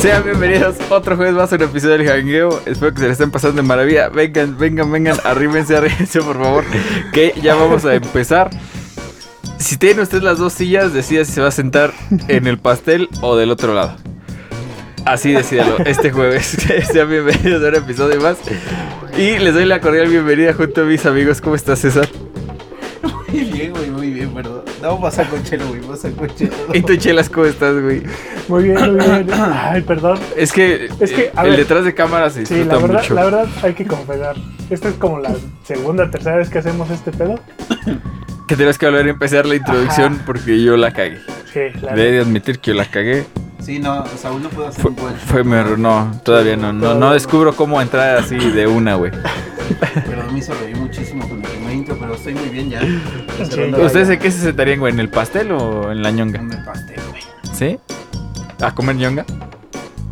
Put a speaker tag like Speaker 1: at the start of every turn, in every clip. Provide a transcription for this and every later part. Speaker 1: Sean bienvenidos otro jueves más a un episodio del Jangueo. Espero que se les estén pasando de maravilla. Vengan, vengan, vengan, arrímense, arrímense, por favor. Que ya vamos a empezar. Si tienen ustedes las dos sillas, decida si se va a sentar en el pastel o del otro lado. Así decídalo, este jueves. Sean bienvenidos a un episodio más. Y les doy la cordial bienvenida junto a mis amigos. ¿Cómo estás, César?
Speaker 2: Muy bien, güey, muy bien, perdón. No, vas a cochero, güey, vas a cochero.
Speaker 1: ¿Y tú, Chelas, cómo estás, güey?
Speaker 3: Muy bien, muy bien. Ay, perdón.
Speaker 1: Es que,
Speaker 3: Es que, a
Speaker 1: el
Speaker 3: ver.
Speaker 1: detrás de cámara se
Speaker 3: Sí,
Speaker 1: disfruta
Speaker 3: la verdad,
Speaker 1: mucho.
Speaker 3: la verdad hay que confesar. Esta es como la segunda, tercera vez que hacemos este pedo.
Speaker 1: Que tenemos que volver a empezar la introducción
Speaker 3: Ajá.
Speaker 1: porque yo la cagué.
Speaker 3: Sí, la
Speaker 1: Debe de admitir que yo la cagué.
Speaker 2: Sí, no, Saúl no puedo hacer
Speaker 1: Fue,
Speaker 2: un coche.
Speaker 1: fue mi error. No, todavía no, no. No descubro cómo entrar así de una, güey.
Speaker 2: Pero me hizo reír muchísimo con mi primer intro, pero estoy muy bien ya.
Speaker 3: Sí, ya,
Speaker 1: ¿Ustedes en qué se sentarían, güey? ¿En el pastel o en la ñonga?
Speaker 2: Dame pastel, güey.
Speaker 1: ¿Sí? ¿A comer ñonga?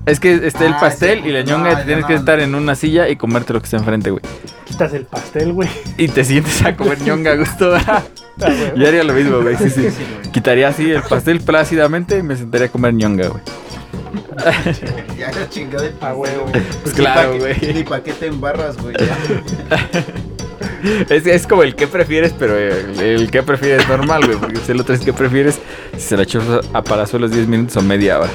Speaker 1: Es que está el
Speaker 2: Ah,
Speaker 1: pastel
Speaker 2: sí.
Speaker 1: y la
Speaker 2: No,
Speaker 1: ñonga te
Speaker 2: yo
Speaker 1: tienes
Speaker 2: no,
Speaker 1: que
Speaker 2: no.
Speaker 1: estar en una silla y comerte lo que está enfrente, güey.
Speaker 3: quitas el pastel, güey.
Speaker 1: Y te sientes a comer ñonga a gusto.
Speaker 3: Ah, güey.
Speaker 1: Yo haría lo mismo, güey. Sí, sí.
Speaker 2: Sí, güey.
Speaker 1: Quitaría así el pastel plácidamente y me sentaría a comer ñonga, güey.
Speaker 2: Ya la chingada del
Speaker 3: Ah, güey,
Speaker 2: pastel,
Speaker 3: güey.
Speaker 2: güey.
Speaker 1: Pues claro,
Speaker 2: Ni pa' que-
Speaker 1: güey.
Speaker 2: Ni paquete en barras, güey. ya.
Speaker 1: Es, es como el que prefieres, pero el, el que prefieres normal, güey. Porque si el otro es que prefieres, si se la chupas a parazuelos 10 minutos o media hora.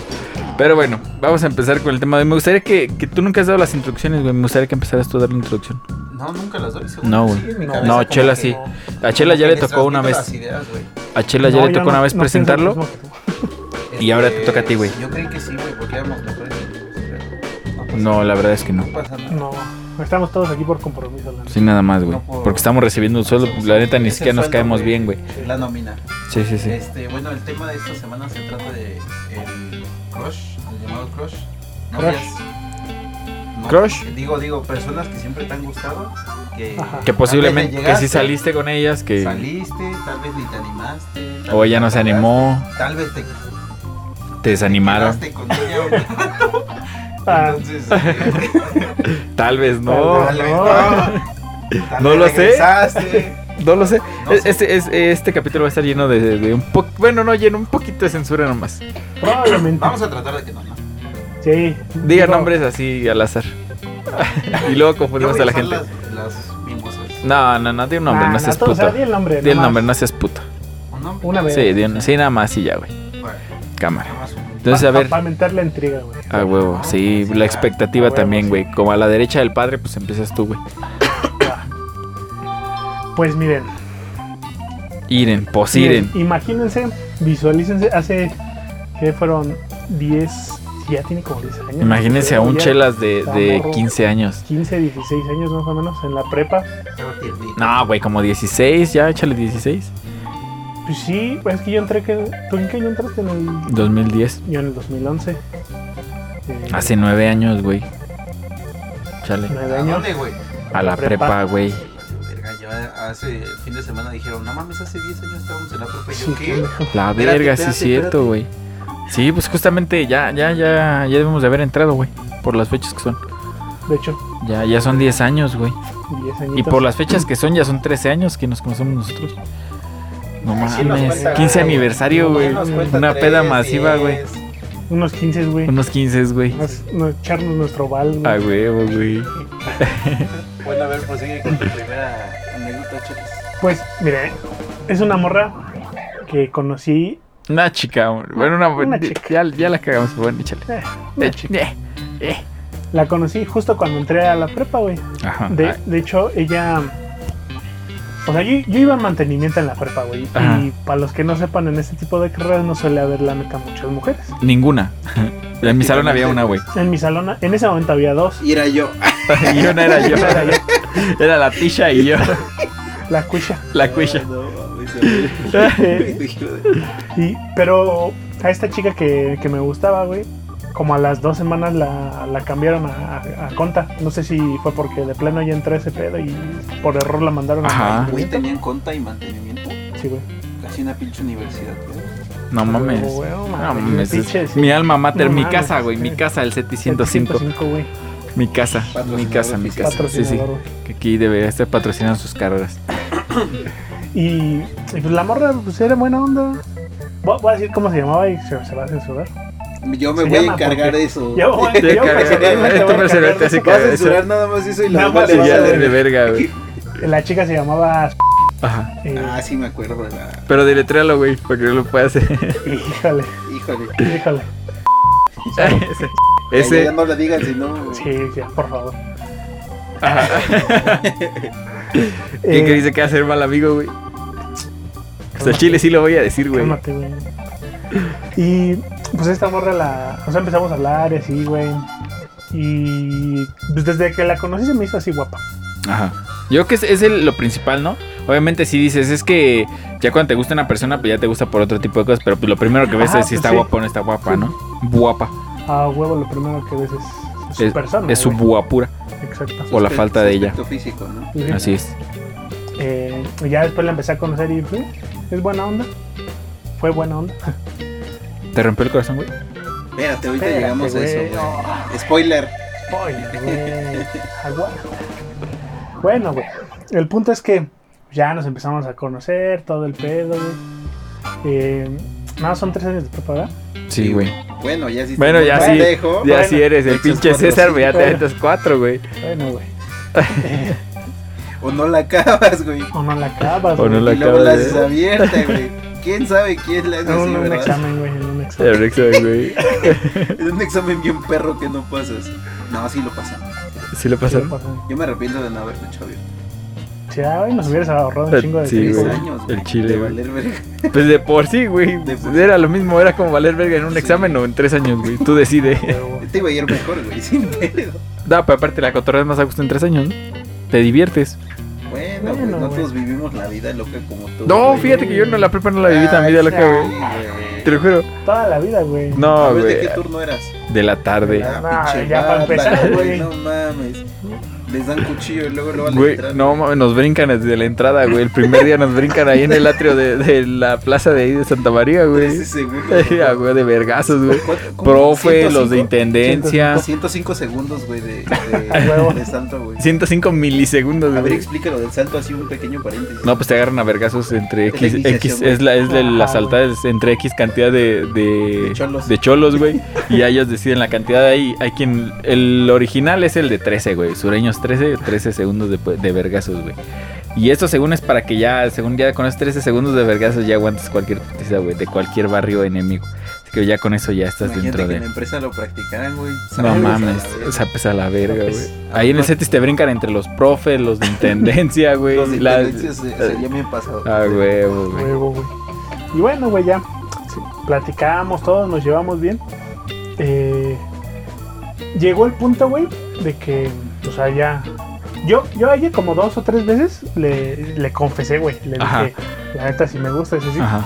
Speaker 1: Pero bueno, vamos a empezar con el tema de hoy. Me gustaría que, que tú nunca has dado las instrucciones, güey. Me gustaría que empezaras tú a dar la introducción.
Speaker 2: No, nunca las doy, seguro.
Speaker 1: No,
Speaker 2: Sí,
Speaker 1: güey.
Speaker 2: en mi
Speaker 3: No,
Speaker 2: cabeza
Speaker 1: no,
Speaker 2: como
Speaker 1: Chela
Speaker 2: que-
Speaker 1: sí.
Speaker 3: como
Speaker 1: A Chela ya
Speaker 2: como
Speaker 1: le
Speaker 2: que
Speaker 1: tocó una
Speaker 2: transmito
Speaker 1: vez.
Speaker 2: las ideas, güey.
Speaker 1: A Chela ya
Speaker 3: No,
Speaker 1: le
Speaker 3: yo
Speaker 1: tocó una
Speaker 3: no-
Speaker 1: vez
Speaker 3: no pienso lo
Speaker 1: presentarlo.
Speaker 3: mismo que
Speaker 1: Y ahora te
Speaker 2: Este,
Speaker 1: toca a ti, güey.
Speaker 2: Yo creí que sí, güey, porque éramos mejores. amigos, pero pasa
Speaker 1: No,
Speaker 2: nada.
Speaker 1: la verdad es que no.
Speaker 2: No pasa nada.
Speaker 3: tú. No, estamos todos aquí por compromiso. la neta.
Speaker 1: Sí, nada más, güey.
Speaker 2: No puedo.
Speaker 1: Porque estamos recibiendo un sueldo. La neta ni
Speaker 2: Es el
Speaker 1: siquiera nos
Speaker 2: sueldo,
Speaker 1: caemos
Speaker 2: güey.
Speaker 1: bien, güey.
Speaker 2: La nómina.
Speaker 1: Sí, sí, sí.
Speaker 2: Este, bueno, el tema de esta semana se trata de el crush, el llamado crush.
Speaker 3: Crush.
Speaker 2: Novias. No,
Speaker 1: Crush.
Speaker 2: Digo, digo, personas que siempre te han gustado, que,
Speaker 3: Ajá.
Speaker 1: Que posiblemente, que
Speaker 2: llegaste,
Speaker 1: si saliste con ellas, que...
Speaker 2: saliste, tal vez ni te animaste. tal
Speaker 1: O
Speaker 2: vez
Speaker 1: ella no se
Speaker 2: te
Speaker 1: animó,
Speaker 2: Tal vez te
Speaker 1: te desanimaron.
Speaker 2: quedaste con ella.
Speaker 3: Ah,
Speaker 2: Entonces, eh,
Speaker 1: Tal vez no.
Speaker 2: tal vez
Speaker 3: no.
Speaker 2: Tal
Speaker 1: No
Speaker 2: vez
Speaker 1: lo sé.
Speaker 2: regresaste.
Speaker 1: No lo sé.
Speaker 2: No
Speaker 1: Es-
Speaker 2: sé.
Speaker 1: Este, es- este capítulo va a estar lleno de, de un poco. Bueno, no, lleno un poquito de censura nomás.
Speaker 3: probablemente.
Speaker 2: Vamos a tratar de que no. ¿no?
Speaker 3: Sí.
Speaker 1: Diga
Speaker 3: Digo,
Speaker 1: nombres así al azar. y luego
Speaker 2: Yo
Speaker 1: confundimos
Speaker 2: voy
Speaker 1: a la
Speaker 2: usar
Speaker 1: gente.
Speaker 2: Las, las bien cosas.
Speaker 1: No, no, no, di un nombre,
Speaker 3: ah,
Speaker 1: no seas
Speaker 3: todo, o sea,
Speaker 1: puto.
Speaker 3: di el nombre.
Speaker 1: Di el
Speaker 3: nomás. Ah,
Speaker 1: nombre, no seas puto.
Speaker 2: ¿Un nombre?
Speaker 3: Una vez.
Speaker 1: Sí, di un- sí, nada más y ya, güey.
Speaker 2: Bueno,
Speaker 1: Cámara.
Speaker 2: nada más un-
Speaker 1: Entonces, a ver.
Speaker 3: Para aumentar la intriga, güey.
Speaker 1: A huevo,
Speaker 3: ah,
Speaker 1: sí, la expectativa
Speaker 3: pues, A huevo,
Speaker 1: también,
Speaker 3: sí.
Speaker 1: güey. Como a la derecha del padre, pues empiezas tú, güey.
Speaker 3: Pues miren.
Speaker 1: Iren, posiren.
Speaker 3: miren, Imagínense, visualícense. Hace. que fueron? 10. sí, Ya tiene como 10 años.
Speaker 1: Imagínense a un
Speaker 3: Ya-
Speaker 1: chelas de, de
Speaker 3: Estamos-
Speaker 1: 15 años.
Speaker 3: 15, 16 años más o menos en la prepa.
Speaker 2: Pero tiernito.
Speaker 1: No, güey, como 16, ya, échale 16.
Speaker 3: Pues sí, pues es que yo entré que tú en qué año entraste en el
Speaker 1: 2010.
Speaker 3: yo en el 2011. Eh,
Speaker 1: Hace nueve años, güey. Chale.
Speaker 2: ¿A
Speaker 3: nueve años.
Speaker 2: dónde, güey?
Speaker 1: A la prepa, güey.
Speaker 2: Verga, yo hace fin de semana dijeron, no mames, hace 10 años estábamos en la tropa. Y
Speaker 3: Sí,
Speaker 2: yo, ¿qué?
Speaker 1: La
Speaker 2: Espérate,
Speaker 1: verga, sí
Speaker 2: espérate,
Speaker 1: es cierto, güey. Sí, pues justamente ya, ya, ya, ya debemos de haber entrado, güey. Por las fechas que son.
Speaker 3: de hecho,
Speaker 1: Ya, ya son 10 años, güey.
Speaker 3: 10 años.
Speaker 1: Y por las fechas que son, ya son 13 años que nos conocemos nosotros. No
Speaker 2: Sí nos
Speaker 1: mames.
Speaker 2: cuenta,
Speaker 1: 15
Speaker 2: güey.
Speaker 1: aniversario,
Speaker 2: No
Speaker 1: güey.
Speaker 2: nos cuenta
Speaker 1: Una
Speaker 2: tres,
Speaker 1: peda masiva,
Speaker 2: diez.
Speaker 1: güey.
Speaker 3: unos 15, güey.
Speaker 1: Unos 15, güey.
Speaker 3: Nos, nos echarnos nuestro bal.
Speaker 1: A
Speaker 3: güey.
Speaker 1: huevo, Ah, güey.
Speaker 2: Bueno, a ver, prosigue con tu primera anécdota, chicas.
Speaker 3: Pues, mire, es una morra que conocí.
Speaker 1: Una chica, hombre. bueno, una,
Speaker 3: Una chica.
Speaker 1: Ya, ya la cagamos, bueno, échale.
Speaker 3: eh, una
Speaker 1: Eh,
Speaker 3: chica.
Speaker 1: eh, eh.
Speaker 3: La conocí justo cuando entré a la prepa, güey.
Speaker 1: Ajá.
Speaker 3: De, de hecho, ella. O sea, yo, yo iba en mantenimiento en la prepa, güey.
Speaker 1: Ajá.
Speaker 3: Y para los que no sepan, en este tipo de carreras no suele haber la neta muchas mujeres.
Speaker 1: Ninguna. En mi salón había una, güey.
Speaker 3: En mi salón, en ese momento había dos.
Speaker 2: Y era yo.
Speaker 1: Y una era yo. Era la tisha y yo.
Speaker 3: La cucha.
Speaker 1: La cuisha.
Speaker 2: No, mames, a ver.
Speaker 3: Y, pero a esta chica que, que me gustaba, güey, como a las dos semanas la, la cambiaron a, a- a conta. No sé si fue porque de plano ya entré a ese pedo y por error la mandaron
Speaker 1: Ajá.
Speaker 3: a
Speaker 2: Güey,
Speaker 3: mantenimiento.
Speaker 2: tenían conta y mantenimiento.
Speaker 3: Sí, güey.
Speaker 2: Casi una pinche universidad, güey.
Speaker 1: No mames.
Speaker 3: Pero, güey,
Speaker 1: No
Speaker 3: oh, mames,
Speaker 1: mames. es
Speaker 3: pinche, sí.
Speaker 1: mi alma mater,
Speaker 3: No
Speaker 1: mi
Speaker 3: mames.
Speaker 1: casa, güey. Mi casa, el 705.
Speaker 3: 705, güey.
Speaker 1: Mi casa. Mi
Speaker 2: Patrocinador
Speaker 1: casa, mi
Speaker 2: oficial.
Speaker 1: casa. Sí, sí.
Speaker 3: Patrocinador, güey.
Speaker 1: Que aquí debería estar patrocinando sus carreras.
Speaker 3: Y, y pues la morra, pues era buena onda. Voy, voy a decir cómo se llamaba y se, se va a censurar.
Speaker 2: Yo me
Speaker 3: Se
Speaker 2: voy a
Speaker 3: llama
Speaker 2: encargar
Speaker 3: porque-
Speaker 2: de eso. Este
Speaker 3: Yo voy-
Speaker 1: Te
Speaker 3: yo
Speaker 1: cagas,
Speaker 3: personalmente
Speaker 1: tú
Speaker 3: voy a
Speaker 1: personalmente,
Speaker 3: cambiar
Speaker 1: así
Speaker 3: de-
Speaker 1: que-
Speaker 2: Vas a
Speaker 1: Eso.
Speaker 2: censurar nada más eso y
Speaker 3: Nada
Speaker 2: la demás
Speaker 3: más
Speaker 2: le
Speaker 1: Sí,
Speaker 2: vas
Speaker 1: ya
Speaker 2: a
Speaker 1: de,
Speaker 2: dar-
Speaker 1: de verga, güey.
Speaker 3: La chica se llamaba.
Speaker 1: Ajá.
Speaker 3: eh,
Speaker 2: Ah, sí me acuerdo de la...
Speaker 1: Pero deletréalo, güey, para que no lo pueda hacer.
Speaker 3: Híjole,
Speaker 2: Híjole.
Speaker 3: híjole.
Speaker 1: Ese-
Speaker 2: Ay, Ya
Speaker 1: Ese.
Speaker 2: no la digan si no...
Speaker 3: Sí, sí, por favor.
Speaker 1: Ajá.
Speaker 3: Eh,
Speaker 1: ¿Quién que dice que va a ser mal amigo, güey? Hasta el chile sí lo voy a decir, güey.
Speaker 3: Cálmate, güey. Y pues esta morra la. O sea, empezamos a hablar y así, güey. Y pues desde que la conocí se me hizo así guapa.
Speaker 1: Ajá. Yo creo que es, es el- lo principal, ¿no? Obviamente si dices, es que ya cuando te gusta una persona, pues ya te gusta por otro tipo de cosas, pero pues lo primero que ves
Speaker 3: Ajá,
Speaker 1: es si
Speaker 3: pues
Speaker 1: está
Speaker 3: sí.
Speaker 1: guapo o no está guapa, ¿no? Guapa.
Speaker 3: A huevo, lo primero que ves es, es su
Speaker 1: Es,
Speaker 3: persona.
Speaker 1: es su
Speaker 3: güey.
Speaker 1: guapura.
Speaker 3: Exacto.
Speaker 1: O la falta de ella.
Speaker 2: aspecto físico, ¿no?
Speaker 3: Sí, sí.
Speaker 1: Así es.
Speaker 3: Eh, y ya después la empecé a conocer y fue. Es buena onda. Fue buena onda.
Speaker 1: ¿Te rompió el corazón, güey?
Speaker 2: Espérate, ahorita
Speaker 3: Espérate,
Speaker 2: llegamos a eso,
Speaker 3: güey.
Speaker 2: güey.
Speaker 3: No,
Speaker 2: Spoiler.
Speaker 3: spoiler, güey. Aguanta. Bueno, güey. El punto es que ya nos empezamos a conocer, todo el pedo, güey. Eh, no, son tres años de prepa, ¿verdad?
Speaker 1: Sí, güey.
Speaker 2: Bueno, ya sí.
Speaker 1: Bueno, ya sí.
Speaker 2: Pendejo.
Speaker 1: Ya
Speaker 3: Bueno.
Speaker 1: si eres el
Speaker 2: Hechos
Speaker 1: pinche
Speaker 2: cuatro,
Speaker 1: César,
Speaker 2: sí.
Speaker 1: güey, ya te
Speaker 3: Bueno.
Speaker 1: aventas cuatro, güey.
Speaker 3: Bueno, güey.
Speaker 2: O no la acabas, güey.
Speaker 3: O no la acabas,
Speaker 1: O no
Speaker 3: güey.
Speaker 1: la
Speaker 2: y luego
Speaker 1: acabas
Speaker 2: la
Speaker 1: de-
Speaker 2: haces abierta, güey. ¿Quién sabe quién la hace
Speaker 3: En
Speaker 2: así,
Speaker 3: un, un
Speaker 2: verdad?
Speaker 3: examen, güey, en un examen.
Speaker 1: El Rexo, güey.
Speaker 2: Es un examen bien perro que no pasas. No, sí lo pasamos.
Speaker 1: Eh, ¿Sí lo
Speaker 3: Sí,
Speaker 1: pasaron?
Speaker 3: pasa.
Speaker 2: Yo me arrepiento de no haberlo hecho bien.
Speaker 3: Sí, ay, nos hubieras ahorrado un chingo de
Speaker 1: Eh, Sí,
Speaker 2: Tres
Speaker 3: tiempo.
Speaker 1: güey.
Speaker 2: años,
Speaker 1: El chile,
Speaker 2: de
Speaker 1: güey.
Speaker 2: valer verga.
Speaker 1: Pues de por sí, güey.
Speaker 2: De por sí.
Speaker 1: Era lo mismo, era como valer verga en un
Speaker 2: Sí.
Speaker 1: examen o en tres años, güey. Tú decides.
Speaker 3: Pero,
Speaker 2: Te Este iba a ir mejor, güey, sin pedo.
Speaker 1: No, pero aparte la cotorra es más a gusto en tres años, ¿no? Te diviertes.
Speaker 2: Pues Bueno,
Speaker 3: Bueno,
Speaker 2: güey, nosotros
Speaker 3: güey.
Speaker 2: vivimos la vida loca como tú.
Speaker 1: No,
Speaker 2: güey.
Speaker 1: fíjate que yo no la prepa no la viví tan vida loca,
Speaker 2: Ay,
Speaker 1: güey. Te lo juro.
Speaker 3: Toda la vida, güey.
Speaker 2: A
Speaker 1: No,
Speaker 2: ver, ¿de
Speaker 1: güey.
Speaker 2: qué turno eras?
Speaker 1: De la tarde.
Speaker 2: Ah,
Speaker 3: Ah,
Speaker 2: pinche
Speaker 3: ya para
Speaker 2: bata,
Speaker 3: empezar, güey.
Speaker 2: No mames. Les dan cuchillo y luego lo van a
Speaker 1: Güey,
Speaker 2: entrar.
Speaker 1: no mames, nos brincan desde la entrada, güey. El primer día nos brincan ahí en el atrio de, de la plaza de ahí de Santa María, güey.
Speaker 2: Trece segundos.
Speaker 1: Ah, güey, de vergazos, güey.
Speaker 2: ¿Cuánto- cómo?
Speaker 1: Profe, los de
Speaker 2: 105?
Speaker 1: intendencia.
Speaker 2: 105 segundos, güey, de, de,
Speaker 3: huevo.
Speaker 2: de salto, güey.
Speaker 1: 105 milisegundos,
Speaker 2: A ver,
Speaker 1: güey.
Speaker 2: explícalo del salto así un pequeño paréntesis.
Speaker 1: No, pues te agarran a vergazos entre
Speaker 2: Es la
Speaker 1: X. X
Speaker 2: iniciación,
Speaker 1: es la, es la,
Speaker 3: güey.
Speaker 1: la saltada es entre X cantidad de, de,
Speaker 2: De cholos.
Speaker 1: de cholos, güey. y ya ellos deciden la cantidad de ahí. Hay quien. El original es el de 13, güey. Sureños 13, 13 segundos de, de vergazos, güey. Y esto según es para que ya, según ya con esos 13 segundos de vergazos ya aguantas cualquier putiza, güey, de cualquier barrio enemigo. Así que ya con eso ya estás
Speaker 2: Imagínate
Speaker 1: dentro
Speaker 2: que
Speaker 1: de.
Speaker 2: en la empresa lo practicaran, güey.
Speaker 1: No
Speaker 2: Sabes, Eh,
Speaker 1: mames,
Speaker 2: a la verga.
Speaker 1: zapes a la verga, güey.
Speaker 2: Zapes.
Speaker 1: Ahí en el CETIS te brincan entre los profes, los de intendencia, güey.
Speaker 2: Los
Speaker 1: la-
Speaker 2: intendencias se- sería bien pasado.
Speaker 1: Ah, huevo, güey.
Speaker 3: Huevo, güey. Y bueno, güey, ya sí, platicamos todos, nos llevamos bien. Eh, llegó el punto, güey, de que, o sea, ya. Yo, yo a ella como dos o tres veces le, le confesé, güey. Le
Speaker 1: Ajá.
Speaker 3: dije, la neta, si me gusta, es así.
Speaker 1: Ajá.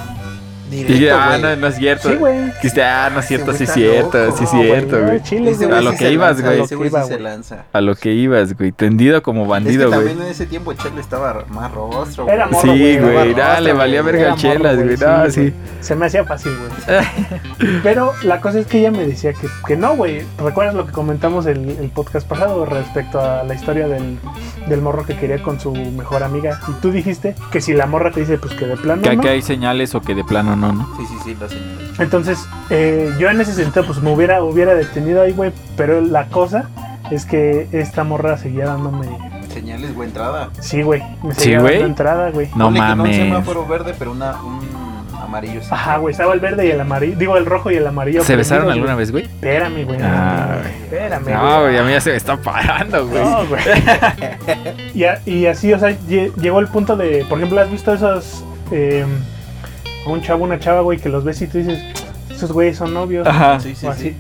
Speaker 2: Directo,
Speaker 1: Y ya, ah,
Speaker 2: güey.
Speaker 1: no, no es cierto.
Speaker 3: Sí, güey.
Speaker 1: Dijiste, ah, no es cierto, sí
Speaker 2: Ese
Speaker 1: es
Speaker 2: güey está
Speaker 1: cierto,
Speaker 2: loco.
Speaker 1: sí es
Speaker 3: No,
Speaker 1: cierto,
Speaker 3: no,
Speaker 1: güey.
Speaker 3: chile,
Speaker 2: Ese
Speaker 1: A
Speaker 2: güey
Speaker 1: lo
Speaker 2: sí
Speaker 1: que
Speaker 2: se
Speaker 1: ibas,
Speaker 2: lanza,
Speaker 1: güey.
Speaker 2: Ese güey sí
Speaker 3: Iba,
Speaker 2: se
Speaker 3: güey.
Speaker 2: lanza.
Speaker 1: A lo que ibas, güey. Tendido como bandido,
Speaker 2: es que
Speaker 1: güey.
Speaker 2: también en ese tiempo Chelo estaba más rostro,
Speaker 3: Era
Speaker 2: güey.
Speaker 3: morro,
Speaker 1: Sí,
Speaker 3: güey,
Speaker 1: güey.
Speaker 2: era
Speaker 1: Dale,
Speaker 2: rostro,
Speaker 1: valía
Speaker 2: güey.
Speaker 1: verga
Speaker 3: Era
Speaker 1: el chelas,
Speaker 3: morro,
Speaker 1: güey. No,
Speaker 3: güey.
Speaker 1: sí.
Speaker 3: Se me hacía fácil, güey. Pero la cosa es que ella me decía que, que no, güey. ¿Recuerdas lo que comentamos el, el podcast pasado respecto a la historia del, del morro que quería con su mejor amiga? Y tú dijiste que si la morra te dice, pues que de plano.
Speaker 1: Que
Speaker 3: no.
Speaker 1: que hay señales o que de plano no, ¿no?
Speaker 2: Sí, sí, sí, lo señalé.
Speaker 3: Entonces, eh, yo en ese sentido, pues me hubiera, hubiera detenido ahí, güey. Pero la cosa es que esta morra seguía dándome.
Speaker 2: Señales, güey, entrada.
Speaker 3: Sí, güey. Me
Speaker 1: Sí,
Speaker 3: seguía
Speaker 1: güey.
Speaker 3: dando entrada, güey.
Speaker 1: No
Speaker 2: Ponle que No un
Speaker 1: mames.
Speaker 2: semáforo verde, pero una, un amarillo. sí.
Speaker 3: Ajá, güey. Estaba el verde y el amarillo. Digo, el rojo y el amarillo.
Speaker 1: ¿Se besaron
Speaker 3: prendidos,
Speaker 1: alguna vez, güey?
Speaker 3: güey. Espérame, güey.
Speaker 1: Ah,
Speaker 3: Espérame,
Speaker 1: No, güey, a mí ya se me está parando, güey.
Speaker 3: No, güey. y, a- y así, o sea, lle- llegó el punto de, por ejemplo, ¿has visto esos, eh, a un chavo, una chava, güey, que los ves y tú dices, esos güeyes son novios?
Speaker 1: Ajá.
Speaker 2: Sí, sí,
Speaker 3: o
Speaker 2: sí.
Speaker 3: así.
Speaker 2: sí.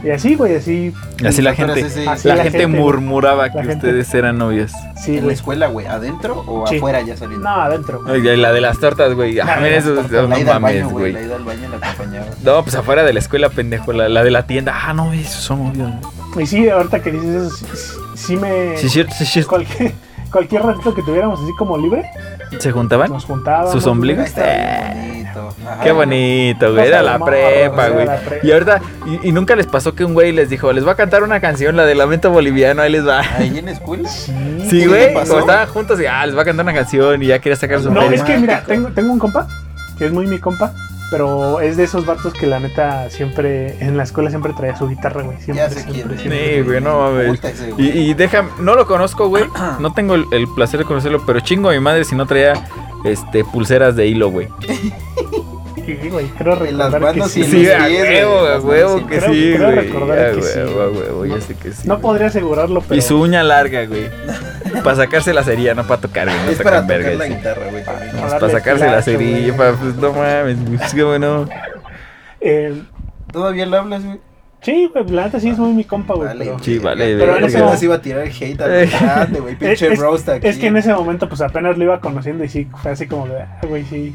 Speaker 3: Y así, güey, así,
Speaker 1: Y así la
Speaker 2: Pero
Speaker 1: gente,
Speaker 2: sí, sí.
Speaker 3: así
Speaker 1: la gente
Speaker 3: güey.
Speaker 1: murmuraba que
Speaker 3: gente-
Speaker 1: ustedes eran novios.
Speaker 3: Sí,
Speaker 2: ¿En la
Speaker 3: güey.
Speaker 2: escuela, güey? ¿Adentro o
Speaker 3: Sí.
Speaker 2: afuera ya saliendo?
Speaker 3: No, adentro. güey.
Speaker 1: Ay, y La de las tortas, güey. Ah,
Speaker 3: La de
Speaker 1: mira,
Speaker 3: las
Speaker 1: eso
Speaker 3: tortas.
Speaker 1: no
Speaker 2: la ida al baño,
Speaker 1: mames,
Speaker 2: güey.
Speaker 1: güey.
Speaker 2: La ida al baño la acompañaba.
Speaker 1: No, pues afuera de la escuela, pendejo. La, la de la tienda. Ah, no, esos son novios.
Speaker 3: Y sí, ahorita que dices eso, sí, sí me...
Speaker 1: Sí, es cierto, sí, es cierto.
Speaker 3: Cualquier, cualquier ratito que tuviéramos así como libre,
Speaker 1: ¿Se juntaban?
Speaker 3: nos juntábamos.
Speaker 1: Ah, ¿Sus ombligos?
Speaker 2: Ahí
Speaker 3: güey.
Speaker 2: está bien bonito. Ajá.
Speaker 1: Qué bonito, güey.
Speaker 3: Cosa
Speaker 1: Era
Speaker 3: de
Speaker 1: la
Speaker 3: morro, cosa
Speaker 1: prepa,
Speaker 3: de
Speaker 1: güey.
Speaker 3: la prepa.
Speaker 1: Y ahorita, y, y nunca les pasó que un güey les dijo, les va a cantar una canción, la de Lamento Boliviano, ahí les va.
Speaker 2: ¿Ahí en la escuela?
Speaker 3: Sí.
Speaker 1: Sí,
Speaker 2: ¿qué
Speaker 1: güey.
Speaker 2: le pasó?
Speaker 1: O estaban juntos y, ah, les va a cantar una canción y ya quería sacar su
Speaker 3: No,
Speaker 1: pedo.
Speaker 3: es que mira,
Speaker 2: romántico.
Speaker 3: tengo, tengo un compa, que es muy mi compa, Pero es de esos vatos que la neta siempre, en la escuela siempre traía su guitarra, güey. Siempre,
Speaker 2: sé quién
Speaker 3: siempre,
Speaker 2: es.
Speaker 3: siempre.
Speaker 1: Sí, güey, no mames.
Speaker 2: Puta ese,
Speaker 1: Y,
Speaker 2: güey.
Speaker 1: y déjame, no lo conozco, güey. No tengo el, el placer de conocerlo, pero chingo a mi madre si no traía este pulseras de hilo, güey.
Speaker 3: Sí, güey, creo
Speaker 2: En las
Speaker 3: recordar que
Speaker 2: bandas
Speaker 3: sí.
Speaker 2: y
Speaker 3: ah,
Speaker 2: en
Speaker 1: Sí,
Speaker 2: los
Speaker 1: a
Speaker 2: pies,
Speaker 1: huevo,
Speaker 2: güey,
Speaker 1: a
Speaker 2: las
Speaker 1: huevo
Speaker 2: manos
Speaker 1: que
Speaker 3: creo-
Speaker 1: sí,
Speaker 3: creo
Speaker 1: güey.
Speaker 3: recordar
Speaker 1: A
Speaker 3: que sí.
Speaker 1: huevo, a huevo, ya sé que sí.
Speaker 3: No
Speaker 1: güey.
Speaker 3: podría asegurarlo, pero...
Speaker 1: Y su uña larga, güey. Para sacarse la cerilla, no para tocar, güey. No
Speaker 2: Es para
Speaker 1: tocan
Speaker 2: tocar
Speaker 1: verga.
Speaker 2: la
Speaker 1: sí.
Speaker 2: guitarra, güey. también.
Speaker 3: Ah,
Speaker 1: Para Pues, sacarse la cerilla, para, pues no mames, güey, es que bueno.
Speaker 3: Eh,
Speaker 2: ¿Todavía le hablas, güey?
Speaker 3: sí, güey, la neta sí es muy mi compa, güey.
Speaker 2: Vale,
Speaker 3: pero-
Speaker 2: güey.
Speaker 1: Sí, vale,
Speaker 3: Pero en
Speaker 1: verga.
Speaker 3: ese momento-
Speaker 2: se iba a tirar hate
Speaker 1: Eh.
Speaker 2: al grande, güey.
Speaker 3: Es,
Speaker 2: Pinche
Speaker 3: es-
Speaker 2: roast aquí.
Speaker 3: es que en ese momento, pues apenas lo iba conociendo y sí, fue así como de, ah, güey, sí.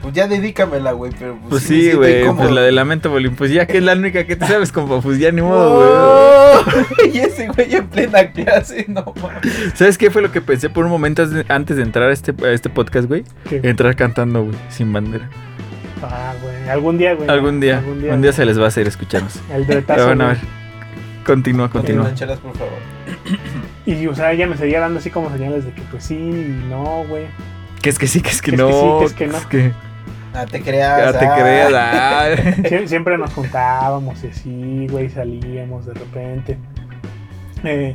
Speaker 2: Pues ya dedícamela, güey, pero pues,
Speaker 1: Pues
Speaker 2: me
Speaker 1: sí,
Speaker 2: siento
Speaker 1: güey,
Speaker 2: incómodo.
Speaker 1: pues la de Lamento Bolín, pues ya que es la única que te sabes, compa, pues ya ni modo,
Speaker 2: ¡Oh! y ese güey en plena clase, no mames.
Speaker 1: güey. ¿Sabes qué fue lo que pensé por un momento antes de entrar a este, a este podcast, güey?
Speaker 3: que-
Speaker 1: Entrar cantando, güey, sin bandera.
Speaker 3: ah, güey, algún día, güey.
Speaker 1: Algún día,
Speaker 3: Algún día.
Speaker 1: un día se les va a hacer escucharnos.
Speaker 3: El
Speaker 1: Pero
Speaker 3: duetazo.
Speaker 1: bueno, a
Speaker 3: güey.
Speaker 1: ver, continúa,
Speaker 2: Continúa.
Speaker 1: continúa.
Speaker 2: chelas, por favor.
Speaker 3: Y, o sea, ella me seguía dando así como señales de que, pues sí, y no, güey.
Speaker 1: Que es que sí, que es que
Speaker 3: Que es que
Speaker 1: no,
Speaker 3: sí, que es que no.
Speaker 1: que-
Speaker 2: Ah, te creas.
Speaker 1: ya te
Speaker 2: ah.
Speaker 1: creas, ah.
Speaker 3: Sie- siempre nos juntábamos y así, güey, salíamos de repente. Eh,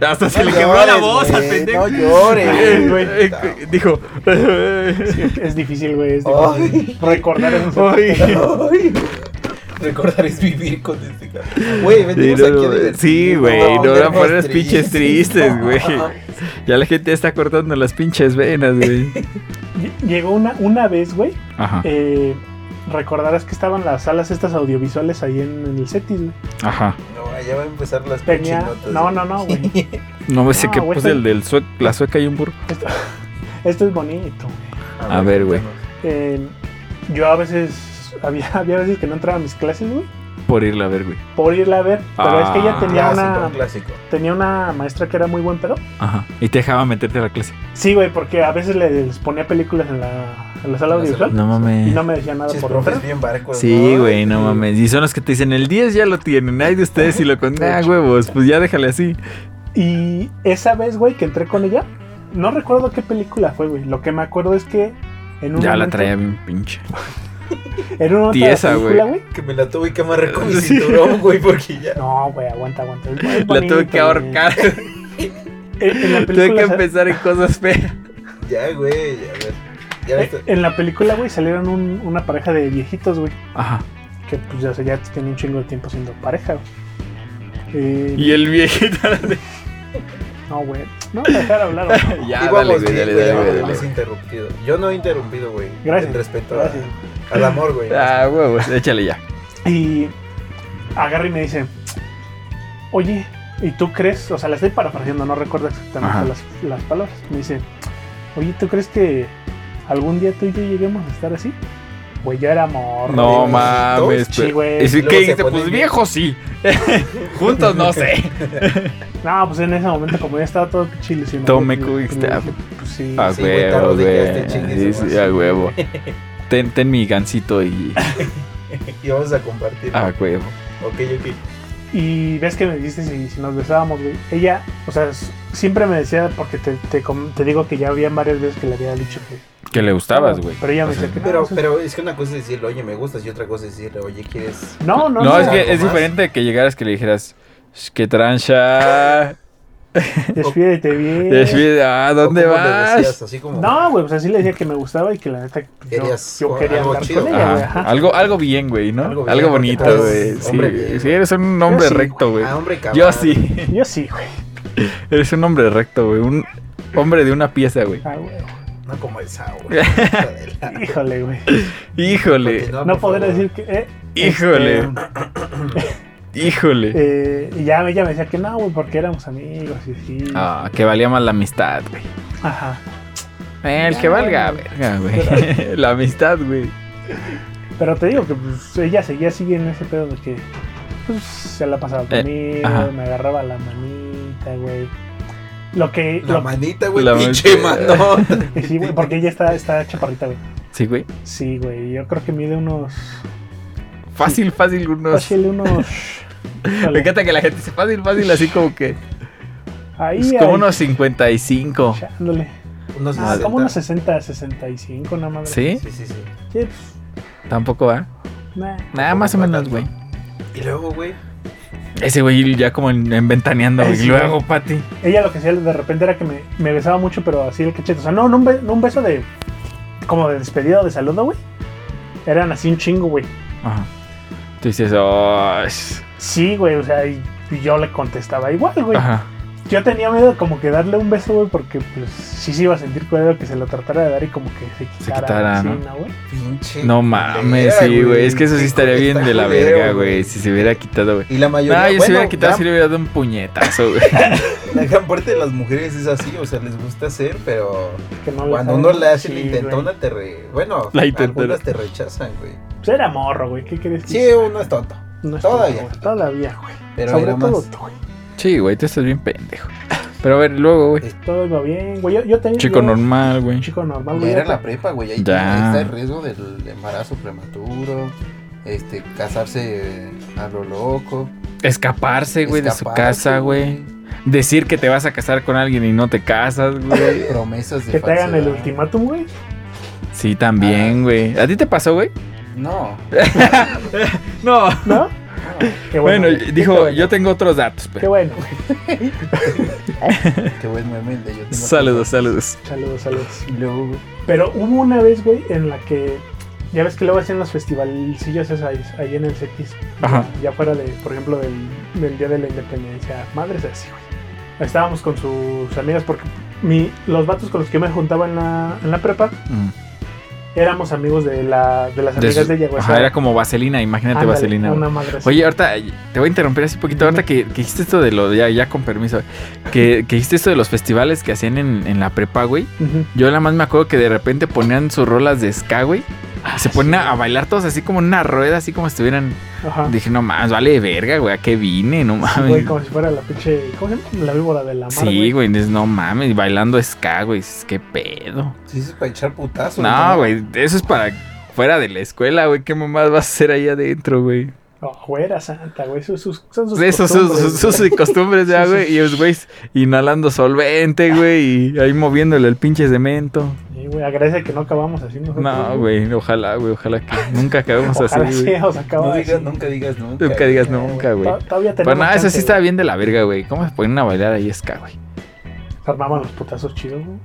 Speaker 1: Hasta se
Speaker 2: No
Speaker 1: le quebró la
Speaker 2: llores,
Speaker 1: voz al
Speaker 2: güey,
Speaker 1: pendejo.
Speaker 2: No
Speaker 1: Eh,
Speaker 2: llores,
Speaker 3: güey.
Speaker 1: eh, eh, Dijo.
Speaker 3: sí, es difícil, güey, es
Speaker 2: Ay.
Speaker 3: difícil recordar esos
Speaker 1: Ay.
Speaker 2: Ay. Recordar es vivir con este cabrón. Güey,
Speaker 1: Sí,
Speaker 2: venimos
Speaker 1: no,
Speaker 2: aquí
Speaker 1: no,
Speaker 2: a divertirnos,
Speaker 1: sí, güey, no
Speaker 2: vernos
Speaker 1: van a poner las pinches tristes, güey.
Speaker 2: No.
Speaker 1: Ya la gente está cortando las pinches venas, güey.
Speaker 3: Lle- Llegó una, una vez, güey.
Speaker 1: Ajá,
Speaker 3: eh, recordarás que estaban las salas estas audiovisuales ahí en, en el Cetis, güey.
Speaker 1: ajá.
Speaker 2: No, ya va a empezar las
Speaker 3: Tenía-
Speaker 2: pinches
Speaker 3: no, no, no, güey.
Speaker 1: No me sé
Speaker 3: No,
Speaker 1: qué
Speaker 3: Ah, güey,
Speaker 1: puse
Speaker 3: estoy-
Speaker 1: el del sue la sueca y un burro.
Speaker 3: Esto, esto es bonito. güey.
Speaker 1: A ver, güey.
Speaker 2: Ah,
Speaker 3: Eh, yo a veces, había, había veces que no entraba a mis clases, güey,
Speaker 1: Por irla a ver, güey.
Speaker 3: por irla a ver. Pero es que ella
Speaker 1: Ah.
Speaker 3: tenía
Speaker 2: Clásico,
Speaker 3: una,
Speaker 2: clásico.
Speaker 3: tenía una maestra que era muy buen pedo.
Speaker 1: Ajá. Y te dejaba meterte a la clase.
Speaker 3: Sí, güey, porque a veces les ponía películas en la, en la sala
Speaker 2: En la
Speaker 3: audiovisual
Speaker 1: No
Speaker 3: y
Speaker 1: mames.
Speaker 3: no me decía nada
Speaker 2: Pinches
Speaker 3: por
Speaker 2: profes
Speaker 3: detrás.
Speaker 2: bien barcos,
Speaker 1: Sí,
Speaker 2: ¿no?
Speaker 1: güey, no mames. Y son los que te dicen, el 10 ya lo tienen. Ay, de ustedes y lo con... Ah, huevos, pues ya déjale así.
Speaker 3: Y esa vez, güey, que entré con ella, no recuerdo qué película fue, güey. Lo que me acuerdo es que en un
Speaker 1: Ya la
Speaker 3: momento-
Speaker 1: traía bien pinche.
Speaker 3: En un momento de
Speaker 1: tiesa,
Speaker 3: la película, güey.
Speaker 2: Que me la tuve que amarrar con mi
Speaker 1: Sí.
Speaker 2: cinturón, güey, porque ya.
Speaker 3: No, güey, aguanta, aguanta. Es muy
Speaker 1: La tuve
Speaker 3: bonito,
Speaker 1: que ahorcar.
Speaker 3: güey. En, en la
Speaker 1: Tuve que
Speaker 3: película,
Speaker 1: empezar en cosas feas.
Speaker 2: Ya, güey, ya, a ver. Ya
Speaker 3: eh, en la película, güey, salieron un- una pareja de viejitos, güey.
Speaker 1: Ajá.
Speaker 3: Que pues ya, o sea, ya tenían un chingo de tiempo siendo pareja, güey. Eh,
Speaker 1: Y el viejito.
Speaker 3: No, güey. No, dejar hablar, güey.
Speaker 1: ya, dale, güey, dale, dale, güey, dale.
Speaker 2: Has interrumpido. Yo no he interrumpido, güey.
Speaker 3: Gracias,
Speaker 2: En respeto a-
Speaker 3: Gracias.
Speaker 2: al amor, güey.
Speaker 1: Ah, huevos, échale ya.
Speaker 3: Y agarra y me dice, oye, ¿y tú crees? O sea, la estoy parafraseando, no recuerdo
Speaker 1: Ajá.
Speaker 3: exactamente las, las palabras. Me dice, oye, ¿tú crees que algún día tú y yo lleguemos a estar así? Güey, yo era morro.
Speaker 1: No
Speaker 3: güey.
Speaker 1: mames,
Speaker 3: Sí,
Speaker 1: pero-
Speaker 3: güey.
Speaker 1: ¿Y si-
Speaker 2: Luego
Speaker 1: qué
Speaker 2: se
Speaker 1: dijiste?
Speaker 2: ponen
Speaker 1: Pues
Speaker 2: bien.
Speaker 1: viejo sí. Juntos no sé.
Speaker 3: No, pues en ese momento, como ya estaba todo chile.
Speaker 1: Tome
Speaker 3: pues,
Speaker 1: Quick Step.
Speaker 3: pues sí.
Speaker 1: A
Speaker 2: Sí, güey, te
Speaker 1: huevo,
Speaker 2: arrodillaste,
Speaker 1: güey.
Speaker 2: chingue
Speaker 1: Sí,
Speaker 2: su
Speaker 1: sí,
Speaker 2: madre.
Speaker 1: a huevo. Ten, ten mi gancito y.
Speaker 2: Y vamos a compartir.
Speaker 3: Ah.
Speaker 1: A huevo.
Speaker 2: Ok, ok.
Speaker 3: Y ves que me dijiste si, si nos besábamos, güey. Ella, o sea, s- siempre me decía, porque te, te, com- te digo que ya había varias veces que le había dicho que...
Speaker 1: Que le gustabas, güey.
Speaker 3: Pero ella me
Speaker 1: O sea,
Speaker 3: decía que... no,
Speaker 2: Pero,
Speaker 3: eso-
Speaker 2: pero es que una cosa es decirle, oye, me gustas, y otra cosa es decirle, oye, ¿quieres?
Speaker 3: no, no,
Speaker 1: No, es
Speaker 2: no,
Speaker 1: que
Speaker 2: algo
Speaker 1: es
Speaker 2: más.
Speaker 1: diferente que llegaras que le dijeras. "Sh, ¡Qué trancha!
Speaker 3: Despídete bien.
Speaker 1: Desfide- ah, ¿dónde
Speaker 2: O como le decías,
Speaker 1: vas?
Speaker 2: así como,
Speaker 3: No, güey, pues así le decía que me gustaba y que la neta pues, yo,
Speaker 2: Querías
Speaker 3: yo quería
Speaker 2: algo
Speaker 3: andar
Speaker 2: chido.
Speaker 3: con ella,
Speaker 1: Ajá,
Speaker 3: güey. ajá.
Speaker 1: Ah, Algo, algo bien, güey, ¿no?
Speaker 2: Algo
Speaker 1: Algo,
Speaker 2: bien, porque
Speaker 1: bonito,
Speaker 2: tú
Speaker 1: güey.
Speaker 2: eres
Speaker 1: Sí,
Speaker 2: hombre bien,
Speaker 1: sí, eres un hombre
Speaker 3: sí,
Speaker 1: recto, güey.
Speaker 2: Ah, hombre, cabrón.
Speaker 1: Yo sí.
Speaker 3: Yo sí, güey.
Speaker 1: Eres un hombre recto, güey. Un hombre de una pieza, güey.
Speaker 3: Ah, güey.
Speaker 2: No como el Sao, güey. Adelante.
Speaker 3: Híjole, güey.
Speaker 1: Híjole,
Speaker 2: Continúa,
Speaker 3: No
Speaker 2: por
Speaker 3: podré
Speaker 2: favor.
Speaker 3: decir que. eh,
Speaker 1: híjole,
Speaker 3: este,
Speaker 1: híjole.
Speaker 3: eh, y ya ella me decía que no, güey, porque éramos amigos y sí.
Speaker 1: Ah, que valía más la amistad, güey.
Speaker 3: Ajá.
Speaker 1: Eh, El
Speaker 3: Ya,
Speaker 1: que valga,
Speaker 3: güey.
Speaker 1: verga, güey. La amistad, güey.
Speaker 3: Pero te digo que pues, ella seguía así en ese pedo de que pues, se la pasaba
Speaker 1: Eh,
Speaker 3: conmigo,
Speaker 1: ajá.
Speaker 3: me agarraba la manita, güey. Lo que.
Speaker 2: La
Speaker 3: Lo,
Speaker 2: manita, güey,
Speaker 1: La
Speaker 2: pinche
Speaker 1: manita.
Speaker 2: mano.
Speaker 3: que sí, güey, porque ella está, está chaparrita, güey.
Speaker 1: Sí, güey.
Speaker 3: Sí, güey. Yo creo que mide unos.
Speaker 1: Fácil, fácil, unos.
Speaker 3: Fácil, unos.
Speaker 1: Me encanta que la gente dice fácil, fácil, así como que.
Speaker 3: Ahí,
Speaker 1: Es como
Speaker 3: ahí,
Speaker 1: unos 55.
Speaker 3: echándole.
Speaker 2: Unos
Speaker 3: Ah,
Speaker 2: 60.
Speaker 3: como unos 60, 65, nada más.
Speaker 1: ¿Sí?
Speaker 2: Sí, sí, sí.
Speaker 3: Sí, pues,
Speaker 1: Tampoco, ¿ah?
Speaker 3: Nah.
Speaker 1: Nada, más o menos, güey.
Speaker 2: Y luego, güey.
Speaker 1: Ese güey ya como en, en ventaneando, güey.
Speaker 3: Ese,
Speaker 1: Y luego,
Speaker 3: güey.
Speaker 1: Pati.
Speaker 3: Ella lo que hacía de repente era que me, me besaba mucho, pero así el cachete. O sea, no, no un, be- no un beso de. Como de despedida o de saludo, güey. Eran así un chingo, güey.
Speaker 1: Ajá. Tú dices, "Oh, es-
Speaker 3: Sí, güey, o sea, y, y yo le contestaba igual, güey.
Speaker 1: Ajá.
Speaker 3: Yo tenía miedo como que darle un beso, güey, porque pues sí se iba a sentir cuidado que se lo tratara de dar y como que se quitara.
Speaker 1: quitara,
Speaker 3: sí,
Speaker 1: ¿no?
Speaker 3: güey?
Speaker 2: Pinche.
Speaker 1: No mames,
Speaker 2: culera,
Speaker 1: sí, güey. Es que eso sí
Speaker 2: Qué
Speaker 1: estaría bien
Speaker 2: está
Speaker 1: de la
Speaker 2: culero,
Speaker 1: verga, güey. Si se hubiera quitado, güey.
Speaker 2: Y la mayoría.
Speaker 1: No, yo se
Speaker 2: bueno,
Speaker 1: hubiera quitado,
Speaker 2: la-
Speaker 1: si le hubiera dado un puñetazo, güey.
Speaker 2: La gran parte de las mujeres es así, o sea, les gusta hacer, pero
Speaker 3: Que no
Speaker 2: cuando
Speaker 3: saben.
Speaker 2: uno le hace la
Speaker 3: Sí,
Speaker 2: intentona,
Speaker 3: güey.
Speaker 2: te re... Bueno,
Speaker 1: La intentona.
Speaker 2: algunas te rechazan, güey.
Speaker 3: Pues era morro, güey, ¿qué quieres que
Speaker 2: Sí, uno es tonto,
Speaker 3: No es
Speaker 2: todavía.
Speaker 3: todo, güey, Todavía, güey.
Speaker 2: pero
Speaker 3: Sobre
Speaker 2: era
Speaker 3: todo
Speaker 2: más...
Speaker 3: tú, güey.
Speaker 1: Sí, güey, tú estás bien pendejo. Pero a ver, luego, güey.
Speaker 3: Todo iba bien, güey. Yo, yo tenía.
Speaker 1: Chico
Speaker 3: yo-
Speaker 1: normal, güey.
Speaker 3: Chico normal,
Speaker 2: Ya
Speaker 3: güey.
Speaker 2: era la prepa, güey, ahí
Speaker 1: Ya.
Speaker 2: está el riesgo del embarazo prematuro, este, casarse a lo loco.
Speaker 1: Escaparse, güey, de su
Speaker 2: escaparse,
Speaker 1: casa, güey. Decir que te vas a casar con alguien y no te casas, güey.
Speaker 2: Promesas de
Speaker 3: Que te hagan el
Speaker 2: falsedad.
Speaker 3: ultimátum, güey.
Speaker 1: Sí,
Speaker 3: Ah.
Speaker 1: también, güey. ¿A ti te pasó, güey?
Speaker 2: No,
Speaker 1: No.
Speaker 3: ¿No? Qué
Speaker 1: Bueno,
Speaker 3: güey.
Speaker 1: dijo, yo tengo otros datos,
Speaker 3: Qué
Speaker 1: pero.
Speaker 3: bueno, güey.
Speaker 2: qué buen momento. Yo tengo
Speaker 1: Saludos, saludos.
Speaker 3: Saludos, saludos.
Speaker 2: Y luego, güey,
Speaker 3: Pero hubo una vez, güey, en la que. Ya ves que luego hacían los festivalcillos esos ahí, ahí en el CETIS.
Speaker 1: Ajá.
Speaker 3: Ya fuera de, por ejemplo, del, del Día de la Independencia. Madres así, güey. Estábamos con sus amigas porque mi, los vatos con los que me juntaba en la, en la prepa
Speaker 1: Mm.
Speaker 3: éramos amigos de, la, de las
Speaker 1: De
Speaker 3: amigas
Speaker 1: su-
Speaker 3: de ella, güey. O
Speaker 1: Ajá,
Speaker 3: sea,
Speaker 1: era como vaselina, imagínate
Speaker 3: ándale,
Speaker 1: vaselina. güey.
Speaker 3: Una madre así.
Speaker 1: Oye, ahorita te voy a interrumpir así poquito. Ahorita que, que dijiste esto de lo, ya, ya con permiso, que, que dijiste esto de los festivales que hacían en, en la prepa, güey.
Speaker 3: Ujú.
Speaker 1: Yo nada más me acuerdo que de repente ponían sus rolas de ska, güey. Se ponen a, a bailar todos así como en una rueda, así como si estuvieran.
Speaker 3: Ajá.
Speaker 1: Dije, no mames, vale de verga, güey, a qué vine, no
Speaker 3: Güey,
Speaker 1: mames.
Speaker 3: como si fuera la pinche. ¿Cómo se llama? La víbora de la mar.
Speaker 1: Sí, güey, dices, no mames, bailando ska, güey, dices, qué pedo.
Speaker 2: sí, eso es para echar putazos.
Speaker 1: No, güey, eso es para fuera de la escuela, güey, qué mamás vas a hacer ahí adentro, güey.
Speaker 3: Oh, güey, era santa, güey. Sus, sus, son sus.
Speaker 1: De esos sus,
Speaker 3: costumbres,
Speaker 1: sus- sus
Speaker 3: güey.
Speaker 1: costumbres ya,
Speaker 3: Sí, sí,
Speaker 1: güey. Y los güeyes inhalando solvente, güey. Y ahí moviéndole el pinche cemento.
Speaker 3: Sí, güey, agradece que no acabamos así nosotros.
Speaker 1: No, güey. Ojalá, güey. Ojalá que nunca acabemos así,
Speaker 3: Ojalá
Speaker 1: güey.
Speaker 3: sea, o sea, acaba
Speaker 2: No
Speaker 3: así.
Speaker 2: digas, nunca digas nunca.
Speaker 1: Nunca digas
Speaker 3: Eh,
Speaker 1: nunca, güey.
Speaker 3: to- Todavía tenemos.
Speaker 1: Pero nada, eso sí
Speaker 3: chance,
Speaker 1: estaba
Speaker 3: güey.
Speaker 1: bien de la verga, güey. ¿Cómo se ponen a bailar ahí ska, güey?
Speaker 3: Se armaban los putazos chidos, güey.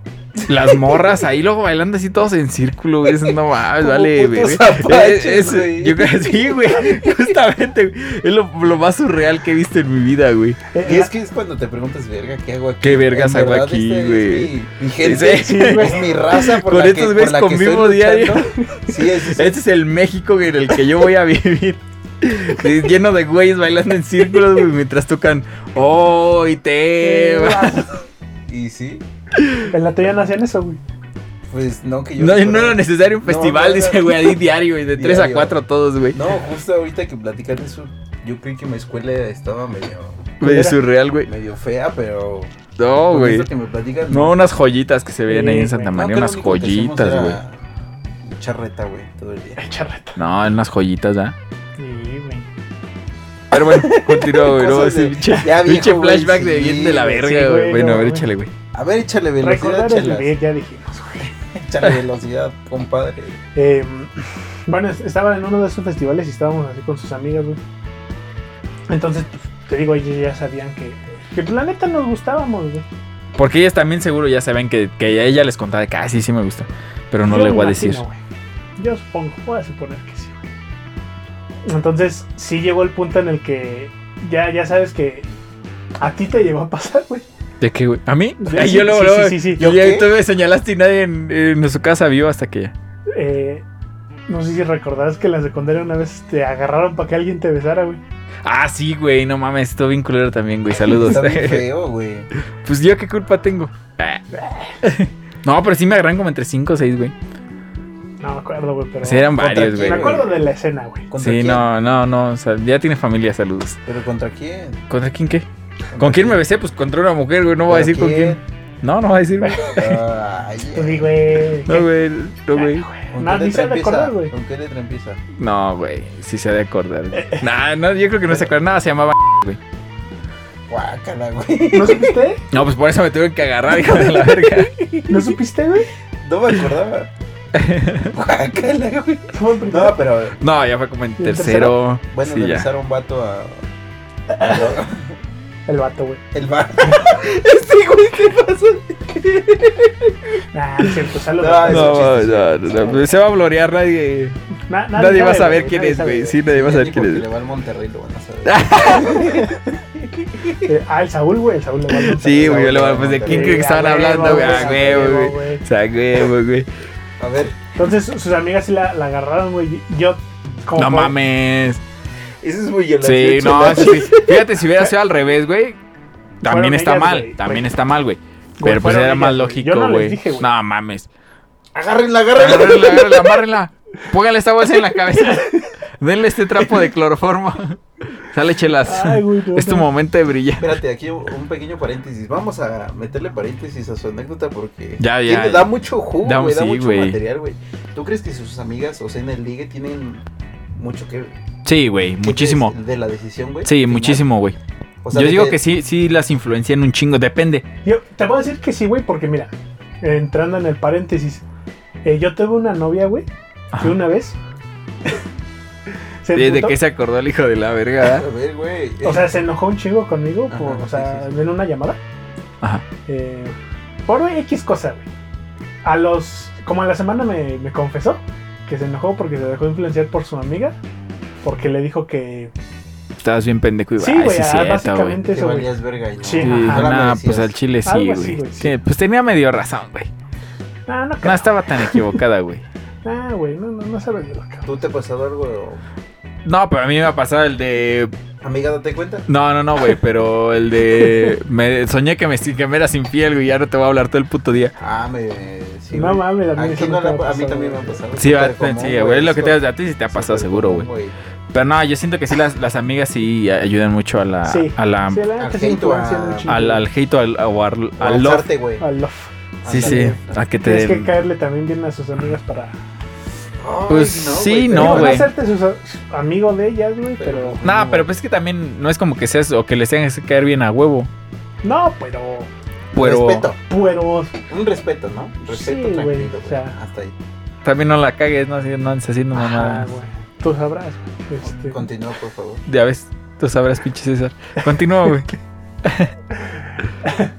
Speaker 1: Las morras ahí luego bailando así todos en círculo, güey. Eso no mames,
Speaker 2: Como
Speaker 1: "Ah, vale, güey.
Speaker 2: putos
Speaker 1: Es-
Speaker 2: apaches,
Speaker 1: es-
Speaker 2: güey.
Speaker 1: Yo creo que sí, güey. Justamente, güey. Es lo, lo más surreal que he visto en mi vida, güey.
Speaker 3: Eh,
Speaker 2: Y
Speaker 3: era-
Speaker 2: es que es cuando te preguntas, verga, ¿qué hago aquí?
Speaker 1: ¿Qué vergas
Speaker 2: En
Speaker 1: hago
Speaker 2: verdad,
Speaker 1: aquí,
Speaker 2: esta es
Speaker 1: güey?
Speaker 2: mi- Mi gente,
Speaker 1: Sí,
Speaker 3: güey.
Speaker 2: es mi raza por
Speaker 1: Con
Speaker 2: la que,
Speaker 1: estos
Speaker 2: por
Speaker 1: güeyes
Speaker 2: la que
Speaker 1: convivo
Speaker 2: estoy
Speaker 1: diario.
Speaker 2: luchando. Sí, es, es-
Speaker 1: Este es el México en el que yo voy a vivir. Sí, Lleno de güeyes bailando en círculos, güey, mientras tocan. ¡Oh, y te!
Speaker 2: y sí,
Speaker 3: En la tuya no hacían eso, güey.
Speaker 2: pues no que yo...
Speaker 1: No, no
Speaker 2: recuerde.
Speaker 1: era necesario un
Speaker 2: No,
Speaker 1: festival,
Speaker 2: no era-
Speaker 1: dice, güey, ahí diario, güey, de 3 a
Speaker 2: Diario.
Speaker 1: 4 todos, güey.
Speaker 2: No, justo ahorita que platican eso, yo creí que mi escuela estaba medio,
Speaker 1: Medio
Speaker 3: Era-
Speaker 1: surreal, güey.
Speaker 2: medio fea, pero...
Speaker 1: No,
Speaker 2: con
Speaker 1: Oh, güey.
Speaker 2: esto Pues, que me platican...
Speaker 1: No, unas joyitas que se veían ahí en
Speaker 3: Sí,
Speaker 1: Santa
Speaker 3: güey.
Speaker 2: no,
Speaker 1: María,
Speaker 2: que lo
Speaker 1: unas
Speaker 2: único que hacíamos
Speaker 1: joyitas, güey.
Speaker 2: era Charreta, güey, todo el día.
Speaker 3: Charreta.
Speaker 1: No, unas joyitas, ¿ah?
Speaker 3: Sí, güey.
Speaker 1: Pero bueno, continúa, güey. No,
Speaker 2: Cosas
Speaker 1: ese
Speaker 2: de-
Speaker 1: pinche,
Speaker 2: ya viejo,
Speaker 1: pinche
Speaker 2: güey,
Speaker 1: flashback de
Speaker 2: sí,
Speaker 1: bien de la
Speaker 2: güey,
Speaker 1: verga,
Speaker 3: sí,
Speaker 1: güey.
Speaker 3: güey,
Speaker 1: Bueno,
Speaker 3: no,
Speaker 1: a ver,
Speaker 3: güey.
Speaker 1: échale, güey.
Speaker 2: A ver, échale velocidad,
Speaker 3: Recordar es
Speaker 2: chelas.
Speaker 3: vivir, ya dijimos, güey.
Speaker 2: Échale velocidad, compadre.
Speaker 3: Eh, bueno, es- estaban en uno de esos festivales y estábamos así con sus amigas, güey. Entonces, pues, te digo, ellos ya sabían que, que pues, la neta nos gustábamos, güey.
Speaker 1: Porque ellas también seguro ya saben que, que a ella les contaba de que, ah, sí, sí me gusta. Pero no
Speaker 3: Yo
Speaker 1: le
Speaker 3: me
Speaker 1: voy a
Speaker 3: imagino,
Speaker 1: decir.
Speaker 3: güey. Yo supongo, voy a suponer que sí. güey. Entonces, sí llegó el punto en el que ya, ya sabes que a ti te llegó a pasar, güey.
Speaker 1: ¿De qué, güey? ¿A mí?
Speaker 3: Sí,
Speaker 1: Ay,
Speaker 3: sí,
Speaker 1: yo luego,
Speaker 3: sí,
Speaker 1: luego-
Speaker 3: sí, sí, sí.
Speaker 1: Yo
Speaker 2: ¿Yo
Speaker 1: ya
Speaker 2: qué?
Speaker 1: tú me señalaste y nadie en, en su casa vio hasta que ya.
Speaker 3: Eh, no sé si recordarás que en la secundaria una vez te agarraron para que alguien te besara, güey.
Speaker 1: Ah, sí, güey, no mames, estuvo bien culero también, güey. Saludos.
Speaker 2: Está bien feo, güey.
Speaker 1: pues yo qué culpa tengo. no, pero sí me agarran como entre 5 o 6, güey.
Speaker 3: No me acuerdo, güey, pero...
Speaker 1: Sí, eran
Speaker 2: ¿Contra
Speaker 1: varios,
Speaker 2: quién,
Speaker 1: güey.
Speaker 3: me acuerdo de la escena, güey.
Speaker 2: ¿Contra
Speaker 1: Sí,
Speaker 2: quién?
Speaker 1: no, no, no. o sea, ya tiene familia, saludos.
Speaker 2: ¿Pero contra quién?
Speaker 1: ¿Contra quién qué? ¿Con quién me besé? Pues contra una mujer, güey. No voy a
Speaker 2: ¿Pero
Speaker 1: decir con quién. No, no voy a decir, güey.
Speaker 2: Ay,
Speaker 3: Te digo, Pues güey.
Speaker 1: No, güey. No, güey.
Speaker 2: ¿Con
Speaker 3: Nah,
Speaker 2: qué letra
Speaker 3: ni se
Speaker 2: empieza?
Speaker 3: recordar, güey.
Speaker 2: ¿Con qué letra empieza?
Speaker 1: No, güey. Sí se ha de acordar. güey. Nah, no, yo creo que no se acuerda. Nada, se llamaba.
Speaker 2: Guácala, güey.
Speaker 3: ¿No supiste?
Speaker 1: No, pues por eso me tuvieron que agarrar, hijo de la verga.
Speaker 3: ¿No supiste, güey?
Speaker 2: No me acordaba. Guácala, güey.
Speaker 3: Fue el primero.
Speaker 2: No, pero
Speaker 1: No, ya fue como en
Speaker 3: ¿En
Speaker 1: tercero.
Speaker 2: bueno,
Speaker 1: sí, ya.
Speaker 2: regresar a un vato a. a-
Speaker 3: El vato, güey.
Speaker 2: el bar.
Speaker 1: Este güey, ¿qué pasa?
Speaker 3: Nah, no es cierto, salud.
Speaker 2: No,
Speaker 3: güey.
Speaker 2: es un
Speaker 1: No,
Speaker 2: chiste,
Speaker 1: no, no, no, se va a blorear nadie.
Speaker 3: Na-
Speaker 1: Nadie, va a
Speaker 3: sabe,
Speaker 1: saber
Speaker 3: güey,
Speaker 1: quién
Speaker 3: nadie
Speaker 1: es,
Speaker 3: sabe,
Speaker 1: güey. Sí, nadie va a saber
Speaker 2: Ni porque
Speaker 1: quién es.
Speaker 2: le va al Monterrey, lo van a saber.
Speaker 3: Eh, ah, el Saúl, güey. El Saúl le va a contar.
Speaker 1: Sí, güey, yo le voy a pues de quién creen que estaban
Speaker 3: a huevo,
Speaker 1: hablando, güey. Ah,
Speaker 3: a
Speaker 1: güey,
Speaker 3: huevo,
Speaker 1: güey.
Speaker 3: güey.
Speaker 1: O sea, güey, güey.
Speaker 2: A ver,
Speaker 3: Entonces, su- sus amigas sí la, la agarraron, güey. Yo, como.
Speaker 1: No
Speaker 3: por-
Speaker 1: mames.
Speaker 2: eso es muy violación.
Speaker 1: Sí, no,
Speaker 2: chaval.
Speaker 1: sí, sí. Fíjate, si hubiera sido al revés, güey. También
Speaker 3: Fueron
Speaker 1: está
Speaker 3: ellas,
Speaker 1: mal,
Speaker 3: güey,
Speaker 1: también
Speaker 3: güey.
Speaker 1: está mal, güey.
Speaker 3: Güey,
Speaker 1: Pero pues
Speaker 3: fueron
Speaker 1: era más
Speaker 3: ellas, güey. Yo
Speaker 1: lógico,
Speaker 3: no les
Speaker 1: güey.
Speaker 3: dije, güey.
Speaker 1: No mames.
Speaker 2: Agárrenla, agárrenla.
Speaker 1: Agárrenla, agárrenla, amárrenla. Póngale esta bolsa en la cabeza. Denle este trapo de cloroformo. Sale chelas.
Speaker 3: Ay, güey, no,
Speaker 1: Es tu
Speaker 3: no.
Speaker 1: momento de brillar.
Speaker 2: Espérate, aquí un pequeño paréntesis. Vamos a meterle paréntesis a su anécdota porque
Speaker 1: Ya, ya,
Speaker 2: tiene-
Speaker 1: ya.
Speaker 2: da mucho jugo,
Speaker 1: Da-
Speaker 2: güey, da
Speaker 1: sí,
Speaker 2: mucho
Speaker 1: güey.
Speaker 2: material, güey. ¿Tú crees que sus amigas, o sea, en el ligue tienen mucho que
Speaker 1: Sí, güey,
Speaker 2: que
Speaker 1: muchísimo.
Speaker 2: de, de la decisión, güey?
Speaker 1: Sí,
Speaker 2: Final.
Speaker 1: muchísimo, güey.
Speaker 2: O sea,
Speaker 1: Yo
Speaker 2: de
Speaker 1: digo que sí, sí las influencian un chingo. Depende.
Speaker 3: Yo te puedo decir que sí, güey, porque mira, entrando en el paréntesis, eh, yo tuve una novia, güey, que una vez. se
Speaker 1: Desde
Speaker 3: emputó.
Speaker 1: que se acordó el hijo de la verga.
Speaker 2: A
Speaker 1: ¿verdad?
Speaker 2: ver, güey. eh,
Speaker 3: O
Speaker 1: Eh.
Speaker 3: sea, se enojó un chingo conmigo,
Speaker 2: Ajá,
Speaker 3: por, o
Speaker 2: sí,
Speaker 3: sea,
Speaker 2: sí, sí.
Speaker 3: en una llamada.
Speaker 1: Ajá.
Speaker 3: eh, por X cosa, güey. A los. Como a la semana me, me confesó que se enojó porque se dejó influenciar por su amiga. Porque le dijo que.
Speaker 1: Estabas bien pendejo y
Speaker 3: Sí,
Speaker 1: ay,
Speaker 3: güey,
Speaker 1: sí,
Speaker 3: ah,
Speaker 1: cierto, güey.
Speaker 3: básicamente
Speaker 2: te
Speaker 3: eso, güey.
Speaker 2: valías verga y no.
Speaker 1: Sí,
Speaker 3: Sí, Ajá.
Speaker 1: dije,
Speaker 2: Ahora me
Speaker 1: nah,
Speaker 2: decías,
Speaker 1: pues al chile sí,
Speaker 3: Algo así,
Speaker 1: güey.
Speaker 3: güey, sí.
Speaker 1: Sí, Pues tenía medio razón, güey.
Speaker 3: Ah, no,
Speaker 1: No
Speaker 3: creo".
Speaker 1: estaba tan equivocada, güey.
Speaker 3: Ah, güey, no, no, no sabes de lo que. hablo".
Speaker 2: ¿Tú te ha pasado algo?
Speaker 1: No, pero a mí me ha pasado el de.
Speaker 2: Amiga, date cuenta.
Speaker 1: No, no, no, güey, pero el de. Me soñé que me, que me eras infiel, güey, ya no te voy a hablar todo el puto día.
Speaker 2: Ah, me. Sí,
Speaker 3: No
Speaker 2: güey.
Speaker 3: mames, a mí
Speaker 2: Aquí
Speaker 3: eso
Speaker 2: no
Speaker 3: nunca
Speaker 2: la-
Speaker 3: me ha
Speaker 2: a mí
Speaker 3: pasado,
Speaker 2: también me ha
Speaker 3: güey.
Speaker 2: pasado.
Speaker 1: Sí, va,
Speaker 2: Súper común,
Speaker 1: sí, güey, es lo que te,
Speaker 2: Súper-
Speaker 1: a ti sí te ha pasado
Speaker 2: súper
Speaker 1: seguro,
Speaker 2: común,
Speaker 1: güey. Pero no, yo siento que sí las, las amigas sí ayudan mucho a la.
Speaker 3: Sí.
Speaker 1: A la,
Speaker 3: Sí, la neta
Speaker 2: al
Speaker 3: sí
Speaker 2: hate o
Speaker 3: influencian
Speaker 2: a-
Speaker 3: un chingo.
Speaker 1: al, al hate o al, o al,
Speaker 2: O
Speaker 1: al love.
Speaker 2: alzarte, güey.
Speaker 3: Al love.
Speaker 1: Sí, sí,
Speaker 2: Ándale.
Speaker 1: a que te
Speaker 3: Tienes que
Speaker 1: den.
Speaker 3: caerle también bien a sus amigas para.
Speaker 2: Ay,
Speaker 1: Pues sí,
Speaker 2: güey,
Speaker 1: No,
Speaker 3: No,
Speaker 1: güey.
Speaker 3: hacerte sus sus amigo de ellas, güey, pero.
Speaker 1: No, pero pues es que también no es como que seas o que les tengas que caer bien a huevo.
Speaker 3: No, pero.
Speaker 1: Pero
Speaker 2: Respeto.
Speaker 3: Pero.
Speaker 2: Un respeto, ¿no? Respeto
Speaker 3: Sí, güey,
Speaker 2: tranquilo,
Speaker 3: o
Speaker 2: güey.
Speaker 3: sea.
Speaker 2: Hasta ahí.
Speaker 1: también no la cagues, no, Así, no andes haciendo
Speaker 3: Ajá,
Speaker 1: mamadas.
Speaker 3: güey. Tú sabrás. Este,
Speaker 2: Continúa, por favor.
Speaker 1: Ya ves, tú sabrás, pinche César. Continúa, güey.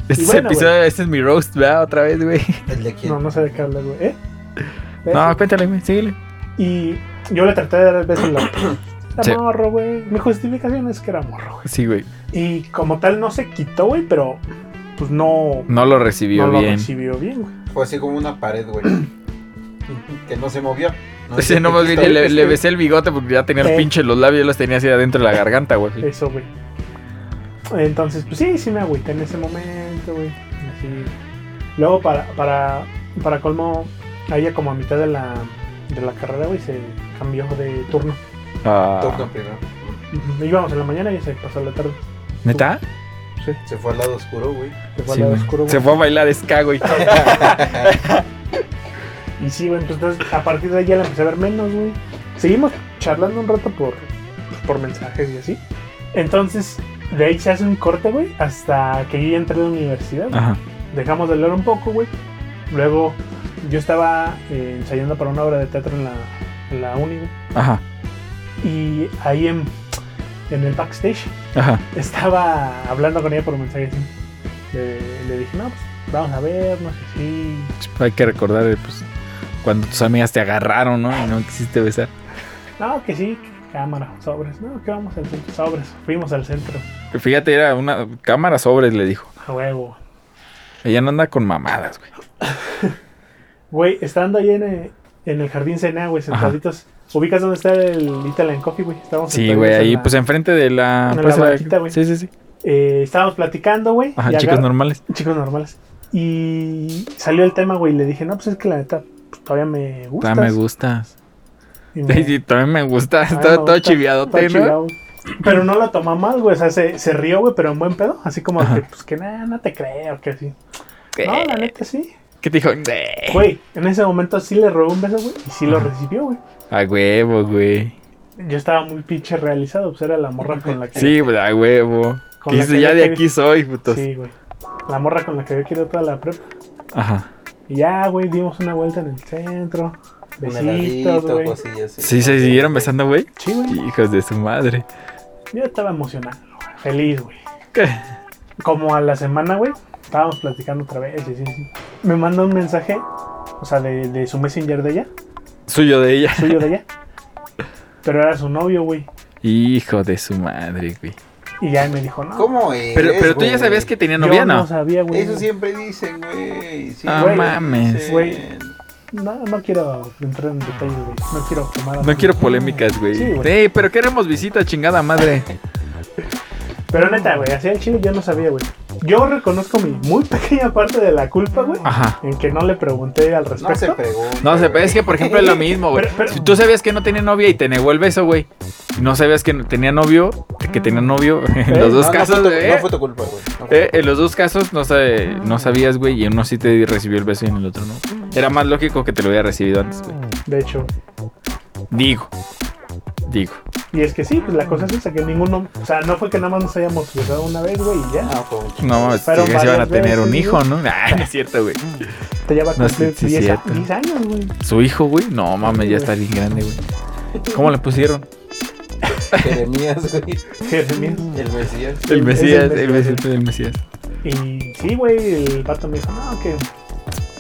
Speaker 1: este es
Speaker 3: bueno,
Speaker 1: episodio, este es mi roast, ¿verdad? Otra vez, güey.
Speaker 2: El de quién.
Speaker 3: no, no sé de qué hablas, güey. ¿Eh? ¿Ves?
Speaker 1: No, cuéntale, güey, síguele.
Speaker 3: Y yo le traté de dar el beso en la boca. Era
Speaker 1: Sí.
Speaker 3: morro, güey. Mi justificación es que era morro, güey.
Speaker 1: Sí, güey.
Speaker 3: Y como tal no se quitó, güey, pero pues no,
Speaker 1: No lo recibió
Speaker 3: no lo
Speaker 1: bien.
Speaker 3: recibió bien, güey.
Speaker 2: Fue así como una pared, güey. que no se movió.
Speaker 1: Ah,
Speaker 2: No
Speaker 1: Sí,
Speaker 2: sé
Speaker 1: no
Speaker 2: qué
Speaker 1: más bien
Speaker 2: hizo.
Speaker 1: le, le besé el bigote porque ya tenía el
Speaker 3: Este, Eh.
Speaker 1: pinche los labios, los tenía así adentro de la garganta, güey.
Speaker 3: Eso, güey. Entonces, pues sí, sí me agüité en ese momento, güey. Así. Luego para, para, para colmo, a ella como a mitad de la, de la carrera, güey, se cambió de turno.
Speaker 1: Ah,
Speaker 2: Turno primero.
Speaker 3: Ujú. Íbamos en la mañana y se pasó a la tarde.
Speaker 1: ¿Neta?
Speaker 3: Sí,
Speaker 2: Se fue al lado oscuro, güey.
Speaker 3: se fue
Speaker 1: Sí,
Speaker 3: al lado
Speaker 1: güey.
Speaker 3: oscuro, güey.
Speaker 1: Se fue a bailar ska, güey.
Speaker 3: Y sí, güey, pues entonces a partir de ahí ya la empecé a ver menos, güey. Seguimos charlando un rato por, pues, por mensajes y así. Entonces, de ahí se hace un corte, güey, hasta que yo ya entré a la universidad. güey.
Speaker 1: Ajá.
Speaker 3: Dejamos de hablar un poco, güey. Luego, yo estaba eh, ensayando para una obra de teatro en la, en la uni, güey.
Speaker 1: Ajá.
Speaker 3: Y ahí en, en el backstage
Speaker 1: Ajá.
Speaker 3: estaba hablando con ella por mensaje. así. Le, le dije, no, pues vamos a ver, no sé si.
Speaker 1: Hay que recordar, eh, pues, cuando tus amigas te agarraron, ¿no? Y no quisiste besar.
Speaker 3: No, que sí, que cámara, sobres. No, que vamos al centro, sobres. Fuimos al centro,
Speaker 1: Fíjate, era una cámara sobres, le dijo.
Speaker 3: a huevo.
Speaker 1: Ella no anda con mamadas, güey.
Speaker 3: Güey, estando ahí en, eh, en el jardín cena, güey, sentaditos. ¿Ubicas dónde está el Italian Coffee, güey? Estábamos
Speaker 1: Sí,
Speaker 3: sentaditos
Speaker 1: güey,
Speaker 3: en
Speaker 1: ahí,
Speaker 3: la-
Speaker 1: pues enfrente de la
Speaker 3: en la
Speaker 1: de-
Speaker 3: banquita, güey.
Speaker 1: Sí, sí, sí.
Speaker 3: eh, estábamos platicando, güey.
Speaker 1: Ajá,
Speaker 3: y
Speaker 1: chicos
Speaker 3: agar-
Speaker 1: normales.
Speaker 3: chicos normales. Y salió el tema, güey, y le dije, no, pues es que la neta, pues, todavía me gusta.
Speaker 1: Ah, me gusta. Sí, sí, también me gusta.
Speaker 3: Ah,
Speaker 1: todo,
Speaker 3: me
Speaker 1: todo
Speaker 3: gusta.
Speaker 1: chiviadote, ¿no?
Speaker 3: Pero no la toma mal, güey. O sea, se, se rió, güey, pero en buen pedo. Así como
Speaker 1: Ajá.
Speaker 3: que, pues que nada, no te creo, que sí.
Speaker 1: ¿Qué?
Speaker 3: No, la neta sí.
Speaker 1: Eh, ¿Qué te dijo? Eh.
Speaker 3: Güey, en ese momento sí le robó un beso, güey, y sí lo recibió, güey.
Speaker 1: A huevo, güey.
Speaker 3: Yo estaba muy pinche realizado, pues era la morra con la que.
Speaker 1: Sí, pues, a huevo.
Speaker 3: Con
Speaker 1: Que
Speaker 3: la
Speaker 1: dice,
Speaker 3: que
Speaker 1: ya
Speaker 3: yo
Speaker 1: de
Speaker 3: te-
Speaker 1: aquí soy, putos.
Speaker 3: Sí, güey. La morra con la que había querido toda la prepa.
Speaker 1: Ajá.
Speaker 3: Y ya, güey, dimos una vuelta en el centro.
Speaker 2: Un
Speaker 3: Besitos,
Speaker 2: heladito, pues.
Speaker 3: güey.
Speaker 2: cosillas.
Speaker 1: Sí, se siguieron besando, güey.
Speaker 3: Sí, güey.
Speaker 1: Hijos de su madre.
Speaker 3: Yo estaba emocionado, güey, feliz, güey.
Speaker 1: ¿Qué?
Speaker 3: Como a la semana, güey, estábamos platicando otra vez. y sí, sí. Me manda un mensaje, o sea, de, de su messenger de ella,
Speaker 1: Suyo de ella.
Speaker 3: suyo de ella. Pero era su novio, güey.
Speaker 1: Hijo de su madre, güey.
Speaker 3: Y ya me dijo, no.
Speaker 2: ¿Cómo es?
Speaker 1: Pero, pero tú
Speaker 2: güey?
Speaker 1: ya sabías que tenía
Speaker 3: yo
Speaker 1: novia,
Speaker 3: no
Speaker 1: ¿no?
Speaker 3: sabía, güey.
Speaker 2: Eso siempre dicen, güey. Sí,
Speaker 1: Ah,
Speaker 2: güey,
Speaker 1: mames.
Speaker 2: dicen.
Speaker 3: Güey. No, no quiero entrar en detalles, güey. No quiero tomar.
Speaker 1: No quiero polémicas, güey.
Speaker 3: Sí, güey.
Speaker 1: Ey, pero queremos visita, chingada madre.
Speaker 3: Pero neta, güey, así el chile yo no sabía, güey. Yo reconozco mi muy pequeña parte de la culpa, güey,
Speaker 1: Ajá.
Speaker 3: en que no le pregunté al
Speaker 2: No se
Speaker 3: respecto.
Speaker 2: pregunta.
Speaker 1: No sé, pero
Speaker 2: güey.
Speaker 1: es que por ejemplo es lo mismo, güey.
Speaker 3: Pero- pero-
Speaker 1: Si tú sabías que no tenía novia y te negó el beso, güey. No sabías que no- tenía novio, que tenía novio. En
Speaker 3: Eh,
Speaker 1: los dos
Speaker 2: No, no
Speaker 1: casos,
Speaker 2: fue tu-
Speaker 1: güey.
Speaker 2: No fue tu culpa, güey. No fue
Speaker 1: Eh, en los dos casos no, sabe- no sabías, güey, y en uno sí te recibió el beso y en el otro no. Era más lógico que te lo hubiera recibido antes, güey.
Speaker 3: De hecho,
Speaker 1: Digo. Digo.
Speaker 3: y es que sí, pues
Speaker 1: Ah.
Speaker 3: la cosa es esa, que ninguno. O sea, no fue que nada más nos hayamos besado una vez, güey, y ya.
Speaker 2: Ah, fue un-
Speaker 1: No, mames,
Speaker 3: Fueron
Speaker 1: ya se van a
Speaker 3: varias
Speaker 1: tener
Speaker 3: veces,
Speaker 1: un
Speaker 3: güey.
Speaker 1: hijo, ¿no? Ay, Ah, no es cierto, güey.
Speaker 3: Te ya va a
Speaker 1: No, sí,
Speaker 3: cumplir
Speaker 1: sí,
Speaker 3: 10 a-
Speaker 1: cierto.
Speaker 3: 10 años, güey.
Speaker 1: Su hijo, güey. No, mames, ya está bien grande, güey. ¿Cómo le pusieron?
Speaker 2: Jeremías, güey.
Speaker 3: Jeremías.
Speaker 2: El Mesías.
Speaker 3: El-
Speaker 1: El Mesías,
Speaker 3: es el
Speaker 1: el
Speaker 3: Mesías.
Speaker 1: Mesías, el Mesías.
Speaker 3: Y sí, güey, el vato me dijo, no, que.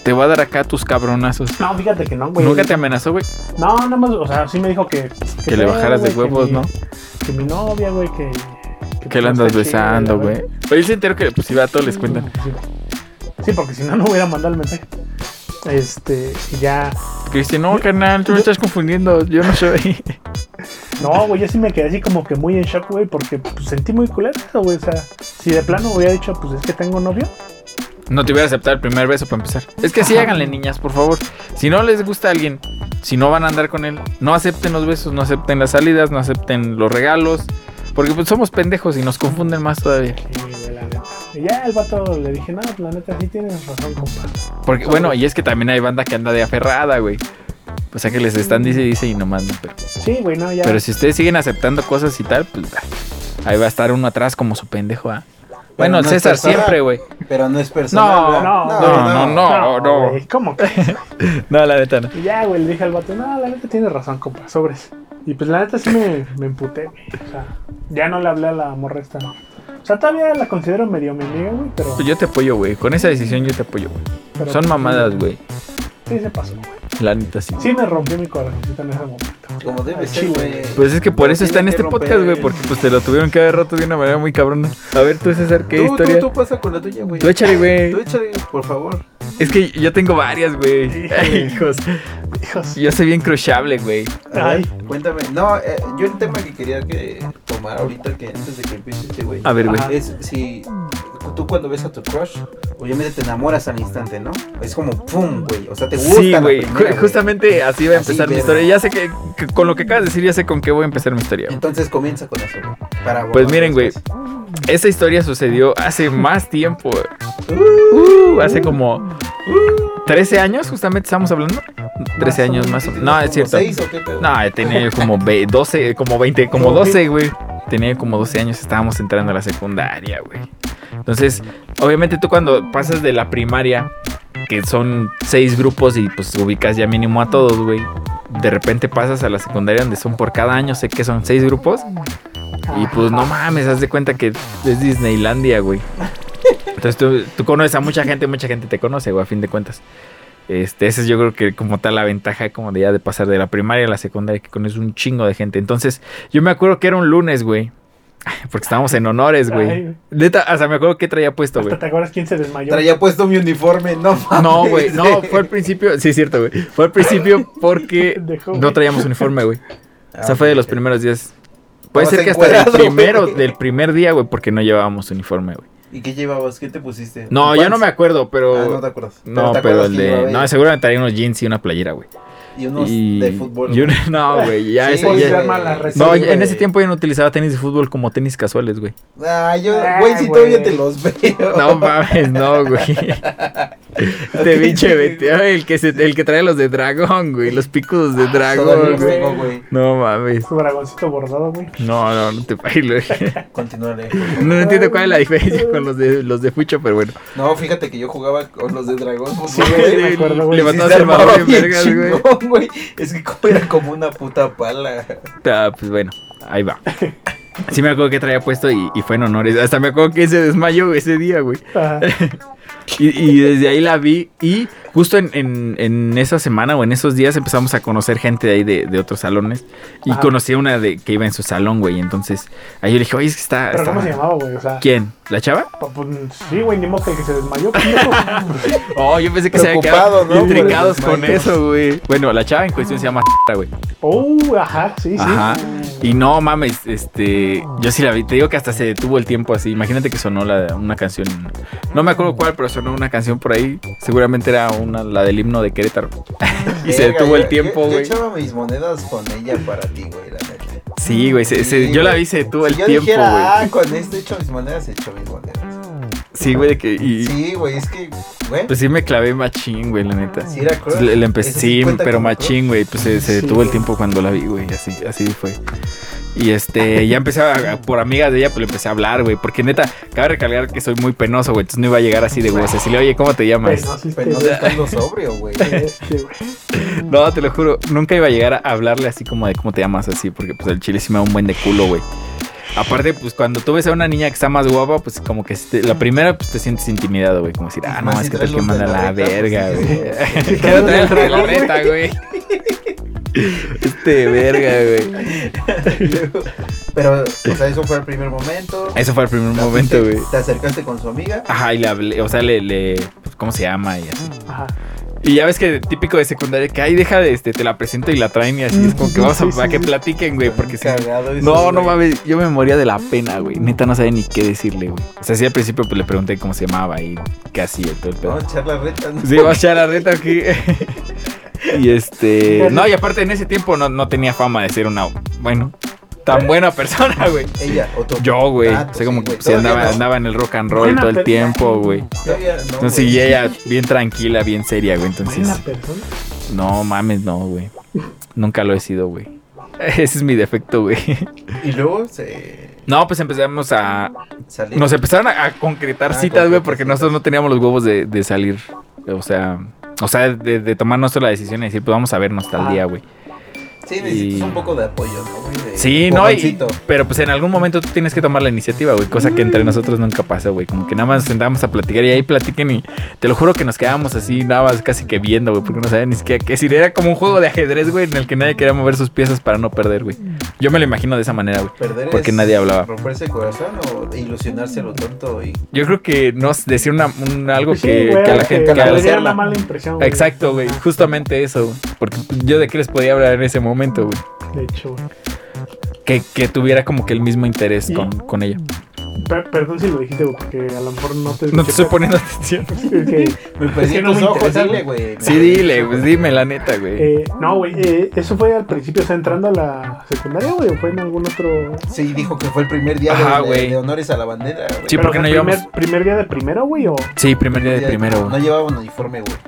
Speaker 1: Te voy a dar acá tus cabronazos.
Speaker 3: No, fíjate que no, güey.
Speaker 1: Nunca te amenazó, güey.
Speaker 3: No, nada más, o sea, sí me dijo que.
Speaker 1: Que le
Speaker 3: pedo,
Speaker 1: bajaras de
Speaker 3: güey, que
Speaker 1: huevos,
Speaker 3: mi-
Speaker 1: ¿no?
Speaker 3: Que mi novia, güey, que.
Speaker 1: Que le
Speaker 3: no
Speaker 1: andas
Speaker 3: está chida,
Speaker 1: besando,
Speaker 3: la
Speaker 1: güey.
Speaker 3: verdad.
Speaker 1: Pero él se enteró que pues iba a todos les cuentan.
Speaker 3: Sí, porque si no, no hubiera mandado el mensaje. Este, y ya.
Speaker 1: Que dice, no, carnal, tú me estás confundiendo. Yo no soy.
Speaker 3: No, güey, yo sí me quedé así como que muy en shock, güey, porque pues, sentí muy culero eso, güey. O sea, si de plano hubiera dicho, pues es que tengo novio.
Speaker 1: No te hubiera aceptado el primer beso para empezar. Es que sí,
Speaker 3: Ajá.
Speaker 1: háganle, niñas, por favor. Si no les gusta a alguien, si no van a andar con él, no acepten los besos, no acepten las salidas, no acepten los regalos. Porque pues somos pendejos y nos confunden más todavía.
Speaker 3: Y, güey, la neta. Y ya el vato le dije, no, pues, la neta, sí tienes razón, compa.
Speaker 1: Porque, bueno, y es que también hay banda que anda de aferrada, güey. O sea que les están dice y dice y no mandan. Pero,
Speaker 3: Sí, güey, no, ya.
Speaker 1: pero si ustedes siguen aceptando cosas y tal, pues ah, ahí va a estar uno atrás como su pendejo, ¿ah? Bueno,
Speaker 2: no es
Speaker 1: César
Speaker 2: personal.
Speaker 1: siempre, güey.
Speaker 2: Pero no es personal.
Speaker 1: No,
Speaker 2: ¿verdad?
Speaker 1: no,
Speaker 3: no,
Speaker 1: no. no.
Speaker 3: güey, ¿Cómo que?
Speaker 1: No, la neta no.
Speaker 3: Y ya, güey, le dije al vato, no, la neta tiene razón, compa, sobres. Y pues la neta sí me, me emputé, güey. O sea, ya no le hablé a la morra esta, no. O sea, todavía la considero medio mi amiga, güey, pero.
Speaker 1: Yo te apoyo, güey. Con esa decisión yo te apoyo, güey.
Speaker 3: pero
Speaker 1: Pues Son
Speaker 3: pues,
Speaker 1: mamadas, güey.
Speaker 3: Sí, se pasó, güey.
Speaker 1: La neta sí.
Speaker 3: Sí me rompió mi corazoncito en ese momento.
Speaker 2: Como debe
Speaker 3: Al
Speaker 2: ser,
Speaker 3: chile.
Speaker 2: güey.
Speaker 1: Pues es que por eso está en
Speaker 2: Tiene
Speaker 1: este
Speaker 2: que
Speaker 1: podcast,
Speaker 2: romper.
Speaker 1: güey, porque pues te lo tuvieron que haber roto de una manera muy cabrona. A ver, tú, César, ¿qué
Speaker 2: tú,
Speaker 1: historia?
Speaker 2: Tú, tú pasa con la tuya, güey.
Speaker 1: Tú échale, güey.
Speaker 2: Tú échale, por favor.
Speaker 1: Es que yo tengo varias, güey. Ay, Hijos.
Speaker 3: Hijos.
Speaker 1: Yo soy bien crushable, güey.
Speaker 2: A
Speaker 3: Ay.
Speaker 2: ver, Cuéntame. No, eh, yo el tema que quería que tomar ahorita, que antes de que empiece este, güey.
Speaker 1: A ver, güey.
Speaker 3: Ajá.
Speaker 2: Es si tú cuando ves a tu crush, obviamente te enamoras al instante, ¿no? Es como pum, güey. O sea, te gusta.
Speaker 1: Sí,
Speaker 2: la
Speaker 1: güey.
Speaker 2: primera,
Speaker 1: Ju- Justamente así va a
Speaker 2: Así,
Speaker 1: empezar mi
Speaker 2: verga.
Speaker 1: historia. Ya sé que, que con lo que acabas de decir, ya sé con qué voy a empezar mi historia. güey.
Speaker 2: Entonces comienza con eso, güey. Para
Speaker 1: Pues
Speaker 2: abordar
Speaker 1: miren, güey.
Speaker 2: después.
Speaker 1: Esta historia sucedió hace más tiempo. güey. Uh, hace como uh, 13 años, justamente estamos hablando. 13 años más o menos. No, es
Speaker 2: ¿Como
Speaker 1: cierto.
Speaker 2: seis o qué pedo?
Speaker 1: No, tenía yo como ve- 12, como 20, como 12, güey. Tenía como 12 años, estábamos entrando a la secundaria, güey. Entonces, obviamente tú cuando pasas de la primaria, que son seis grupos y pues ubicas ya mínimo a todos, güey. De repente pasas a la secundaria donde son por cada año, sé que son seis grupos. Y pues no mames, haz de cuenta que es Disneylandia, güey. Entonces tú, tú conoces a mucha gente, mucha gente te conoce, güey, a fin de cuentas. Este, esa es yo creo que como tal la ventaja como de ya de pasar de la primaria a la secundaria, que conoces un chingo de gente. Entonces, yo me acuerdo que era un lunes, güey. Porque estábamos en honores,
Speaker 3: Ay,
Speaker 1: güey.
Speaker 3: güey.
Speaker 1: Neta, hasta me acuerdo que traía puesto, güey.
Speaker 3: Hasta te acuerdas quién se desmayó.
Speaker 2: Traía puesto mi uniforme, no mames.
Speaker 1: No, güey, no, fue al principio, sí es cierto, güey. Fue al principio porque
Speaker 3: Pendejo,
Speaker 1: no
Speaker 3: güey.
Speaker 1: traíamos uniforme, güey.
Speaker 2: Ah,
Speaker 1: O sea, fue de los primeros días. Puede ser
Speaker 2: Estabas
Speaker 1: que hasta del
Speaker 2: encuerado,
Speaker 1: primero,
Speaker 2: güey.
Speaker 1: del primer día, güey, porque no llevábamos uniforme, güey.
Speaker 2: ¿Y qué llevabas? ¿Qué te pusiste?
Speaker 1: No,
Speaker 2: ¿Un
Speaker 1: yo no
Speaker 2: pants?
Speaker 1: me acuerdo, pero.
Speaker 2: Ah, no te acuerdas.
Speaker 1: no,
Speaker 2: te
Speaker 1: pero
Speaker 2: acuerdas
Speaker 1: el
Speaker 2: que
Speaker 1: de.
Speaker 2: llevaba
Speaker 1: No,
Speaker 2: ella.
Speaker 1: seguro me traía unos jeans y una playera, güey.
Speaker 2: Y unos
Speaker 1: Y...
Speaker 2: de fútbol.
Speaker 1: y un- no, güey, ya
Speaker 2: Sí,
Speaker 1: ese-
Speaker 3: Puedes
Speaker 1: ya-
Speaker 2: güey.
Speaker 3: ver mal las
Speaker 2: No,
Speaker 1: No,
Speaker 3: recetas.
Speaker 1: ya- en
Speaker 2: güey.
Speaker 1: ese tiempo yo no utilizaba tenis de fútbol como tenis casuales, güey.
Speaker 2: Ah, yo,
Speaker 3: Ah,
Speaker 2: güey, si
Speaker 3: güey.
Speaker 2: todavía te los veo.
Speaker 1: No mames, no, güey. Este biche metió el que, se, el que trae los de dragón, güey. Los picos
Speaker 2: Ah,
Speaker 1: de
Speaker 2: Todavía
Speaker 1: dragón,
Speaker 2: los
Speaker 1: güey.
Speaker 2: tengo, güey.
Speaker 1: No mames.
Speaker 3: Su dragoncito bordado, güey.
Speaker 1: No, no, no te pares.
Speaker 2: Continuaré.
Speaker 1: No entiendo cuál es la diferencia con los de los de Fucho, pero bueno.
Speaker 2: No, fíjate que yo jugaba con los de Dragón. Fútbol,
Speaker 3: Sí,
Speaker 2: güey.
Speaker 3: me acuerdo, güey.
Speaker 2: Sí,
Speaker 1: Levantó
Speaker 2: se
Speaker 1: el
Speaker 2: armaba
Speaker 1: barro en
Speaker 2: bien
Speaker 1: vergas, güey.
Speaker 2: chingón, güey. Es que como era como una puta pala.
Speaker 1: Ah, pues bueno, ahí va. Sí me acuerdo que traía puesto y, y fue en honores. Hasta me acuerdo que se desmayó ese día, güey.
Speaker 3: Ajá.
Speaker 1: Y, y desde ahí la vi y justo en, en- en esa semana o en esos días empezamos a conocer gente de ahí de, de otros salones. Y
Speaker 3: Ah.
Speaker 1: conocí a una de, que iba en su salón, güey. Entonces ahí yo le dije, oye, es que está...
Speaker 3: Pero
Speaker 1: está-
Speaker 3: ¿cómo se llamaba, güey? O sea,
Speaker 1: ¿Quién? ¿La chava?
Speaker 3: pa- pues, sí, güey, ni modo que el que se desmayó. pues, pendejo.
Speaker 1: Oh, yo pensé que se había
Speaker 2: Preocupado,
Speaker 1: quedado
Speaker 2: ¿no? Por el
Speaker 1: intricados con
Speaker 2: desmayo.
Speaker 1: eso, güey. Bueno, la chava en cuestión se llama güey.
Speaker 3: Oh, ajá, sí, sí.
Speaker 1: Ajá. Y no mames, este. Yo sí la vi. Te digo que hasta se detuvo el tiempo así. Imagínate que sonó la, una canción. No me acuerdo cuál, pero sonó una canción por ahí. Seguramente era una, la del himno de Querétaro. y se
Speaker 2: Verga,
Speaker 1: detuvo el
Speaker 2: yo-
Speaker 1: tiempo,
Speaker 2: yo-
Speaker 1: güey.
Speaker 2: Yo echaba mis monedas con ella para ti, güey, la neta.
Speaker 1: Sí, güey. se- se-
Speaker 2: Sí,
Speaker 1: yo la
Speaker 2: güey.
Speaker 1: vi, se detuvo
Speaker 2: Si
Speaker 1: el
Speaker 2: yo
Speaker 1: tiempo,
Speaker 2: dijera,
Speaker 1: güey.
Speaker 2: ah, con esto echo mis monedas, echo mis monedas.
Speaker 1: Sí, güey, de que. y-
Speaker 2: Sí, güey, es que, güey.
Speaker 1: Pues sí me clavé machín, güey, la neta.
Speaker 2: ¿Eh? Sí, era crush.
Speaker 1: Le, le empecé,
Speaker 2: Ese
Speaker 1: sí,
Speaker 2: 50
Speaker 1: pero
Speaker 2: como
Speaker 1: machín, güey. Pues se, se
Speaker 3: Sí,
Speaker 1: detuvo el
Speaker 3: güey.
Speaker 1: tiempo cuando la vi, güey. Así, así fue. Y este, ya empecé a, por amigas de ella, pues le empecé a hablar, güey. Porque neta, cabe recalcar que soy muy penoso, güey. Entonces no iba a llegar así de güey. Decirle, oye, ¿cómo te
Speaker 3: Pues,
Speaker 1: llamas?
Speaker 3: no, sí,
Speaker 2: pero no
Speaker 3: este,
Speaker 2: estando sobrio, güey.
Speaker 3: este, güey.
Speaker 1: No, te lo juro, nunca iba a llegar a hablarle así como de cómo te llamas, así, porque pues el chile sí me da un buen de culo, güey. Aparte, pues cuando tú ves a una niña que está más guapa, pues como que este- la primera, pues te sientes intimidado, güey. Como decir, ah, no,
Speaker 2: Más si
Speaker 1: es que
Speaker 2: traes
Speaker 1: tal que
Speaker 2: los
Speaker 1: manda
Speaker 2: de
Speaker 1: la
Speaker 2: la reta,
Speaker 1: verga,
Speaker 2: pues,
Speaker 1: güey.
Speaker 2: sí, sí.
Speaker 1: Que no traes los de la reta, güey. Este verga, güey.
Speaker 2: Pero, o sea, eso fue el primer momento.
Speaker 1: Eso fue el primer
Speaker 2: La
Speaker 1: momento,
Speaker 2: fuiste-
Speaker 1: güey. Ah,
Speaker 2: Te acercaste con su amiga.
Speaker 1: Ajá, y le hablé, o sea, le, le, pues, ¿cómo se llama? Y así.
Speaker 3: Ajá.
Speaker 1: Y ya ves que típico de secundaria, que ahí deja de, este, te la presento y la traen y así. Es como que vamos a,
Speaker 3: Sí, sí,
Speaker 1: para que
Speaker 3: sí.
Speaker 1: platiquen, güey, porque si
Speaker 2: Cagado eso,
Speaker 1: No, no
Speaker 2: güey.
Speaker 1: mames, yo me moría de la pena, güey. Neta, no sabía ni qué decirle, güey. O sea, sí al principio pues, le pregunté cómo se llamaba y qué hacía y todo el pedo.
Speaker 2: Vamos a echar la reta. ¿no?
Speaker 1: Sí, va a echar la reta aquí. y este. No, y aparte en ese tiempo no, no tenía fama de ser una. Bueno, tan buena persona, güey.
Speaker 2: Ella, o tú.
Speaker 1: Yo, güey.
Speaker 2: Ah,
Speaker 1: O sea, como
Speaker 2: sí,
Speaker 1: que
Speaker 2: güey.
Speaker 1: sí, andaba,
Speaker 2: Todavía no.
Speaker 1: andaba en el rock and roll
Speaker 3: Buena
Speaker 1: todo el
Speaker 3: per-
Speaker 1: tiempo, güey.
Speaker 2: Todavía no,
Speaker 1: Entonces,
Speaker 2: güey.
Speaker 1: y ella bien tranquila, bien seria, güey.
Speaker 3: Buena
Speaker 1: Entonces,
Speaker 3: persona.
Speaker 1: no mames, no, güey. Nunca lo he sido, güey. Ese es mi defecto, güey.
Speaker 2: Y luego se
Speaker 1: No, pues empezamos a,
Speaker 2: salió.
Speaker 1: Nos empezaron a, a concretar
Speaker 2: Ah,
Speaker 1: citas, güey,
Speaker 2: concretar
Speaker 1: porque
Speaker 2: citas.
Speaker 1: nosotros no teníamos los huevos de, de salir. O sea, o sea, de, de tomar nosotros la decisión y decir, pues vamos a vernos tal
Speaker 3: Ah.
Speaker 1: día, güey.
Speaker 2: Sí, necesitas
Speaker 1: y-
Speaker 2: un poco de apoyo, ¿no, güey? De
Speaker 1: Sí, no, y,
Speaker 2: empujoncito.
Speaker 1: pero pues en algún momento tú tienes que tomar la iniciativa, güey, cosa que
Speaker 3: Mm.
Speaker 1: entre nosotros nunca pasó, güey. Como que nada más nos sentábamos a platicar y ahí platiquen y te lo juro que nos quedábamos así, nada más casi que viendo, güey, porque no sabía ni siquiera qué decir. Era como un juego de ajedrez, güey, en el que nadie quería mover sus piezas para no perder, güey. Yo me lo imagino de esa manera, güey.
Speaker 2: Perder
Speaker 1: porque
Speaker 2: es
Speaker 1: nadie hablaba.
Speaker 2: ¿Romperse el corazón o ilusionarse a lo tonto? Y...
Speaker 1: Yo creo que nos decía una, un- algo
Speaker 3: Sí,
Speaker 1: que,
Speaker 3: güey,
Speaker 1: que a la
Speaker 3: que
Speaker 1: gente... que a
Speaker 3: le
Speaker 1: la-
Speaker 3: diera una mala impresión. güey.
Speaker 1: Exacto, güey.
Speaker 3: Ajá,
Speaker 1: Justamente eso. güey. Porque yo de qué les podía hablar en ese momento, güey.
Speaker 3: De hecho, güey.
Speaker 1: Que, que tuviera como que el mismo interés
Speaker 3: ¿Y?
Speaker 1: con, con ella.
Speaker 3: Per- perdón si lo dijiste, güey, porque a lo mejor no te.
Speaker 1: No te estoy poniendo atención.
Speaker 3: Es que-
Speaker 2: Me perdí
Speaker 3: que
Speaker 2: en
Speaker 3: no
Speaker 2: tus
Speaker 3: me
Speaker 2: ojos,
Speaker 3: interesa,
Speaker 2: dile, güey.
Speaker 1: Sí, dile, pues dime la neta, güey.
Speaker 3: Eh, no, güey, eh, eso fue al principio, o sea, entrando a la secundaria, güey, o fue en algún otro.
Speaker 2: Sí, dijo que fue el primer día
Speaker 1: Ajá,
Speaker 2: de,
Speaker 1: güey.
Speaker 2: de honores a la bandera, güey.
Speaker 1: Sí,
Speaker 3: Pero
Speaker 1: porque
Speaker 3: fue
Speaker 1: no
Speaker 3: el primer,
Speaker 1: llevamos.
Speaker 3: primer día de primero, güey, o.
Speaker 1: Sí, primer día de primero,
Speaker 2: No
Speaker 1: güey.
Speaker 2: llevaba un uniforme, güey.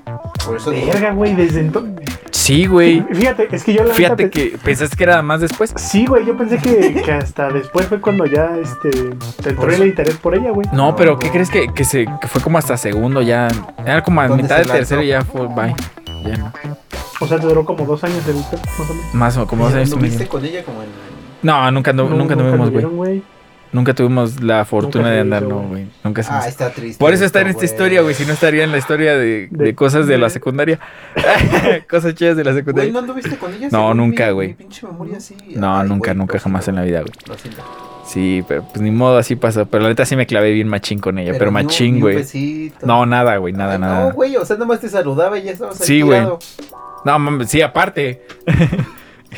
Speaker 2: Por eso digo,
Speaker 3: Verga, güey, desde entonces.
Speaker 1: Sí, güey.
Speaker 3: Fíjate, es que yo la neta
Speaker 1: Fíjate
Speaker 3: pe-
Speaker 1: que pensaste que era más después.
Speaker 3: Sí, güey, yo pensé que, que hasta después fue cuando ya este, te entró el interés por ella, güey.
Speaker 1: Pues No,
Speaker 2: No,
Speaker 1: pero
Speaker 2: no.
Speaker 1: ¿qué crees que, que se que fue como hasta segundo ya? Era como a
Speaker 2: ¿Dónde
Speaker 1: mitad
Speaker 2: se
Speaker 1: de tercero y
Speaker 2: lanzó?
Speaker 1: ya fue bye. Ya no.
Speaker 3: O sea, te duró como dos años el interés, más o menos.
Speaker 1: Más o como dos años y
Speaker 2: anduviste
Speaker 1: medio.
Speaker 2: con ella como en...
Speaker 1: No, nunca, andu- nunca tuvimos, güey.
Speaker 3: tuvieron, güey.
Speaker 1: Nunca tuvimos la fortuna
Speaker 3: se
Speaker 1: de
Speaker 3: hizo,
Speaker 1: andar, no,
Speaker 3: güey.
Speaker 1: güey. Nunca se nos
Speaker 2: Ah, está triste.
Speaker 1: Por eso está en
Speaker 2: esto,
Speaker 1: esta historia, güey. Si no estaría en la historia de, de
Speaker 3: De-
Speaker 1: cosas de la secundaria. cosas chidas de la
Speaker 2: Güey,
Speaker 1: secundaria.
Speaker 2: ¿no anduviste con ella?
Speaker 1: No,
Speaker 2: Según
Speaker 1: nunca,
Speaker 2: mi-
Speaker 1: güey.
Speaker 2: Mi pinche memoria sí.
Speaker 1: No,
Speaker 2: Ay,
Speaker 1: nunca,
Speaker 2: güey, pues,
Speaker 1: nunca,
Speaker 2: lo
Speaker 1: jamás en
Speaker 2: siento,
Speaker 1: la vida, güey.
Speaker 2: lo siento.
Speaker 1: Sí, pero pues ni modo, así pasó. Pero la neta sí me clavé bien machín con ella. Pero,
Speaker 2: ni un- ni
Speaker 1: machín,
Speaker 2: un
Speaker 1: güey.
Speaker 2: besito.
Speaker 1: No, nada, güey, nada,
Speaker 2: Ay,
Speaker 1: nada.
Speaker 2: No, güey, o sea, nomás te saludaba y ya estabas ahí
Speaker 1: Sí, güey.
Speaker 2: tirado.
Speaker 1: No, mames, sí, aparte.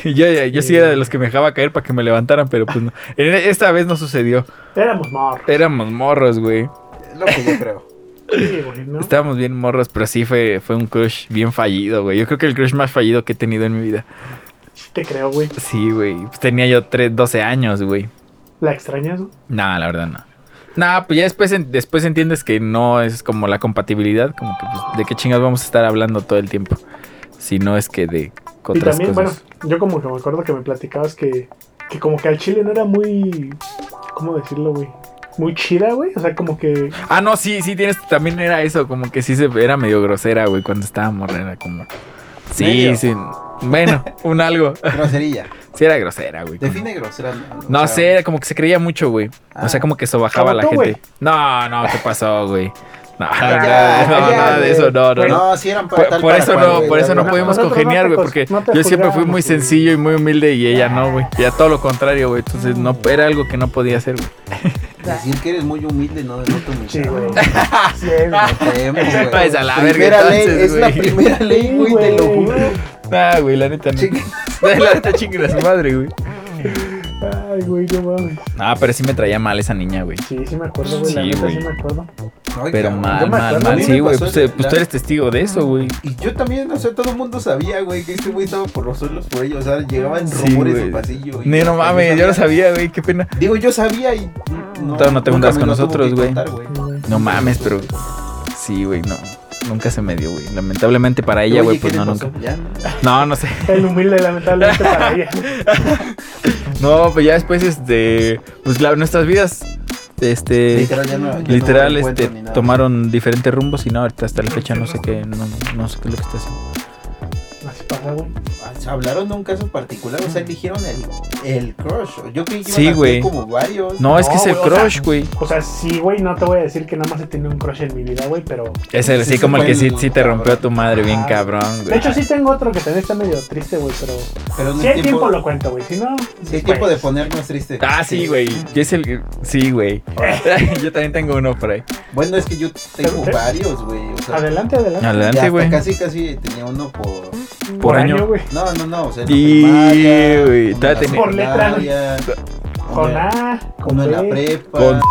Speaker 1: yo, yo, yo sí era de los que me dejaba caer para que me levantaran, pero pues no. En- Esta vez no sucedió.
Speaker 3: Éramos morros.
Speaker 1: Éramos morros, güey.
Speaker 2: Es Lo que yo creo.
Speaker 3: Sí, güey, ¿no?
Speaker 1: Estábamos bien morros, pero sí fue, fue un crush bien fallido, güey. Yo creo que el crush más fallido que he tenido en mi vida.
Speaker 3: Sí Te creo, güey.
Speaker 1: Sí, güey. Pues tenía yo tres- 12 años, güey.
Speaker 3: ¿La extrañas? güey?
Speaker 1: No, la verdad no. No, pues ya después, en- después entiendes que no es como la compatibilidad, como que pues, de qué chingas vamos a estar hablando todo el tiempo. Si no es que de
Speaker 3: Y
Speaker 1: otras
Speaker 3: también,
Speaker 1: cosas.
Speaker 3: bueno, yo como que me acuerdo que me platicabas que, que como que al chile no era muy. ¿Cómo decirlo, güey? Muy chida, güey. O sea, como que.
Speaker 1: Ah, no, sí, sí, tienes, también era eso, como que sí se era medio grosera, güey, cuando estaba morra, era como. Sí,
Speaker 2: ¿Medio?
Speaker 1: sí. Bueno, un algo.
Speaker 2: Groserilla.
Speaker 1: Sí era grosera, güey. como-
Speaker 2: Define grosera.
Speaker 1: No
Speaker 2: o sea,
Speaker 1: sé, era como que se creía mucho, güey. O
Speaker 2: Ah.
Speaker 1: sea, como que sobajaba a la
Speaker 3: Como tú,
Speaker 1: gente. No, no, ¿qué pasó, güey? No, no,
Speaker 2: ya, Ah, ya,
Speaker 1: no,
Speaker 2: ya,
Speaker 1: nada de
Speaker 2: güey.
Speaker 1: eso, no, no,
Speaker 2: Güey,
Speaker 1: no.
Speaker 2: No, sí eran para
Speaker 1: Por,
Speaker 2: tal,
Speaker 1: por
Speaker 2: para
Speaker 1: eso
Speaker 2: cual,
Speaker 1: no,
Speaker 2: güey,
Speaker 1: por
Speaker 2: la
Speaker 1: eso no
Speaker 2: verdad.
Speaker 1: pudimos
Speaker 3: Nosotros no
Speaker 1: congeniar,
Speaker 3: te
Speaker 1: güey,
Speaker 3: juz-
Speaker 1: porque
Speaker 3: no te
Speaker 1: yo siempre fui
Speaker 3: juzgábamos,
Speaker 1: muy
Speaker 3: güey.
Speaker 1: sencillo y muy humilde y ella no, güey. Ya todo lo contrario, güey. Entonces no, era algo que no podía hacer, güey.
Speaker 2: Decir que eres muy humilde no denota
Speaker 3: Sí,
Speaker 2: humildad.
Speaker 3: güey. Sí, es, güey.
Speaker 2: güey.
Speaker 1: Pues a la
Speaker 2: Primera
Speaker 1: verga,
Speaker 2: ley,
Speaker 1: entonces,
Speaker 2: es la
Speaker 1: güey.
Speaker 2: primera ley, güey, te lo
Speaker 3: güey.
Speaker 2: juro.
Speaker 1: Ah, güey, la neta no.
Speaker 2: Chinga.
Speaker 1: La neta chingue a su madre, güey.
Speaker 3: Ay, güey, no mames.
Speaker 1: Ah, pero sí me traía mal esa niña, güey.
Speaker 3: Sí, sí me acuerdo, güey. la
Speaker 1: Sí,
Speaker 3: neta,
Speaker 1: güey.
Speaker 3: sí me acuerdo.
Speaker 2: Ay,
Speaker 1: Pero
Speaker 2: cabrón.
Speaker 1: mal,
Speaker 2: Yo me
Speaker 1: mal,
Speaker 2: acuerdo, a
Speaker 1: mal.
Speaker 2: mí
Speaker 1: Sí,
Speaker 2: me
Speaker 1: güey.
Speaker 2: pasó
Speaker 1: Pues, eh,
Speaker 2: el-
Speaker 1: pues
Speaker 2: la-
Speaker 1: tú eres testigo de eso, güey.
Speaker 2: Y yo también, o sea, todo el mundo sabía, güey, que este güey estaba por los suelos por ellos. O sea, llegaban
Speaker 1: Sí,
Speaker 2: rumores
Speaker 1: güey.
Speaker 2: de pasillo. güey.
Speaker 1: Ni no mames, yo lo sabía, güey. Qué pena.
Speaker 2: Digo, yo sabía y. No,
Speaker 1: Entonces no te
Speaker 2: nunca
Speaker 1: juntas
Speaker 2: me
Speaker 1: con
Speaker 2: lo tuvo
Speaker 1: nosotros,
Speaker 2: que
Speaker 1: güey.
Speaker 2: contar, güey.
Speaker 1: No mames, pero sí, güey, no. Nunca se me dio, güey. Lamentablemente para ella,
Speaker 2: Oye,
Speaker 1: güey,
Speaker 2: ¿qué
Speaker 1: pues
Speaker 2: le
Speaker 1: no,
Speaker 2: pasó?
Speaker 1: nunca.
Speaker 2: Ya,
Speaker 1: No, no sé.
Speaker 3: El humilde, lamentablemente, para ella.
Speaker 1: No, pues ya después, este, pues la- nuestras vidas, este,
Speaker 2: Literal, ya no. ya no
Speaker 1: literal,
Speaker 2: lo encuentro
Speaker 1: este,
Speaker 2: ni nada.
Speaker 1: tomaron diferentes rumbos y no, ahorita hasta la fecha no sé qué, no, no sé qué es lo que está haciendo.
Speaker 3: Así pasa, güey.
Speaker 2: Ah, Hablaron de un caso particular, o sea, eligieron el, el crush. Yo creí que iban
Speaker 1: Sí,
Speaker 2: a haber
Speaker 1: güey.
Speaker 2: como varios.
Speaker 1: No, es que
Speaker 3: No,
Speaker 1: es el
Speaker 3: güey, o sea,
Speaker 1: crush, güey.
Speaker 3: O sea, sí, güey, no te voy a decir que nada más he tenido un crush en mi vida, güey, pero.
Speaker 1: Es el,
Speaker 2: sí,
Speaker 1: sí,
Speaker 2: sí,
Speaker 1: como el
Speaker 2: fue
Speaker 1: que sí,
Speaker 2: el
Speaker 1: sí te rompió
Speaker 2: cabrón. Ah,
Speaker 1: tu madre, bien
Speaker 3: Ajá.
Speaker 1: cabrón,
Speaker 3: De
Speaker 1: güey.
Speaker 3: hecho, sí tengo otro que también está medio triste, güey, pero.
Speaker 2: Pero no
Speaker 3: Si hay tiempo lo cuento, güey. Si no.
Speaker 2: sí hay tiempo
Speaker 3: pues,
Speaker 2: de ponernos tristes.
Speaker 1: Ah, sí, güey. Yo es el, sí, güey. Yo también tengo uno por ahí.
Speaker 2: Bueno, es que yo tengo
Speaker 3: ¿Te- te-
Speaker 2: varios, güey. O sea,
Speaker 3: Adelante, adelante.
Speaker 2: ya
Speaker 1: Adelante,
Speaker 2: hasta
Speaker 1: güey.
Speaker 2: Casi, casi tenía uno por.
Speaker 1: Por año.
Speaker 3: güey.
Speaker 2: No, no, no. O sea, en la
Speaker 1: Y,
Speaker 2: primaria,
Speaker 1: güey,
Speaker 2: uno en
Speaker 1: todavía
Speaker 2: la
Speaker 1: tenía-
Speaker 3: Por letra, ¿no?
Speaker 2: secundaria,
Speaker 3: Con
Speaker 2: uno-
Speaker 3: A, con
Speaker 2: Uno en la
Speaker 3: B.
Speaker 2: prepa.
Speaker 1: Con-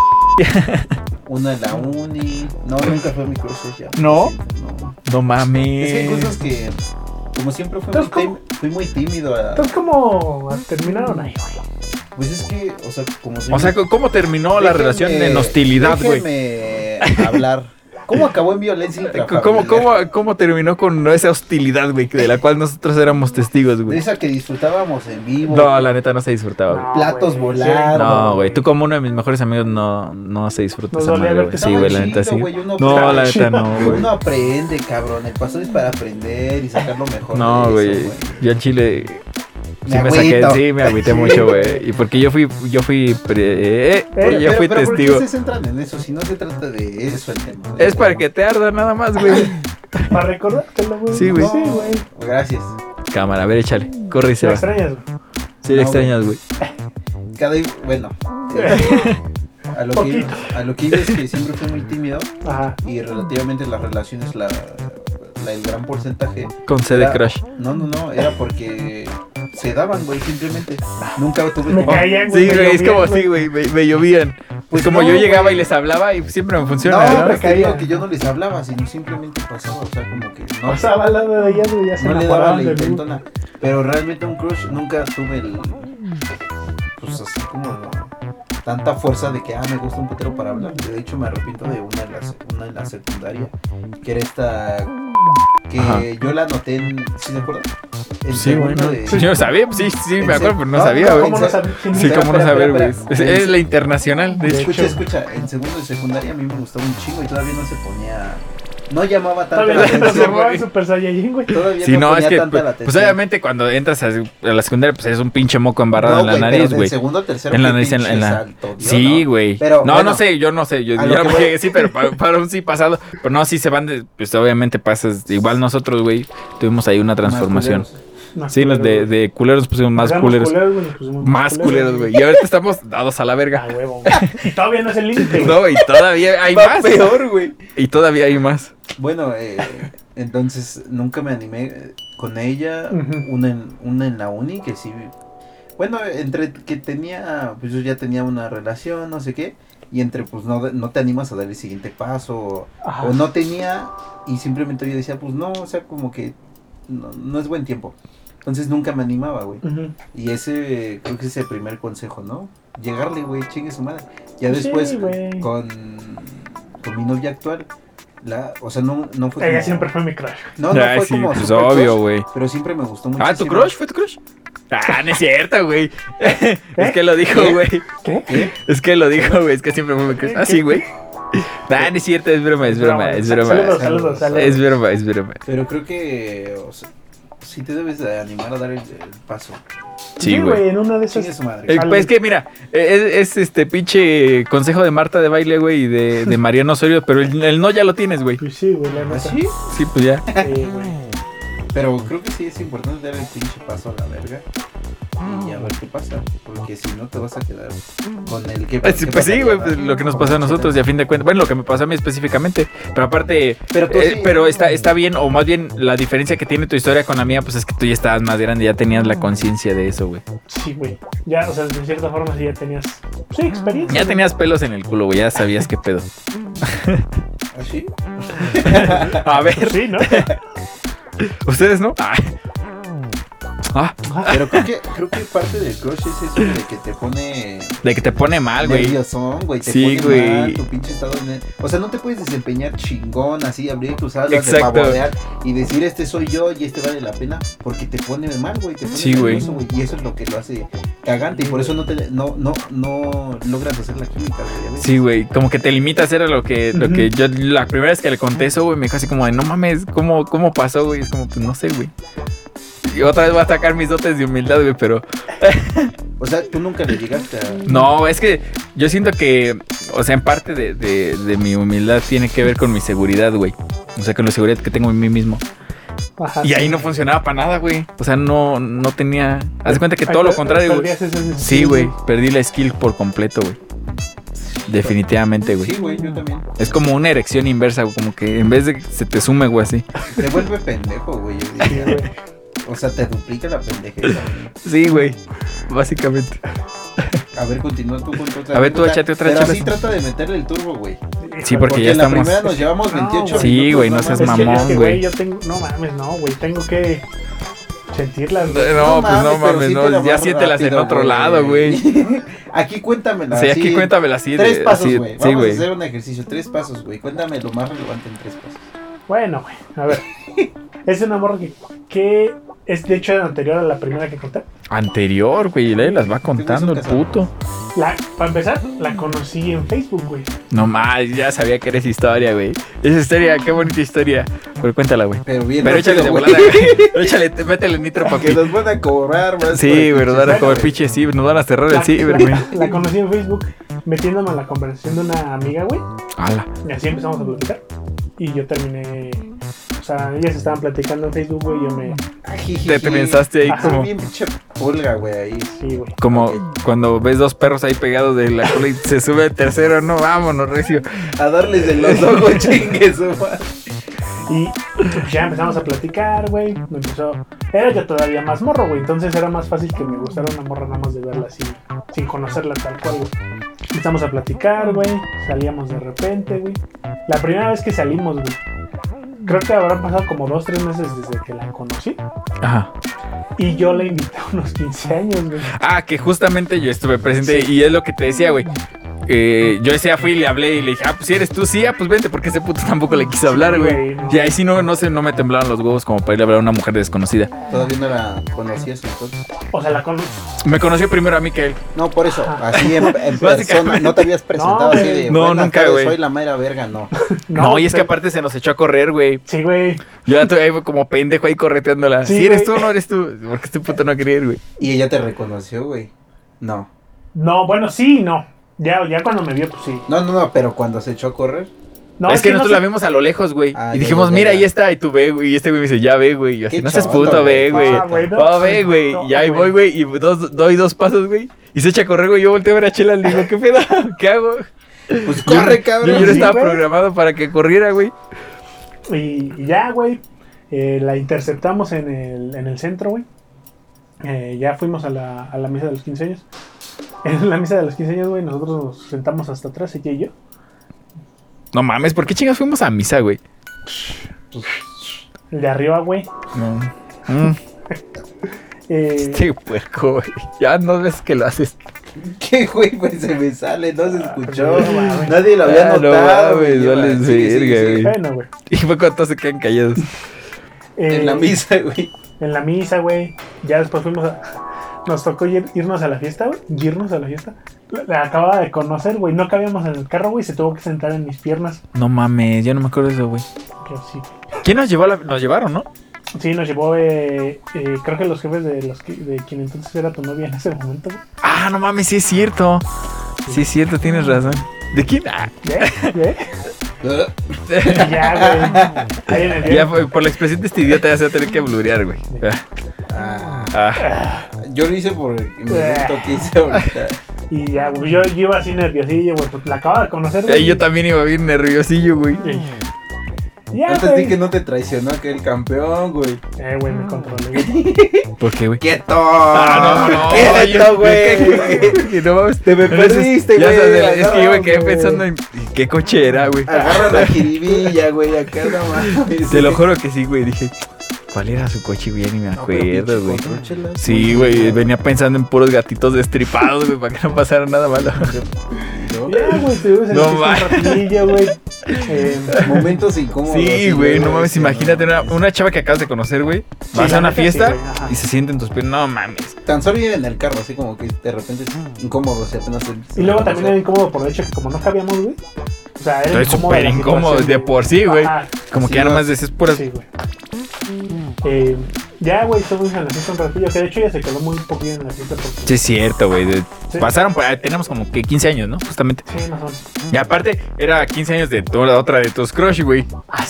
Speaker 2: Uno en la uni. No, nunca fue mi crush ya.
Speaker 1: ¿No?
Speaker 2: No.
Speaker 1: No mames.
Speaker 2: Es que hay cosas que, como siempre, fui, muy,
Speaker 3: Entonces, ¿cómo?
Speaker 2: tím- fui muy tímido. a-
Speaker 3: Entonces, como terminaron ahí, güey.
Speaker 2: pues es que, o sea, como
Speaker 1: O sea, ¿cómo- ¿cómo terminó la relación en hostilidad, güey?
Speaker 2: Déjenme hablar. ¿Cómo acabó en violencia intrafamiliar?
Speaker 1: ¿Cómo, cómo, ¿Cómo terminó con esa hostilidad, güey, que de la cual nosotros éramos testigos,
Speaker 2: De
Speaker 1: güey?
Speaker 2: esa que disfrutábamos en vivo.
Speaker 1: No, la neta no se disfrutaba, güey.
Speaker 2: Platos
Speaker 3: güey,
Speaker 2: volaron.
Speaker 1: No, güey, tú como uno de mis mejores amigos no, no se disfruta
Speaker 3: Nos
Speaker 1: esa
Speaker 3: dolía
Speaker 1: madre,
Speaker 3: verte
Speaker 1: güey. Sí, güey, la neta sí. No,
Speaker 2: no,
Speaker 1: la neta no, güey.
Speaker 2: Uno aprende, cabrón. El paso es para aprender y sacar lo mejor.
Speaker 1: No,
Speaker 2: de
Speaker 1: güey,
Speaker 2: eso,
Speaker 1: yo en Chile sí
Speaker 2: Me
Speaker 1: me saqué,
Speaker 2: agüito.
Speaker 1: sí, me agüité
Speaker 2: Sí.
Speaker 1: mucho, güey. Y porque yo fui, yo fui, pre- eh,
Speaker 3: Pero-
Speaker 1: yo fui
Speaker 2: pero
Speaker 1: testigo.
Speaker 2: ¿Por qué se centran en eso? Si no se trata de eso el tema.
Speaker 1: Es para que te arda nada más, güey.
Speaker 3: Para recordártelo, güey.
Speaker 1: Sí, güey.
Speaker 3: Sí, güey.
Speaker 2: Gracias.
Speaker 1: Cámara, a ver, échale. Corre y se
Speaker 3: Te
Speaker 1: va.
Speaker 3: extrañas, güey.
Speaker 1: Sí, le
Speaker 2: No,
Speaker 1: extrañas, güey.
Speaker 2: Cada bueno. eh, A lo, que,
Speaker 3: Poquito.
Speaker 2: a lo que iba es que siempre fui muy tímido
Speaker 3: Ajá.
Speaker 2: y relativamente las relaciones, la, la- el gran porcentaje.
Speaker 1: Con C de
Speaker 2: era-
Speaker 1: crush.
Speaker 2: No, no, no, era porque se daban, güey, simplemente. Nunca tuve.
Speaker 3: Me caían,
Speaker 1: Oh, Sí,
Speaker 3: me
Speaker 1: güey, es
Speaker 3: llovían,
Speaker 1: como así, güey, me, me llovían.
Speaker 2: Pues
Speaker 1: como
Speaker 2: no,
Speaker 1: yo llegaba
Speaker 2: güey.
Speaker 1: y les hablaba y siempre me funciona,
Speaker 2: No,
Speaker 1: ¿no?
Speaker 2: porque digo
Speaker 3: caían.
Speaker 2: que yo no les hablaba, sino simplemente pasaba, o sea, como que no.
Speaker 3: Pasaba al lado de ellas, güey. Ya se
Speaker 2: no le daba
Speaker 3: enamoraban
Speaker 2: la
Speaker 3: de mí.
Speaker 2: intentona. Pero realmente un crush nunca tuve el. Pues así como la- tanta fuerza de que ah me gusta un putero para hablar. De hecho me arrepiento de una en la, sec- una en la secundaria. Que era esta que
Speaker 1: Ajá.
Speaker 2: yo la anoté en. ¿Sí te acuerdas? En
Speaker 1: Sí, güey.
Speaker 2: segundo
Speaker 1: no.
Speaker 2: de-
Speaker 1: Yo sabía, sí, sí, me
Speaker 2: en
Speaker 1: acuerdo,
Speaker 2: sec-
Speaker 1: pero no sabía, güey.
Speaker 3: ¿Cómo
Speaker 2: en
Speaker 3: no
Speaker 2: sec-
Speaker 3: sabía? Sí,
Speaker 1: Sí,
Speaker 2: espera,
Speaker 1: cómo no
Speaker 2: espera,
Speaker 1: saber, güey.
Speaker 2: espera,
Speaker 1: Es,
Speaker 2: espera.
Speaker 1: es la internacional, de hecho.
Speaker 2: Escucha, escucha, en segundo de secundaria a mí me gustaba un chingo y todavía no se ponía. No llamaba tanto la
Speaker 3: Todavía no se
Speaker 2: atención.
Speaker 3: llamaba
Speaker 2: güey.
Speaker 3: el Super Saiyajin, güey.
Speaker 2: Todavía
Speaker 1: Sí, no,
Speaker 2: ponía
Speaker 1: es que,
Speaker 2: tanta la
Speaker 1: pues, pues,
Speaker 2: atención.
Speaker 1: obviamente cuando entras a, a la secundaria, pues es un pinche moco embarrado
Speaker 2: No,
Speaker 1: en la
Speaker 2: güey, pero
Speaker 1: nariz,
Speaker 2: del
Speaker 1: güey.
Speaker 2: segundo, tercero,
Speaker 1: En la
Speaker 2: qué
Speaker 1: nariz, en la-
Speaker 2: pinche
Speaker 1: en la-
Speaker 2: salto dio,
Speaker 1: Sí,
Speaker 2: ¿no?
Speaker 1: güey.
Speaker 2: Pero,
Speaker 1: no,
Speaker 2: bueno.
Speaker 1: no sé, yo no sé. Yo,
Speaker 2: A
Speaker 1: yo
Speaker 2: lo
Speaker 1: no
Speaker 2: que
Speaker 1: me
Speaker 2: voy-
Speaker 1: llegué, sí, pero para, para un sí pasado. Pero no, sí se van de. Pues obviamente pasas. Igual nosotros, güey, tuvimos ahí una transformación.
Speaker 3: No,
Speaker 1: Sí, los de,
Speaker 3: culero, güey.
Speaker 1: de culeros pusimos más
Speaker 3: Éramos
Speaker 1: culeros.
Speaker 3: güey, pues, nos pusimos
Speaker 1: Más culeros, güey. Y ahorita estamos dados a la
Speaker 3: A
Speaker 1: verga.
Speaker 3: Ah, huevo, güey. Y todavía no es el límite, güey.
Speaker 1: No, y todavía hay
Speaker 2: Ah, Va
Speaker 1: más.
Speaker 2: peor, güey.
Speaker 1: Y todavía hay más.
Speaker 2: Bueno, eh, entonces nunca me animé eh, con ella,
Speaker 3: Ujú.
Speaker 2: una, en, una en la uni, que sí. Bueno, entre que tenía, pues yo ya tenía una relación, no sé qué, y entre pues no, no te animas a dar el siguiente paso o,
Speaker 3: Ajá.
Speaker 2: o no tenía y simplemente yo decía pues no, o sea como que no, no es buen tiempo. Entonces nunca me animaba, güey.
Speaker 3: Ujú.
Speaker 2: Y ese creo que es el primer consejo, ¿no? Llegarle, güey, chingue su madre. Ya
Speaker 3: Sí,
Speaker 2: después
Speaker 3: güey.
Speaker 2: con, con mi novia actual, la, o sea, no, no
Speaker 1: Pues
Speaker 2: fue...
Speaker 3: Ella
Speaker 2: como-
Speaker 3: Eh, siempre fue mi crush.
Speaker 2: No, no
Speaker 1: Ay,
Speaker 2: fue
Speaker 1: sí,
Speaker 2: como...
Speaker 1: pues
Speaker 2: super
Speaker 1: obvio,
Speaker 2: crush,
Speaker 1: güey.
Speaker 2: Pero siempre me gustó mucho.
Speaker 1: Ah, ¿tu crush? ¿Fue tu crush? Ah, no es cierto, güey. Es que lo dijo,
Speaker 2: ¿Eh?
Speaker 1: güey.
Speaker 3: ¿Qué?
Speaker 1: Es que lo dijo, güey. Es que siempre me crush. Ah, sí, güey. Ah, no es cierto, es broma, es broma, es broma.
Speaker 3: Saludos, saludos, saludos.
Speaker 1: Es broma, es broma.
Speaker 2: Pero creo que, o sea, sí te debes de animar a dar el, el paso.
Speaker 1: Sí, güey.
Speaker 3: En una de
Speaker 2: Chingue
Speaker 3: esas.
Speaker 2: su madre.
Speaker 1: Eh, pues es que mira, eh, es, es este pinche consejo de Marta de baile, güey, y de, de Mariano Osorio, pero el, el no ya lo tienes, güey.
Speaker 3: Pues sí, güey, la neta.
Speaker 2: ¿Ah, sí?
Speaker 1: Sí, pues ya.
Speaker 3: Sí, güey.
Speaker 2: Pero creo que sí es importante dar el pinche paso a la verga. Y a ver qué pasa. Porque si no te vas a quedar con el que.
Speaker 1: Pues, sí,
Speaker 2: que
Speaker 1: pues
Speaker 2: vas a
Speaker 1: sí, güey,
Speaker 2: quedar.
Speaker 1: pues lo que nos pasó a nosotros y a fin de cuentas, bueno, lo que me pasó a mí específicamente, pero aparte,
Speaker 2: Pero tú
Speaker 1: eh,
Speaker 2: sí.
Speaker 1: pero está, está bien, o más bien la diferencia que tiene tu historia con la mía, pues es que tú ya estabas más grande, ya tenías la conciencia de eso, güey.
Speaker 3: Sí, güey. Ya, o sea, de cierta forma sí ya tenías. Sí, experiencia.
Speaker 1: Ya tenías pelos en el culo, güey, ya sabías qué pedo.
Speaker 2: ¿Ah, sí?
Speaker 1: A ver,
Speaker 3: Sí, ¿no?
Speaker 1: ¿ustedes no? Ah. Ah,
Speaker 2: Pero creo que, creo que parte del crush es eso de que te pone.
Speaker 1: de que te pone mal, Ah, güey.
Speaker 2: Nerviosón, güey. Te
Speaker 1: Sí,
Speaker 2: sí,
Speaker 1: güey.
Speaker 2: güey. tu pinche estado ne- O sea, no te puedes desempeñar chingón así, abrir tus alas de
Speaker 1: Exacto.
Speaker 2: pavonear y decir este soy yo y este vale la pena. Porque te pone mal, güey. Te pone
Speaker 1: Sí, güey.
Speaker 2: nervioso, Y eso es lo que lo hace cagante. Y por eso no te no, no, no logras hacer la química, güey. a veces.
Speaker 1: Sí, güey, como que te limitas, era lo que, lo que yo, la primera vez que le conté eso, güey, me dijo así como de, no mames, ¿cómo, cómo pasó, güey? Es como, pues no sé, güey. Y otra vez voy a atacar mis dotes de humildad, güey, pero
Speaker 2: O sea, tú nunca le llegaste a.
Speaker 1: No, es que yo siento que, o sea, en parte de, de- de mi humildad tiene que ver con mi seguridad, güey. O sea, con la seguridad que tengo en mí mismo.
Speaker 3: Ajá.
Speaker 1: Y ahí no funcionaba para nada, güey. O sea, no, no tenía. Haz de cuenta que
Speaker 3: Ahí
Speaker 1: todo lo
Speaker 3: per-
Speaker 1: contrario, güey.
Speaker 3: perdías ese-
Speaker 1: Sí, güey. Perdí la skill por completo, güey. Definitivamente,
Speaker 2: Sí,
Speaker 1: güey.
Speaker 2: güey, yo también.
Speaker 1: Es como una erección inversa, güey. Como que en vez de que se te sume, güey, así.
Speaker 2: Te vuelve pendejo, güey. yo
Speaker 3: Sí,
Speaker 2: diría.
Speaker 3: güey.
Speaker 2: O sea, te duplica la pendejeza. güey.
Speaker 1: Sí, güey. Básicamente.
Speaker 2: A ver, continúa tú con tu otra.
Speaker 1: A ver, tú
Speaker 2: anécdota,
Speaker 1: échate otra,
Speaker 2: Pero
Speaker 1: échale
Speaker 2: así
Speaker 1: su-
Speaker 2: trata de meterle el turbo, güey.
Speaker 1: Sí, porque ya
Speaker 2: en la
Speaker 1: estamos.
Speaker 2: primera nos llevamos
Speaker 3: No,
Speaker 2: 28
Speaker 3: güey. Sí,
Speaker 2: minutos,
Speaker 1: güey, no
Speaker 2: mames.
Speaker 1: seas
Speaker 3: Es que-
Speaker 1: mamón,
Speaker 3: es que,
Speaker 1: güey.
Speaker 3: güey. Yo tengo, no mames, no, güey, tengo que sentirlas. güey.
Speaker 1: No, pues no mames,
Speaker 2: mames, pero sí te
Speaker 1: no.
Speaker 2: la
Speaker 1: Ya
Speaker 2: vas
Speaker 1: siéntelas en
Speaker 2: rápido,
Speaker 1: otro lado, güey.
Speaker 2: aquí cuéntamela.
Speaker 1: O sea, aquí
Speaker 2: así,
Speaker 1: cuéntamela así. de-
Speaker 2: Tres pasos,
Speaker 1: así-
Speaker 2: güey.
Speaker 1: Sí,
Speaker 2: Vamos a
Speaker 1: güey.
Speaker 2: hacer un ejercicio. Tres pasos, güey. Cuéntame lo más relevante en tres pasos.
Speaker 3: Bueno, güey, a ver. Es un amor que, que es de hecho anterior a la primera que conté.
Speaker 1: Anterior, güey. Y ahí las va contando el
Speaker 2: Tengo un
Speaker 1: puto.
Speaker 3: La, para empezar, la conocí en Facebook, güey.
Speaker 1: No más, ya sabía que eres historia, güey. Esa historia, qué bonita historia. Pero cuéntala, güey.
Speaker 2: Pero bien.
Speaker 1: Pero
Speaker 2: rápido,
Speaker 1: échale de
Speaker 2: güey.
Speaker 1: volada, güey. Échale, te- métele nitro,
Speaker 2: Que
Speaker 1: papi.
Speaker 2: nos van a cobrar, güey.
Speaker 1: Sí, güey, nos van a
Speaker 3: Bueno,
Speaker 1: comer pinche ciber, nos van a cerrar el
Speaker 3: La,
Speaker 1: ciber, güey.
Speaker 3: la, la conocí en Facebook metiéndome a la conversación de una amiga, güey.
Speaker 1: Ala.
Speaker 3: Y así empezamos a platicar. Y yo terminé. O sea, ellas estaban platicando en Facebook, güey. y Yo me.
Speaker 1: Te, te pensaste ahí
Speaker 2: como.
Speaker 1: como,
Speaker 2: Ah, bien pinche pulga, güey, ahí.
Speaker 3: Sí, güey.
Speaker 1: como cuando ves dos perros ahí pegados de la cola y se sube el tercero, no, vámonos, recio.
Speaker 2: A darles de los ojos, chingue su madre.
Speaker 3: Y pues, ya empezamos a platicar, güey. Me empezó. Era yo todavía más morro, güey. Entonces era más fácil que me gustara una morra nada más de verla así, sin conocerla tal cual, güey. Empezamos a platicar, güey. Salíamos de repente, güey. La primera vez que salimos, güey. Creo que habrán pasado como dos, tres meses desde que la conocí.
Speaker 1: Ajá.
Speaker 3: Y yo la invité a unos 15 años, güey.
Speaker 1: Ah, que justamente yo estuve presente y es lo que te decía, güey. Eh, yo ese día fui y le hablé y le dije, ah, pues si eres tú, sí, ah, pues vente, porque ese puto tampoco le quiso hablar, güey.
Speaker 3: güey, no.
Speaker 1: Y ahí sí no, no sé, no me temblaron los huevos como para ir a hablar a una mujer desconocida.
Speaker 2: Todavía no la conocías entonces.
Speaker 3: O sea, la conocí.
Speaker 1: Me conoció primero a mí que él.
Speaker 2: No, por eso, así en, en persona,
Speaker 1: Básicamente.
Speaker 2: no te habías presentado
Speaker 3: No,
Speaker 2: así
Speaker 3: güey.
Speaker 2: de
Speaker 1: No,
Speaker 2: "Buenas
Speaker 1: nunca,
Speaker 2: tardes,
Speaker 1: güey.
Speaker 2: Soy la mera verga, no.
Speaker 1: No, y es que aparte se nos echó a correr, güey.
Speaker 3: Sí, güey.
Speaker 1: Yo la tuve ahí como pendejo ahí correteándola.
Speaker 3: Sí,
Speaker 1: si eres tú
Speaker 3: güey.
Speaker 1: o no eres tú. Porque este puto no quería ir, güey.
Speaker 2: Y ella te reconoció, güey. No.
Speaker 3: No, bueno, sí y no. Ya, ya cuando me vio, pues sí.
Speaker 2: No, no, no, pero cuando se echó a correr.
Speaker 3: No,
Speaker 1: es que nosotros
Speaker 3: no
Speaker 1: la vimos a lo lejos, güey.
Speaker 2: Ah,
Speaker 1: y
Speaker 2: ya,
Speaker 1: dijimos,
Speaker 2: ya, ya,
Speaker 1: mira,
Speaker 2: ya.
Speaker 1: ahí está. Y tú ve, güey. Y este güey me dice, ya ve, güey. Y yo así,
Speaker 2: Qué
Speaker 1: no seas
Speaker 2: choto,
Speaker 1: puto, ve,
Speaker 2: güey.
Speaker 1: güey.
Speaker 3: Ah, güey, no,
Speaker 1: Oh, ve,
Speaker 3: sí,
Speaker 1: güey.
Speaker 3: no,
Speaker 1: y ahí
Speaker 3: güey.
Speaker 1: voy, güey. Y dos, doy dos pasos, güey. Y se echa a correr, güey. Yo volteo a ver a Chela y le digo, ¿qué pedo? ¿Qué hago?
Speaker 2: Pues
Speaker 1: Yo,
Speaker 2: corre,
Speaker 1: yo
Speaker 2: cabrón.
Speaker 1: no
Speaker 3: sí,
Speaker 1: estaba
Speaker 3: güey.
Speaker 1: programado para que corriera, güey.
Speaker 3: Y, y ya, güey, eh, la interceptamos en el, en el centro, güey. Eh, ya fuimos a la, a la mesa de los 15 años. En la misa de los 15 años, güey, nosotros nos sentamos hasta atrás, ella y yo.
Speaker 1: No mames, ¿por qué chingas fuimos a misa, güey?
Speaker 3: El de arriba, güey.
Speaker 2: pues,
Speaker 1: No. Mm,
Speaker 3: eh,
Speaker 1: este puerco, güey. Ya no ves que lo haces.
Speaker 2: ¿Qué, güey? Pues se me sale, no se escuchó.
Speaker 3: Ah, no mames.
Speaker 2: Nadie lo había
Speaker 1: Ah, no
Speaker 2: notado.
Speaker 1: mames,
Speaker 2: güey.
Speaker 1: vales
Speaker 2: Sí, sí,
Speaker 1: verga,
Speaker 2: sí.
Speaker 1: güey.
Speaker 3: Bueno, güey.
Speaker 1: Y fue cuando todos se quedan callados.
Speaker 3: Eh,
Speaker 2: En la misa, güey.
Speaker 3: En la misa, güey. Ya después fuimos a... Nos tocó ir- irnos a la fiesta, güey. Irnos a la fiesta. La, la acababa de conocer, güey. No cabíamos en el carro, güey. Se tuvo que sentar en mis piernas.
Speaker 1: No mames, yo no me acuerdo de eso, güey.
Speaker 3: Pero sí.
Speaker 1: ¿Quién nos llevó? a la- Nos llevaron, ¿no?
Speaker 3: Sí, nos llevó, eh, eh, creo que los jefes de los que- de quien entonces era tu novia en ese momento, güey.
Speaker 1: Ah, no mames, sí es cierto. Sí es cierto, tienes razón. ¿De quién? Ah,
Speaker 3: ¿Ya? ¿Ya?
Speaker 2: Ah,
Speaker 3: Y ya, güey. Ahí en el
Speaker 1: ya fue, por la expresión de este idiota ya se va a tener que blurear, güey. Ah,
Speaker 2: ah,
Speaker 1: ah.
Speaker 2: yo lo hice por el momento que
Speaker 3: Eh.
Speaker 2: hice ahorita.
Speaker 3: Y ya, güey. Yo, yo iba así nerviosillo, güey. pues, la acababa de conocer,
Speaker 1: Eh,
Speaker 3: güey.
Speaker 1: yo también iba bien nerviosillo, güey.
Speaker 3: Ya,
Speaker 2: Antes
Speaker 3: güey.
Speaker 2: di que no te traicionó aquel campeón, güey.
Speaker 1: Ah,
Speaker 3: Eh, güey, me controlé. güey.
Speaker 1: ¿Por qué, güey?
Speaker 2: ¡Quieto!
Speaker 1: Ah, no, no,
Speaker 2: ¡Quieto,
Speaker 1: yo- yo
Speaker 2: güey!
Speaker 1: cagué, güey, no mames.
Speaker 2: Te me
Speaker 1: Pero eso es-
Speaker 2: perdiste,
Speaker 1: ya
Speaker 2: güey.
Speaker 1: sabes, Es que yo me quedé
Speaker 2: agárrame.
Speaker 1: pensando en qué coche era, güey.
Speaker 2: Agarra la jiribilla, güey, acá no mames.
Speaker 1: Te lo juro que Ah, sí, güey. Dije, ¿cuál era su coche, güey? Ya Ni me
Speaker 2: No, pero pinche
Speaker 1: acuerdo, güey.
Speaker 2: contrólchela.
Speaker 1: Sí, güey, venía pensando en puros gatitos destripados, güey, para que no pasara nada malo.
Speaker 3: Ya, güey, estuvimos en
Speaker 1: No
Speaker 3: la fiesta un ratillo, güey. Eh,
Speaker 2: Momentos incómodos.
Speaker 1: Sí,
Speaker 2: así,
Speaker 1: güey, no mames, imagínate una,
Speaker 2: mames.
Speaker 1: una chava que acabas de conocer, güey.
Speaker 3: Sí,
Speaker 1: Vas
Speaker 3: la
Speaker 1: a una
Speaker 3: neta,
Speaker 1: fiesta
Speaker 3: sí, güey, ajá.
Speaker 1: y se sienten tus pies. No mames.
Speaker 2: Tan solo ir en el carro, así como que de repente es incómodo, o sea, apenas.
Speaker 3: Y luego también era incómodo por el hecho que como no cabíamos, güey. O sea, era
Speaker 1: Entonces,
Speaker 3: incómodo
Speaker 1: súper
Speaker 3: la
Speaker 1: incómodo
Speaker 3: situación,
Speaker 1: de por sí, güey.
Speaker 3: Ajá,
Speaker 1: Como
Speaker 2: Sí,
Speaker 1: que ya
Speaker 2: no.
Speaker 1: nomás decías puras.
Speaker 3: sí, güey. Eh, ya, güey, estuvimos en la fiesta un ratillo. Que de hecho ya se quedó muy poquito en la fiesta porque...
Speaker 1: Sí, es cierto, güey. de-
Speaker 3: Sí.
Speaker 1: Pasaron, por, ah, teníamos como que 15 años, ¿no? Justamente.
Speaker 3: Sí, no son.
Speaker 1: Y aparte, era 15 años de toda la otra de tus crush, güey.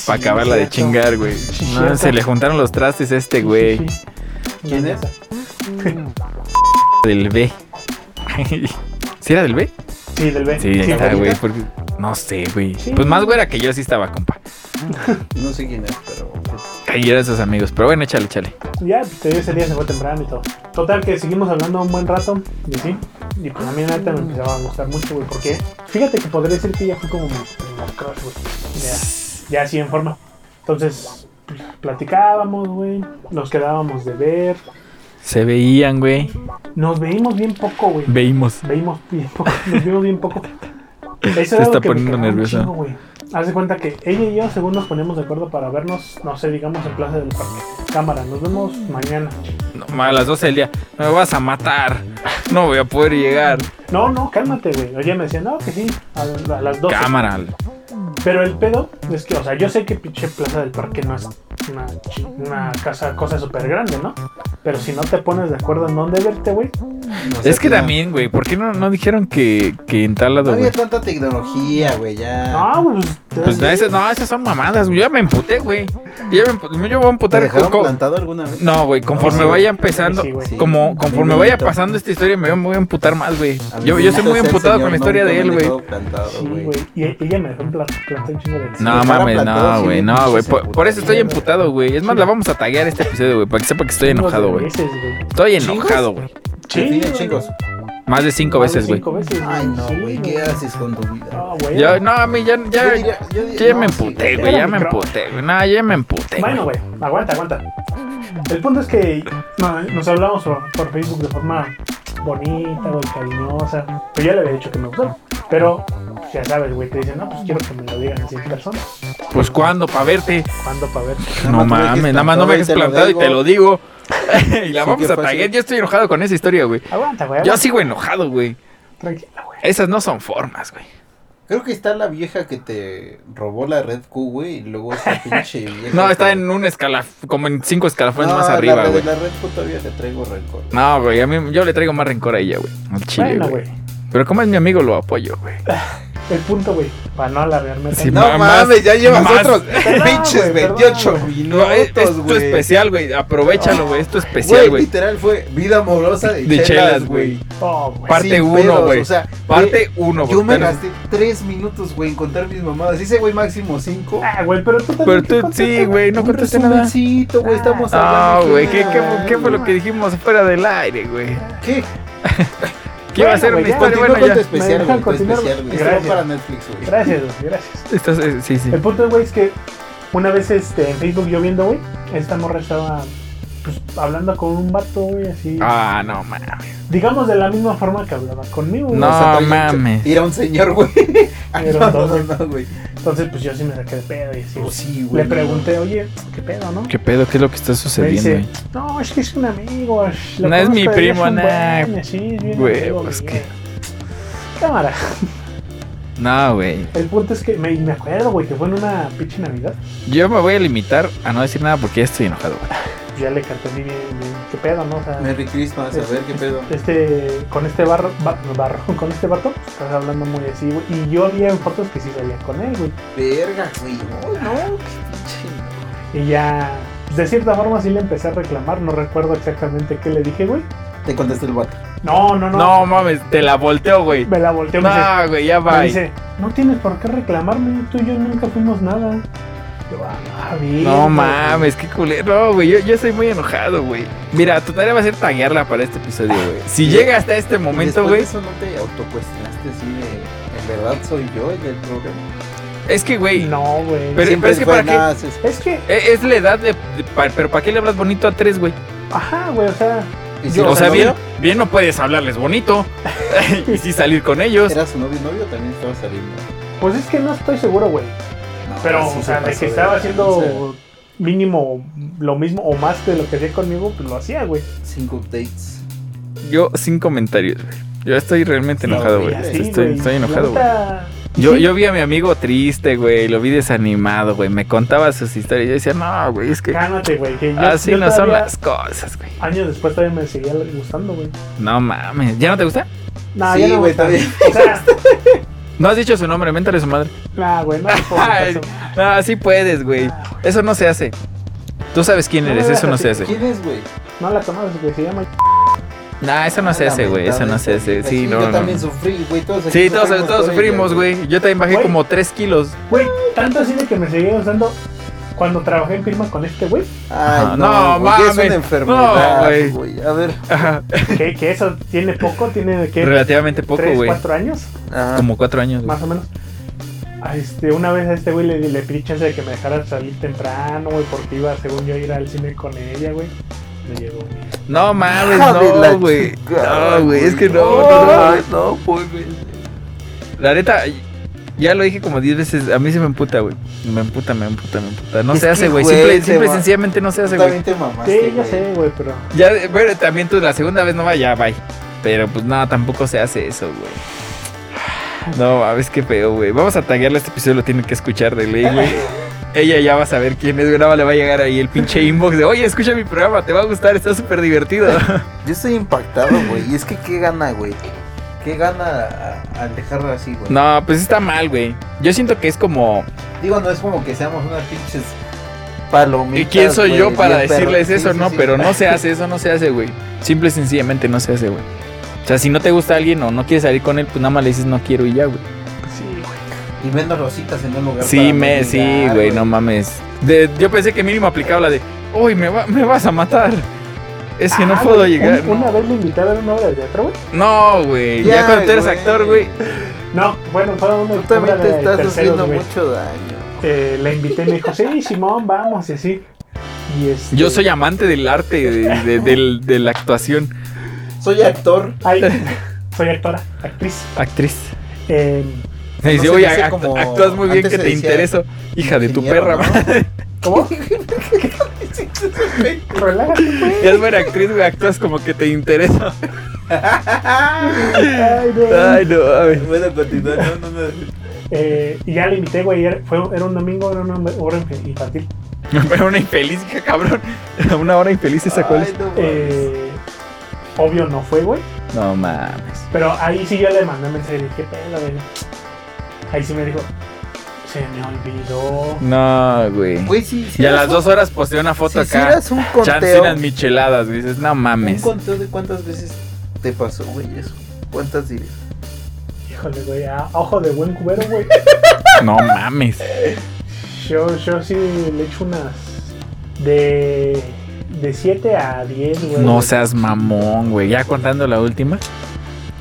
Speaker 1: para acabarla de
Speaker 3: Ah, cierto.
Speaker 1: chingar, güey.
Speaker 3: Sí,
Speaker 1: No,
Speaker 3: cierto.
Speaker 1: se le juntaron los trastes a este, güey.
Speaker 3: Sí, sí, sí.
Speaker 2: ¿Quién
Speaker 3: La
Speaker 2: es?
Speaker 3: neta.
Speaker 1: Del B. ¿Sí era del B?
Speaker 3: Sí, del B.
Speaker 1: Sí, ahí está,
Speaker 2: ¿la
Speaker 1: güey.
Speaker 2: bonita?
Speaker 1: porque- No sé, güey.
Speaker 3: Sí.
Speaker 1: Pues más güera que yo sí estaba, compa.
Speaker 2: No sé quién es, pero. pues,
Speaker 1: Y eran sus amigos. Pero bueno, échale, échale.
Speaker 3: Ya, pues, te digo, ese día se fue temprano y todo. Total, que seguimos hablando un buen rato. Y sí. Y pues a mí la neta me empezaba a gustar mucho, güey. Porque fíjate que podría decir que ya fue como mi primer crush, güey. Ya, ya así en forma. Entonces, pues, platicábamos, güey. Nos quedábamos de ver.
Speaker 1: Se veían, güey.
Speaker 3: Nos veímos bien poco, güey.
Speaker 1: Veímos.
Speaker 3: Veímos bien poco. Nos vimos bien poco.
Speaker 1: Se
Speaker 3: Eso era
Speaker 1: está
Speaker 3: lo que me
Speaker 1: poniendo
Speaker 3: cagaba un
Speaker 1: nerviosa.
Speaker 3: chingo, güey. Haz de cuenta que ella y yo, según nos poníamos de acuerdo para vernos, no sé, digamos en Plaza del Parque. Cámara, nos vemos mañana.
Speaker 1: No, ma, a las 12 del día. Me vas a matar. No voy a poder llegar.
Speaker 3: No, no, cálmate, güey. Oye, me decía, no, que sí, a, a las 12.
Speaker 1: Cámara.
Speaker 3: Pero el pedo es que, o sea, yo sé que pinche Plaza del Parque no es una, chi- una casa, cosa súper grande, ¿no? Pero si no te pones de acuerdo en dónde verte, güey.
Speaker 2: no sé
Speaker 1: Es que
Speaker 2: quién
Speaker 1: también, güey. ¿Por qué no, no dijeron que, que en tal
Speaker 2: No
Speaker 1: lado,
Speaker 2: había
Speaker 1: güey?
Speaker 2: tanta tecnología, güey, ya.
Speaker 3: No, güey, pues, te-
Speaker 1: Pues no, esas, no, esas son mamadas. güey. Yo ya me emputé, güey. Yo, ya me empu- yo voy a
Speaker 2: ¿Te
Speaker 1: emputar.
Speaker 2: dejaron
Speaker 1: con- con-
Speaker 2: plantado alguna vez?
Speaker 1: No, güey. Conforme
Speaker 3: No, sí,
Speaker 1: vaya
Speaker 3: güey.
Speaker 1: empezando.
Speaker 3: Sí, güey.
Speaker 2: Sí.
Speaker 1: Como conforme
Speaker 2: A mí
Speaker 1: vaya
Speaker 2: me
Speaker 1: pasando esta historia, me voy a emputar más, güey.
Speaker 2: A mí
Speaker 1: Yo,
Speaker 2: me
Speaker 1: yo soy
Speaker 2: gusta
Speaker 1: muy
Speaker 2: ser
Speaker 1: emputado
Speaker 2: señor,
Speaker 1: con la historia de
Speaker 2: nunca me
Speaker 1: él,
Speaker 2: han
Speaker 1: güey.
Speaker 2: dejado plantado,
Speaker 3: Sí,
Speaker 2: güey.
Speaker 3: güey. Y y ella me dejó en pla- plantado un chingo de veces.
Speaker 1: No
Speaker 2: dejara
Speaker 1: mames,
Speaker 2: plantado,
Speaker 1: no,
Speaker 2: sí,
Speaker 1: güey,
Speaker 2: muchos
Speaker 1: no, güey.
Speaker 2: se
Speaker 1: Por, por eso estoy
Speaker 2: emputaron.
Speaker 1: emputado, güey. Es más, la vamos a taguear este episodio, güey, para que sepa que estoy
Speaker 3: Chingos de
Speaker 1: enojado, güey.
Speaker 3: veces, güey.
Speaker 1: Estoy enojado, güey.
Speaker 2: Sí,
Speaker 3: Sí, güey.
Speaker 2: chicos.
Speaker 1: Más de cinco
Speaker 3: Más de
Speaker 1: veces, güey.
Speaker 3: Cinco veces, güey.
Speaker 2: Ay, no,
Speaker 3: Sí,
Speaker 2: güey, ¿qué haces con tu vida?
Speaker 3: No, güey.
Speaker 1: Ya, no, a mí ya,
Speaker 2: Yo
Speaker 1: ya,
Speaker 2: diría- yo diría-
Speaker 1: ya me
Speaker 2: no, sí,
Speaker 1: emputé,
Speaker 2: ya.
Speaker 1: güey, ya
Speaker 3: era
Speaker 1: me
Speaker 3: mi crush.
Speaker 1: emputé, güey. No, ya me emputé,
Speaker 3: Bueno,
Speaker 1: güey.
Speaker 3: güey, aguanta, aguanta. El punto es que no, nos hablamos por, por Facebook de forma bonita, güey, cariñosa. Pues ya le había dicho que me gustaba. Pero, pues, ya sabes, güey, te dicen, no, pues quiero que me lo digan así en persona.
Speaker 1: Pues cuándo, para verte.
Speaker 3: ¿Cuándo para ver?
Speaker 1: No
Speaker 2: más tú me dejes
Speaker 1: mames, nada más no me dejes plantado y te lo digo. Y la
Speaker 2: Sí,
Speaker 1: vamos
Speaker 2: qué
Speaker 1: a
Speaker 2: fácil.
Speaker 1: taguear. Yo estoy enojado con esa historia, güey.
Speaker 3: Aguanta, güey.
Speaker 1: Yo
Speaker 3: aguanta.
Speaker 1: sigo enojado, güey.
Speaker 3: Tranquila, güey.
Speaker 1: Esas no son formas, güey.
Speaker 2: Creo que está la vieja que te robó la Red Q, güey, y luego esta pinche vieja.
Speaker 1: No,
Speaker 2: que-
Speaker 1: está en un escalaf... como en cinco escalafones
Speaker 2: No,
Speaker 1: más
Speaker 2: la-
Speaker 1: arriba,
Speaker 2: la,
Speaker 1: güey.
Speaker 2: La Red Q todavía le traigo rencor.
Speaker 1: No, güey, a mí yo le traigo más rencor a ella, güey. Al chile,
Speaker 3: Bueno,
Speaker 1: güey.
Speaker 3: güey.
Speaker 1: Pero como es mi amigo, lo apoyo, güey.
Speaker 3: El punto, güey, para no alargarme.
Speaker 1: Sí,
Speaker 3: tanto.
Speaker 1: no. mames,
Speaker 2: ya
Speaker 1: más.
Speaker 3: Perdón, güey, perdón, güey.
Speaker 1: No, es, Eh, es tu especial, güey. Aprovechalo, güey. Es tu especial,
Speaker 2: Güey,
Speaker 1: güey. eh,
Speaker 2: literal fue vida amorosa de,
Speaker 1: De
Speaker 2: chelas,
Speaker 1: chelas,
Speaker 2: güey.
Speaker 3: Oh, güey.
Speaker 1: Parte
Speaker 2: Sin
Speaker 1: uno,
Speaker 2: pedos,
Speaker 1: güey.
Speaker 2: O sea,
Speaker 1: Parte uno,
Speaker 2: güey, yo me
Speaker 1: güey.
Speaker 2: gasté tres minutos, güey, en contar mis mamadas. Hice, güey, máximo cinco.
Speaker 3: Ah, güey, pero tú
Speaker 1: Pero
Speaker 3: también. ¿qué
Speaker 1: tú, sí,
Speaker 3: contestas?
Speaker 1: güey, no
Speaker 2: Un
Speaker 1: contaste nada.
Speaker 2: resumencito, güey, estamos
Speaker 1: No,
Speaker 2: hablando.
Speaker 1: Ah, güey,
Speaker 2: aquí
Speaker 1: ¿qué,
Speaker 2: de-
Speaker 1: qué, qué fue lo que dijimos fuera del aire, güey?
Speaker 2: ¿Qué?
Speaker 1: Que iba a ser una
Speaker 2: Güey,
Speaker 1: historia, Este bueno, ya.
Speaker 2: continúa con tu
Speaker 1: Ah,
Speaker 2: especial,
Speaker 3: dejan
Speaker 2: güey. Tu
Speaker 3: continuar,
Speaker 2: especial, güey.
Speaker 3: gracias.
Speaker 2: Solo para Netflix, güey.
Speaker 3: Gracias, güey, gracias.
Speaker 1: Estás, eh, sí, sí.
Speaker 3: El punto, güey, es que una vez este, en Facebook yo viendo, güey, esta morra estaba pues, hablando con un vato, güey, así.
Speaker 1: Ah, no mames.
Speaker 3: Digamos de la misma forma que hablaba conmigo, güey.
Speaker 1: No,
Speaker 2: O sea, trae un
Speaker 1: mames.
Speaker 2: ch- Era un señor, güey. Ah,
Speaker 3: Era
Speaker 2: no,
Speaker 3: un don,
Speaker 2: no,
Speaker 3: güey.
Speaker 2: no, güey.
Speaker 3: Entonces, pues yo sí me saqué de pedo y así.
Speaker 2: Pues sí,
Speaker 3: Le
Speaker 2: güey.
Speaker 3: pregunté, oye, ¿qué pedo, no?
Speaker 1: ¿Qué pedo? ¿Qué es lo que está
Speaker 3: Me
Speaker 1: sucediendo?
Speaker 3: dice,
Speaker 1: ahí?
Speaker 3: no, es que es un amigo. lo
Speaker 1: No es
Speaker 3: conozco
Speaker 1: mi
Speaker 3: desde hace
Speaker 1: primo,
Speaker 3: un
Speaker 1: nah.
Speaker 3: buen, Sí, es bien
Speaker 1: Güey,
Speaker 3: amigo,
Speaker 1: pues,
Speaker 3: güey.
Speaker 1: ¿qué?
Speaker 3: Cámara.
Speaker 1: No, güey.
Speaker 3: El punto es que me, me acuerdo, güey, que fue en una pinche Navidad.
Speaker 1: Yo me voy a limitar a no decir nada porque ya estoy enojado, güey.
Speaker 3: Ya le canté bien, bien, qué pedo, ¿no? O sea,
Speaker 2: Merry Christmas, a ver qué pedo.
Speaker 3: este, con este barro, ba- barro, con este vato, pues, estás hablando muy así, güey. Y yo vi en fotos que sí salía con él, güey.
Speaker 2: Verga, güey. No, no. qué
Speaker 3: Y ya, pues, de cierta forma sí le empecé a reclamar, no recuerdo exactamente qué le dije, güey.
Speaker 2: pinche- Te contesta el vato.
Speaker 3: No, no, no.
Speaker 1: No mames, te la volteo, güey.
Speaker 3: Me la volteó y me dice,
Speaker 1: No, güey, ya
Speaker 3: me
Speaker 1: va.
Speaker 3: dice, no tienes por qué reclamarme, tú y yo nunca fuimos nada. Yo, ah, bien.
Speaker 1: No mames, qué culero. No, güey, yo, yo estoy muy enojado, güey. Mira, tu tarea va a ser taguearla para este episodio, güey. Si llega hasta este momento,
Speaker 2: Después de
Speaker 1: güey.
Speaker 2: eso no te autocuestionaste así de. En verdad soy yo el del programa.
Speaker 1: Es que, güey,
Speaker 3: No, güey.
Speaker 1: Pero-
Speaker 2: Siempre
Speaker 1: es que
Speaker 2: fue,
Speaker 1: para qué-
Speaker 2: "Nah, sí, sí".
Speaker 3: Es que,
Speaker 1: e- es la edad de. de- pa- pero ¿para qué le hablas bonito a tres, güey?
Speaker 3: ajá, güey, o sea,
Speaker 2: ¿Y si
Speaker 3: Yo-
Speaker 2: era
Speaker 1: O sea,
Speaker 2: su
Speaker 1: bien,
Speaker 2: novio?
Speaker 1: bien no puedes hablarles bonito. y sí salir con ellos.
Speaker 2: ¿Era su novio novio también estaba saliendo?
Speaker 3: pues es que no estoy seguro, güey.
Speaker 2: No,
Speaker 3: Pero,
Speaker 2: sí
Speaker 3: o
Speaker 2: se
Speaker 3: sea, de
Speaker 2: pasó
Speaker 3: que
Speaker 2: de
Speaker 3: estaba
Speaker 2: lanza.
Speaker 3: haciendo mínimo lo mismo o más de lo que hacía conmigo, pues lo hacía, güey.
Speaker 2: Cinco updates.
Speaker 1: Yo sin comentarios, güey. Yo estoy realmente
Speaker 2: No,
Speaker 1: enojado,
Speaker 2: güey,
Speaker 1: güey.
Speaker 2: así,
Speaker 1: Estoy, estoy enojado, güey. Yo, yo vi a mi amigo triste, güey. Lo vi desanimado, güey. Me contaba sus historias. Yo decía, no, güey, es que
Speaker 3: Cálmate, güey. Que yo,
Speaker 1: así
Speaker 3: yo
Speaker 1: Ah, no son
Speaker 3: todavía,
Speaker 1: las cosas, güey.
Speaker 3: Años después todavía me seguía gustando, güey.
Speaker 1: No mames. ¿Ya no te gusta?
Speaker 3: Nah,
Speaker 2: Sí,
Speaker 3: ya no me
Speaker 2: güey,
Speaker 3: gusta.
Speaker 2: todavía.
Speaker 3: O sea,
Speaker 1: No has dicho su nombre. Méntale a su madre.
Speaker 3: nah, güey, no. por
Speaker 1: Ay,
Speaker 3: caso.
Speaker 1: No, sí puedes, güey.
Speaker 3: Nah, güey.
Speaker 1: Eso no se hace. Tú sabes quién
Speaker 3: No
Speaker 1: eres.
Speaker 3: me
Speaker 1: Eso no
Speaker 3: veas
Speaker 1: se
Speaker 3: así.
Speaker 1: hace.
Speaker 2: ¿Quién es, güey?
Speaker 3: No la conoces, güey. Se llama.
Speaker 1: No, eso no se hace, güey. Eso no se hace. Sí, no,
Speaker 2: Yo
Speaker 1: no.
Speaker 2: también sufrí, güey. Todos aquí
Speaker 1: Sí, todos,
Speaker 2: sufrimos,
Speaker 1: todos
Speaker 2: todo,
Speaker 1: sufrimos, güey. Yo también bajé
Speaker 3: Güey.
Speaker 1: como 3 kilos.
Speaker 3: Güey, tanto así de que me seguía gustando cuando trabajé en firma con este, güey.
Speaker 1: Ah,
Speaker 2: Ay,
Speaker 1: no,
Speaker 2: no, güey, es
Speaker 1: mames.
Speaker 2: una enfermedad,
Speaker 1: No, güey.
Speaker 2: güey. A ver,
Speaker 1: Ajá.
Speaker 3: Que, que eso tiene poco, tiene que.
Speaker 1: Relativamente poco,
Speaker 3: tres,
Speaker 1: güey.
Speaker 3: cuatro años,
Speaker 2: ah,
Speaker 1: Como 4 años. güey.
Speaker 3: más o menos. A Este, una vez a este güey le, le pedí chance de que me dejara salir temprano, güey, porque iba, según yo, a ir al cine con ella, güey. Me llegó.
Speaker 1: No mames,
Speaker 2: Ah, de la
Speaker 1: no, güey.
Speaker 2: chingada,
Speaker 1: No, güey, es que no, no,
Speaker 2: güey.
Speaker 1: no, no, pues, güey. La neta, ya lo dije como 10 veces, a mí se me emputa, güey. Me emputa, me emputa, me emputa. No
Speaker 2: Es
Speaker 1: se
Speaker 2: que,
Speaker 1: hace, güey.
Speaker 2: güey,
Speaker 1: Simple,
Speaker 2: se
Speaker 1: simple y
Speaker 2: va.
Speaker 1: sencillamente no se
Speaker 2: tú
Speaker 1: hace, güey.
Speaker 2: también te
Speaker 3: Sí,
Speaker 2: mamaste,
Speaker 3: ya
Speaker 2: Este, güey.
Speaker 3: sé, güey, pero.
Speaker 1: Ya, pero también tú la segunda vez no va, ya, bye. Pero pues nada, tampoco se hace eso, güey. No, a ver qué feo, güey. Vamos a taguearle este episodio, lo tienen que escuchar de ley, güey. Ella ya va a saber quién es, güey. Nada más le va a llegar ahí el pinche inbox de, oye, escucha mi programa, te va a gustar, está súper divertido.
Speaker 2: Yo estoy impactado, güey. Y es que qué gana, güey. ¿Qué gana a- al dejarlo así, güey?
Speaker 1: No, pues está mal, güey. Yo siento que es como.
Speaker 2: Digo, no es como que seamos unas pinches
Speaker 1: ¿Y
Speaker 2: palomitas.
Speaker 1: quién soy
Speaker 2: güey,
Speaker 1: yo para
Speaker 2: bien perro-
Speaker 1: decirles
Speaker 2: Sí,
Speaker 1: eso?
Speaker 2: sí,
Speaker 1: no,
Speaker 2: sí.
Speaker 1: pero no se hace, eso no se hace, güey. Simple y sencillamente no se hace, güey. O sea, si no te gusta alguien o no quieres salir con él, pues nada más le dices no quiero y ya, güey.
Speaker 3: Sí, güey.
Speaker 2: Y menos rositas en un lugar.
Speaker 1: Sí,
Speaker 2: para
Speaker 1: me,
Speaker 2: mendigar,
Speaker 1: sí, güey, no mames. De- yo pensé que mínimo aplicaba la de, uy, me, va- me vas a matar. Es que no
Speaker 3: Ah,
Speaker 1: puedo
Speaker 3: güey,
Speaker 1: llegar.
Speaker 3: un- Una vez le invité a ver una obra de teatro, güey.
Speaker 1: No, güey. Ya,
Speaker 2: Ya,
Speaker 1: cuando tú eres
Speaker 2: güey.
Speaker 1: actor, güey.
Speaker 3: No, bueno, fue una
Speaker 2: Tú también
Speaker 3: obra
Speaker 2: te
Speaker 3: de
Speaker 2: estás
Speaker 3: terceros,
Speaker 2: haciendo
Speaker 3: güey.
Speaker 2: mucho daño.
Speaker 3: Eh, la invité y me dijo, sí, Simón, vamos, y así. Y este,
Speaker 1: Yo soy amante del arte, de, de- del- de la actuación.
Speaker 2: Soy actor.
Speaker 3: Ay, soy actora, actriz.
Speaker 1: Actriz.
Speaker 3: Eh,
Speaker 1: Me dice,
Speaker 2: se
Speaker 1: oye,
Speaker 2: me hace
Speaker 1: act-
Speaker 2: como-
Speaker 1: actúas muy bien
Speaker 2: antes
Speaker 1: que
Speaker 2: se
Speaker 1: te
Speaker 2: decía
Speaker 1: intereso. Hija de tu
Speaker 2: ingeniero,
Speaker 1: perra,
Speaker 2: ¿no?
Speaker 1: madre.
Speaker 3: ¿Cómo? Relájate, güey.
Speaker 1: Ya es buena actriz, güey, actúas como que te interesa.
Speaker 3: Ay, güey.
Speaker 1: Ay, no, mames.
Speaker 2: Bueno, continúa, no, no, no.
Speaker 3: Eh, y ya le invité, güey. Era, fue, era un domingo, era una obra inf- infantil.
Speaker 1: Pero una infeliz, hija, cabrón. Una hora infeliz esa cuál
Speaker 2: Ay,
Speaker 1: es.
Speaker 2: no mames.
Speaker 1: este,
Speaker 3: Eh, obvio no fue, güey.
Speaker 1: No mames.
Speaker 3: Pero ahí sí yo le mandé mensaje. Dije, qué pedo, güey. Ahí sí me dijo, se me olvidó.
Speaker 1: No, güey.
Speaker 2: Güey, sí, sí
Speaker 1: Y a
Speaker 2: eras
Speaker 1: las
Speaker 2: un-
Speaker 1: dos horas posteé una
Speaker 2: si
Speaker 1: foto acá.
Speaker 2: hicieras un
Speaker 1: Chance
Speaker 2: conteo,
Speaker 1: unas micheladas, güey. Dices, no
Speaker 2: un
Speaker 1: mames.
Speaker 2: conteo de cuántas veces te pasó, güey, eso. ¿Cuántas dirías?
Speaker 3: Híjole, güey. a ojo de buen cubero, güey.
Speaker 1: No mames.
Speaker 3: Yo, yo sí le echo unas de. De 7 a 10, güey.
Speaker 1: No seas mamón, güey. Ya contando la última.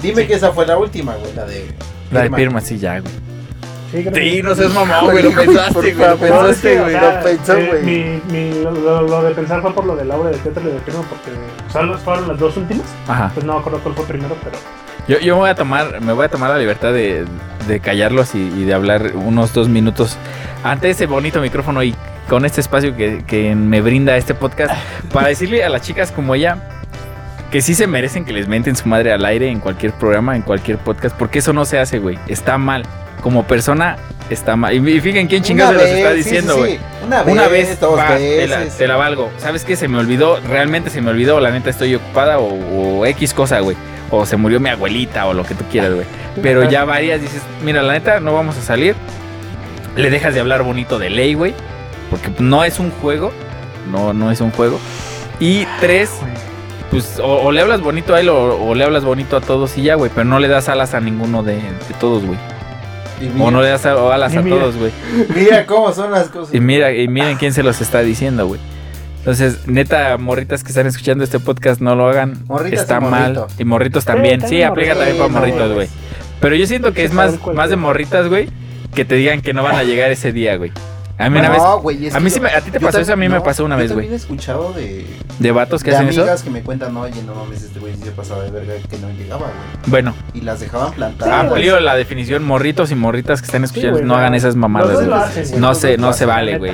Speaker 2: Dime que esa fue la última, güey, la de.
Speaker 1: La de Pirma, sí, ya, güey.
Speaker 3: Sí, creo que-
Speaker 1: Sí, no seas mamón, güey. Lo pensaste, güey. Lo
Speaker 2: favor,
Speaker 3: No, es
Speaker 1: pensaste,
Speaker 3: que, o
Speaker 1: güey.
Speaker 3: sea,
Speaker 2: lo pensó,
Speaker 3: eh,
Speaker 2: güey.
Speaker 3: mi- mi- lo, lo- lo de pensar fue por lo del aula de teatro y de Pirma, porque solo fueron las dos últimas.
Speaker 1: Ajá.
Speaker 3: Pues no me acuerdo cuál fue primero, pero
Speaker 1: Yo, yo me voy a tomar, me voy a tomar la libertad de, de callarlos y, y de hablar unos dos minutos ante ese bonito micrófono y con este espacio que, que me brinda este podcast para decirle a las chicas como ella que sí se merecen que les menten su madre al aire en cualquier programa, en cualquier podcast, porque eso no se hace, güey. Está mal. Como persona está mal. Y y fíjense quién chingados se
Speaker 2: Una
Speaker 1: los está
Speaker 2: vez, sí,
Speaker 1: diciendo,
Speaker 2: sí,
Speaker 1: güey.
Speaker 2: sí. Una,
Speaker 1: Una vez,
Speaker 2: dos
Speaker 1: va, te,
Speaker 2: veces.
Speaker 1: la, te la valgo. ¿Sabes qué? Se me olvidó, realmente se me olvidó, la neta estoy ocupada o, o X cosa, güey. O se murió mi abuelita o lo que tú quieras, güey. Pero ya varias dices, mira, la neta, no vamos a salir. Le dejas de hablar bonito de ley, güey. Porque no es un juego. No, no es un juego. Y tres, pues o, o le hablas bonito a él o, o le hablas bonito a todos y ya, güey. Pero no le das alas a ninguno de, de todos, güey.
Speaker 2: Y mira,
Speaker 1: O no le das a- alas
Speaker 3: Y
Speaker 1: a
Speaker 3: mira.
Speaker 1: todos, güey.
Speaker 2: mira cómo son las cosas.
Speaker 1: Y mira, y miren quién se los está diciendo, güey. Entonces, neta, morritas que están escuchando este podcast, no lo hagan.
Speaker 2: Morritas
Speaker 1: Está
Speaker 2: y
Speaker 1: mal.
Speaker 2: morrito.
Speaker 1: Y morritos también. Sí, aplica también para
Speaker 2: morritos,
Speaker 1: morritos, güey. Pero yo siento que es más, más de morritas, güey, que te digan que no van a llegar ese día, güey. A mí una vez,
Speaker 2: No, güey, es
Speaker 1: a
Speaker 2: que
Speaker 1: mí
Speaker 2: yo-
Speaker 1: sí me- a ti te
Speaker 2: yo
Speaker 1: pasó
Speaker 2: tam-
Speaker 1: eso, a mí me
Speaker 2: no,
Speaker 1: pasó una
Speaker 2: yo
Speaker 1: vez, güey.
Speaker 2: también he escuchado de,
Speaker 1: de vatos que
Speaker 2: de
Speaker 1: hacen eso.
Speaker 2: amigas que me cuentan, oye, no mames, este güey sí se pasaba de verga que no llegaba, güey.
Speaker 1: Bueno,
Speaker 2: Y las dejaban plantadas.
Speaker 1: amplio la definición, morritos y morritas que están escuchando,
Speaker 3: güey,
Speaker 1: no
Speaker 3: no.
Speaker 1: hagan esas
Speaker 3: los
Speaker 1: mamadas,
Speaker 3: dos
Speaker 1: güey.
Speaker 3: lo hacen, güey.
Speaker 1: No
Speaker 2: Entonces,
Speaker 1: se, no
Speaker 2: pues,
Speaker 1: se
Speaker 2: la
Speaker 1: vale,
Speaker 3: neta.
Speaker 1: güey.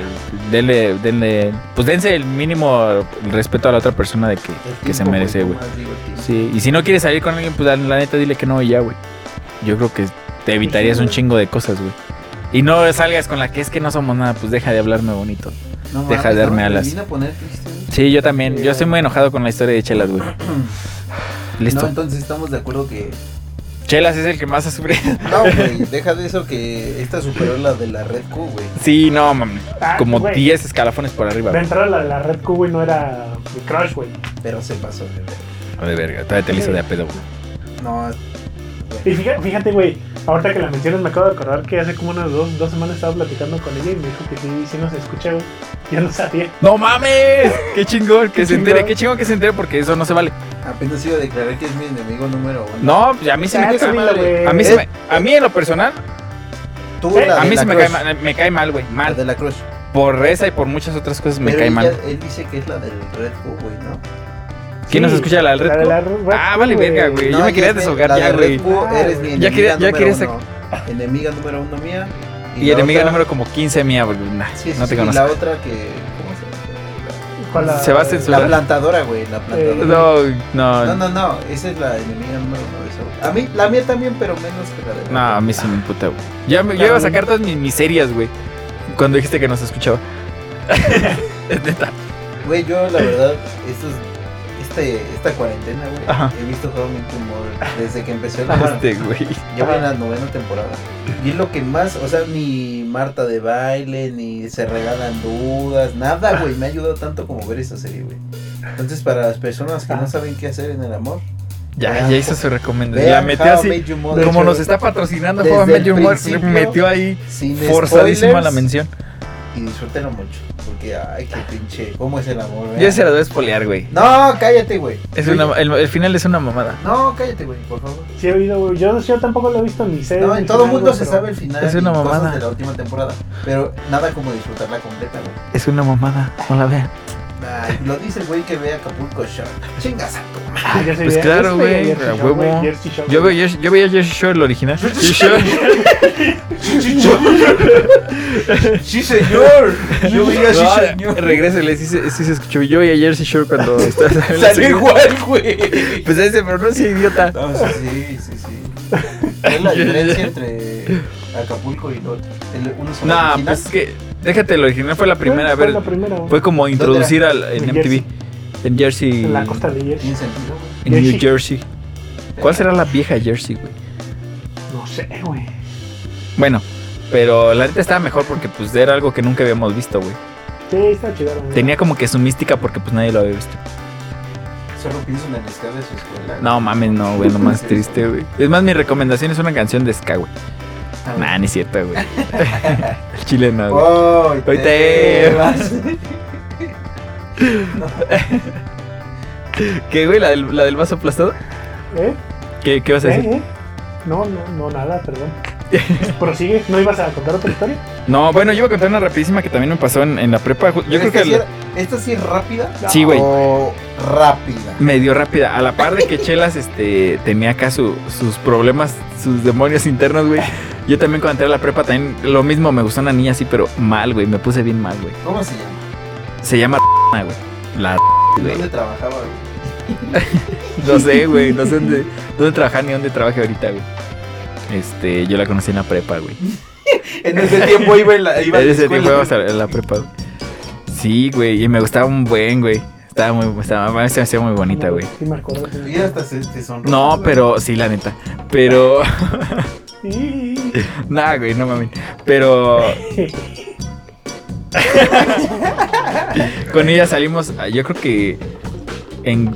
Speaker 1: Denle, denle, pues dense el mínimo respeto a la otra persona de que,
Speaker 2: El
Speaker 1: que se
Speaker 2: tiempo,
Speaker 1: merece, güey.
Speaker 2: más divertido.
Speaker 1: Sí, y si no quieres salir con alguien, pues la la neta dile que no y ya, güey. Yo creo que te evitarías un chingo de cosas, güey. Y no salgas con la que es que no somos nada, pues deja de hablarme bonito.
Speaker 2: No
Speaker 1: Deja
Speaker 2: mames,
Speaker 1: de darme
Speaker 2: no, me
Speaker 1: alas.
Speaker 2: vine a poner triste, güey.
Speaker 1: Sí, yo también. Yo estoy muy enojado con la historia de Chelas, güey.
Speaker 2: No,
Speaker 1: Listo.
Speaker 2: entonces estamos de acuerdo que.
Speaker 1: Chelas es el que más ha sufrido.
Speaker 2: No, güey, deja de eso que esta superó la de la Red Q, güey.
Speaker 1: Sí, no, mami.
Speaker 3: Ah,
Speaker 1: Como
Speaker 3: güey.
Speaker 1: 10 escalafones por arriba.
Speaker 3: de
Speaker 1: güey.
Speaker 3: entrada la de la Red Q, güey, no era mi crush, güey.
Speaker 2: Pero se pasó de verga.
Speaker 1: A Ah, de verga, todavía te listo de a pedo, güey.
Speaker 2: No,
Speaker 3: Y fíjate, fíjate, güey, ahorita que la mencionas me acabo de acordar que hace como unas dos, dos semanas estaba platicando con ella y me dijo que sí, sí nos escucha, güey. Yo no sabía.
Speaker 1: ¡No mames! ¡Qué chingón! Que
Speaker 3: Qué
Speaker 1: se entere,
Speaker 3: chingón.
Speaker 1: qué chingón que se entere porque eso no se vale.
Speaker 2: apenas iba a declarar que es mi enemigo número uno.
Speaker 1: No, pues, a mí se
Speaker 2: Ah,
Speaker 1: me
Speaker 2: esa
Speaker 1: cae mal.
Speaker 2: madre.
Speaker 3: güey.
Speaker 1: A mí, se
Speaker 2: Eh,
Speaker 1: me, a mí en lo personal,
Speaker 2: Tú,
Speaker 3: Eh,
Speaker 1: a
Speaker 2: la de
Speaker 1: mí
Speaker 2: la
Speaker 1: se me
Speaker 2: Crush.
Speaker 1: cae mal, me cae mal, güey.
Speaker 2: La
Speaker 1: Mal.
Speaker 2: de la Crush.
Speaker 1: Por esa y por muchas otras cosas me
Speaker 2: Pero
Speaker 1: cae
Speaker 2: ella-
Speaker 1: mal.
Speaker 2: Él dice que es la del Red Bull, güey, ¿no?
Speaker 1: ¿Quién nos escucha? ¿La del Red
Speaker 3: de
Speaker 1: Bull?
Speaker 3: la Red
Speaker 1: Ah,
Speaker 3: Bull,
Speaker 1: vale, verga, güey. Yo
Speaker 2: No,
Speaker 1: me quería
Speaker 2: ella es mi-
Speaker 1: desahogar
Speaker 2: la
Speaker 1: ya,
Speaker 2: de Red
Speaker 1: güey.
Speaker 2: Bull, eres mi
Speaker 1: Ya
Speaker 2: enemiga
Speaker 1: quería- ya
Speaker 2: número
Speaker 1: quería
Speaker 2: uno. Enemiga número uno mía.
Speaker 1: Y,
Speaker 2: la
Speaker 1: enemiga
Speaker 2: otra-
Speaker 1: número como 15 mía, porque nah,
Speaker 2: Sí, sí,
Speaker 1: no te
Speaker 2: sí, Y
Speaker 1: conozco.
Speaker 2: la otra que... ¿Cómo se llama?
Speaker 3: ¿Cuál la-
Speaker 1: Se va a censurar.
Speaker 2: La plantadora, güey, la plantadora.
Speaker 1: Eh, No,
Speaker 2: No,
Speaker 1: no, no,
Speaker 2: no, no, esa es la enemiga número uno de esa. güey. A mí, la mía también, pero menos que la de. la otra.
Speaker 1: a mí sí me imputa, güey. Ya me- Yo iba a sacar todas mis miserias, güey. Cuando dijiste que nos escuchaba. Neta.
Speaker 2: Güey, yo la verdad, estos, este, esta cuarentena, güey,
Speaker 1: Ajá.
Speaker 2: he visto How Model desde que empezó el
Speaker 1: Este, güey.
Speaker 2: Yo voy en la novena temporada. Y es lo que más, o sea, ni Marta de baile, ni se regalan dudas, nada, güey. Me ha ayudado tanto como ver esta serie, güey. Entonces, para las personas que no saben qué hacer en el amor,
Speaker 1: Ya,
Speaker 2: Vean,
Speaker 1: ya hizo su recomendación. La
Speaker 2: vean
Speaker 1: metió
Speaker 2: How I
Speaker 1: así.
Speaker 2: Met Your Mother.
Speaker 1: Como
Speaker 2: güey.
Speaker 1: nos está patrocinando
Speaker 2: Desde
Speaker 1: Joven
Speaker 2: el
Speaker 1: Medio
Speaker 2: principio,
Speaker 1: metió ahí
Speaker 2: Sin
Speaker 1: forzadísima la
Speaker 2: spoilers,
Speaker 1: mención.
Speaker 2: Y disfrútenlo mucho, porque, ay, qué pinche, ¿cómo es el amor,
Speaker 1: Yo
Speaker 2: vean.
Speaker 1: se la voy a espolear, güey.
Speaker 2: No, cállate, güey.
Speaker 1: Es
Speaker 2: Oye,
Speaker 1: una, el, el final es una mamada.
Speaker 2: No, cállate, güey, por favor.
Speaker 3: Sí, he oído, güey. Yo, yo tampoco lo he visto ni sé.
Speaker 2: No,
Speaker 3: ni
Speaker 2: en todo
Speaker 3: nada,
Speaker 2: mundo
Speaker 3: güey,
Speaker 2: se
Speaker 3: pero-
Speaker 2: sabe el final
Speaker 1: Es
Speaker 2: y
Speaker 1: una
Speaker 2: cosas
Speaker 1: mamada.
Speaker 2: de la última temporada, pero nada como disfrutarla completa, güey.
Speaker 1: Es una mamada. No la vean.
Speaker 2: Ay, lo dice el güey que ve Acapulco Shark. Chingas a tu madre.
Speaker 3: Sí, ah, ya sé,
Speaker 1: Pues
Speaker 3: ya-
Speaker 1: claro,
Speaker 3: ya sé,
Speaker 1: güey,
Speaker 3: Jersey
Speaker 1: a
Speaker 3: Shore, güey,
Speaker 1: huevo.
Speaker 3: Jersey Shore,
Speaker 1: Yo
Speaker 3: güey.
Speaker 1: veía, yo veía Jersey Shore, el original. Jersey Shore.
Speaker 2: Sí, señor. Yo veía así,
Speaker 1: No,
Speaker 2: señor.
Speaker 1: Regrésele, sí, se- sí se escuchó. Yo veía Jersey Shore cuando estaba en la
Speaker 2: Salió
Speaker 1: secu-
Speaker 2: igual, güey.
Speaker 1: Pues ese, pero no es idiota.
Speaker 2: No, sí, sí, sí. ¿Cuál es la diferencia entre Acapulco y el otro? El- uno son
Speaker 1: Nah,
Speaker 2: original.
Speaker 1: pues que. Déjate, el original fue la primera. A
Speaker 3: Fue
Speaker 1: ver,
Speaker 3: la primera, güey.
Speaker 1: fue como introducir al, en
Speaker 3: En
Speaker 1: MTV. En Jersey.
Speaker 3: En la costa de Jersey.
Speaker 2: Tiene sentido, güey.
Speaker 1: En New
Speaker 3: Jersey.
Speaker 1: Jersey. ¿Cuál será la vieja Jersey, güey?
Speaker 3: No sé, güey.
Speaker 1: Bueno, pero la neta estaba mejor porque pues era algo que nunca habíamos visto, güey.
Speaker 3: Sí, está chido. la verdad.
Speaker 1: Tenía como que su mística porque pues nadie lo había visto.
Speaker 2: Solo pienso en el ska de su escuela.
Speaker 1: No mames, no, güey, lo más triste, güey. Es más, mi recomendación es una canción de Ska, güey.
Speaker 2: Ah,
Speaker 1: Nah, ni cierto, güey. El chile no, güey.
Speaker 2: Hoy
Speaker 1: Hoy te
Speaker 2: vas.
Speaker 1: Oh, ¿Qué, güey? ¿La del, la del vaso aplastado?
Speaker 3: ¿Eh?
Speaker 1: ¿Qué, qué vas a
Speaker 3: ¿Eh?
Speaker 1: decir?
Speaker 3: ¿Eh? No, no, no, nada, perdón. Prosigue, ¿no ibas a contar otra historia?
Speaker 1: No, bueno, yo iba a contar una rapidísima que también me pasó en, en la prepa. Ju- Yo creo
Speaker 2: ¿Esta
Speaker 1: que
Speaker 2: sí
Speaker 1: la-
Speaker 2: era- ¿Esta sí es rápida?
Speaker 1: Sí, güey.
Speaker 2: O rápida.
Speaker 1: medio rápida. A la par de que Chelas este, tenía acá su- sus problemas, sus demonios internos, güey. Yo también cuando entré a la prepa también lo mismo, me gustó una niña así, pero mal, güey. Me puse bien mal, güey.
Speaker 2: ¿Cómo se llama?
Speaker 1: Se llama güey. La güey.
Speaker 2: ¿Dónde trabajaba? güey?
Speaker 1: No sé, güey. No sé dónde, dónde trabaja ni dónde trabaja ahorita, güey. Este, yo la conocí en la prepa, güey.
Speaker 2: En ese tiempo iba en la. Iba a
Speaker 1: En
Speaker 2: la
Speaker 1: ese tiempo
Speaker 2: escuela.
Speaker 1: íbamos a la, a la prepa, güey. Sí, güey. Y me gustaba un buen, güey. Estaba muy, estaba, se me hacía muy bonita, güey.
Speaker 3: Sí, me acuerdo.
Speaker 2: Tu vida hasta se te sonrojó,
Speaker 1: No,
Speaker 2: güey.
Speaker 1: pero sí, la neta. Pero,
Speaker 3: Y-
Speaker 1: nada, güey, no mames. Pero con ella salimos, ah, yo creo que en,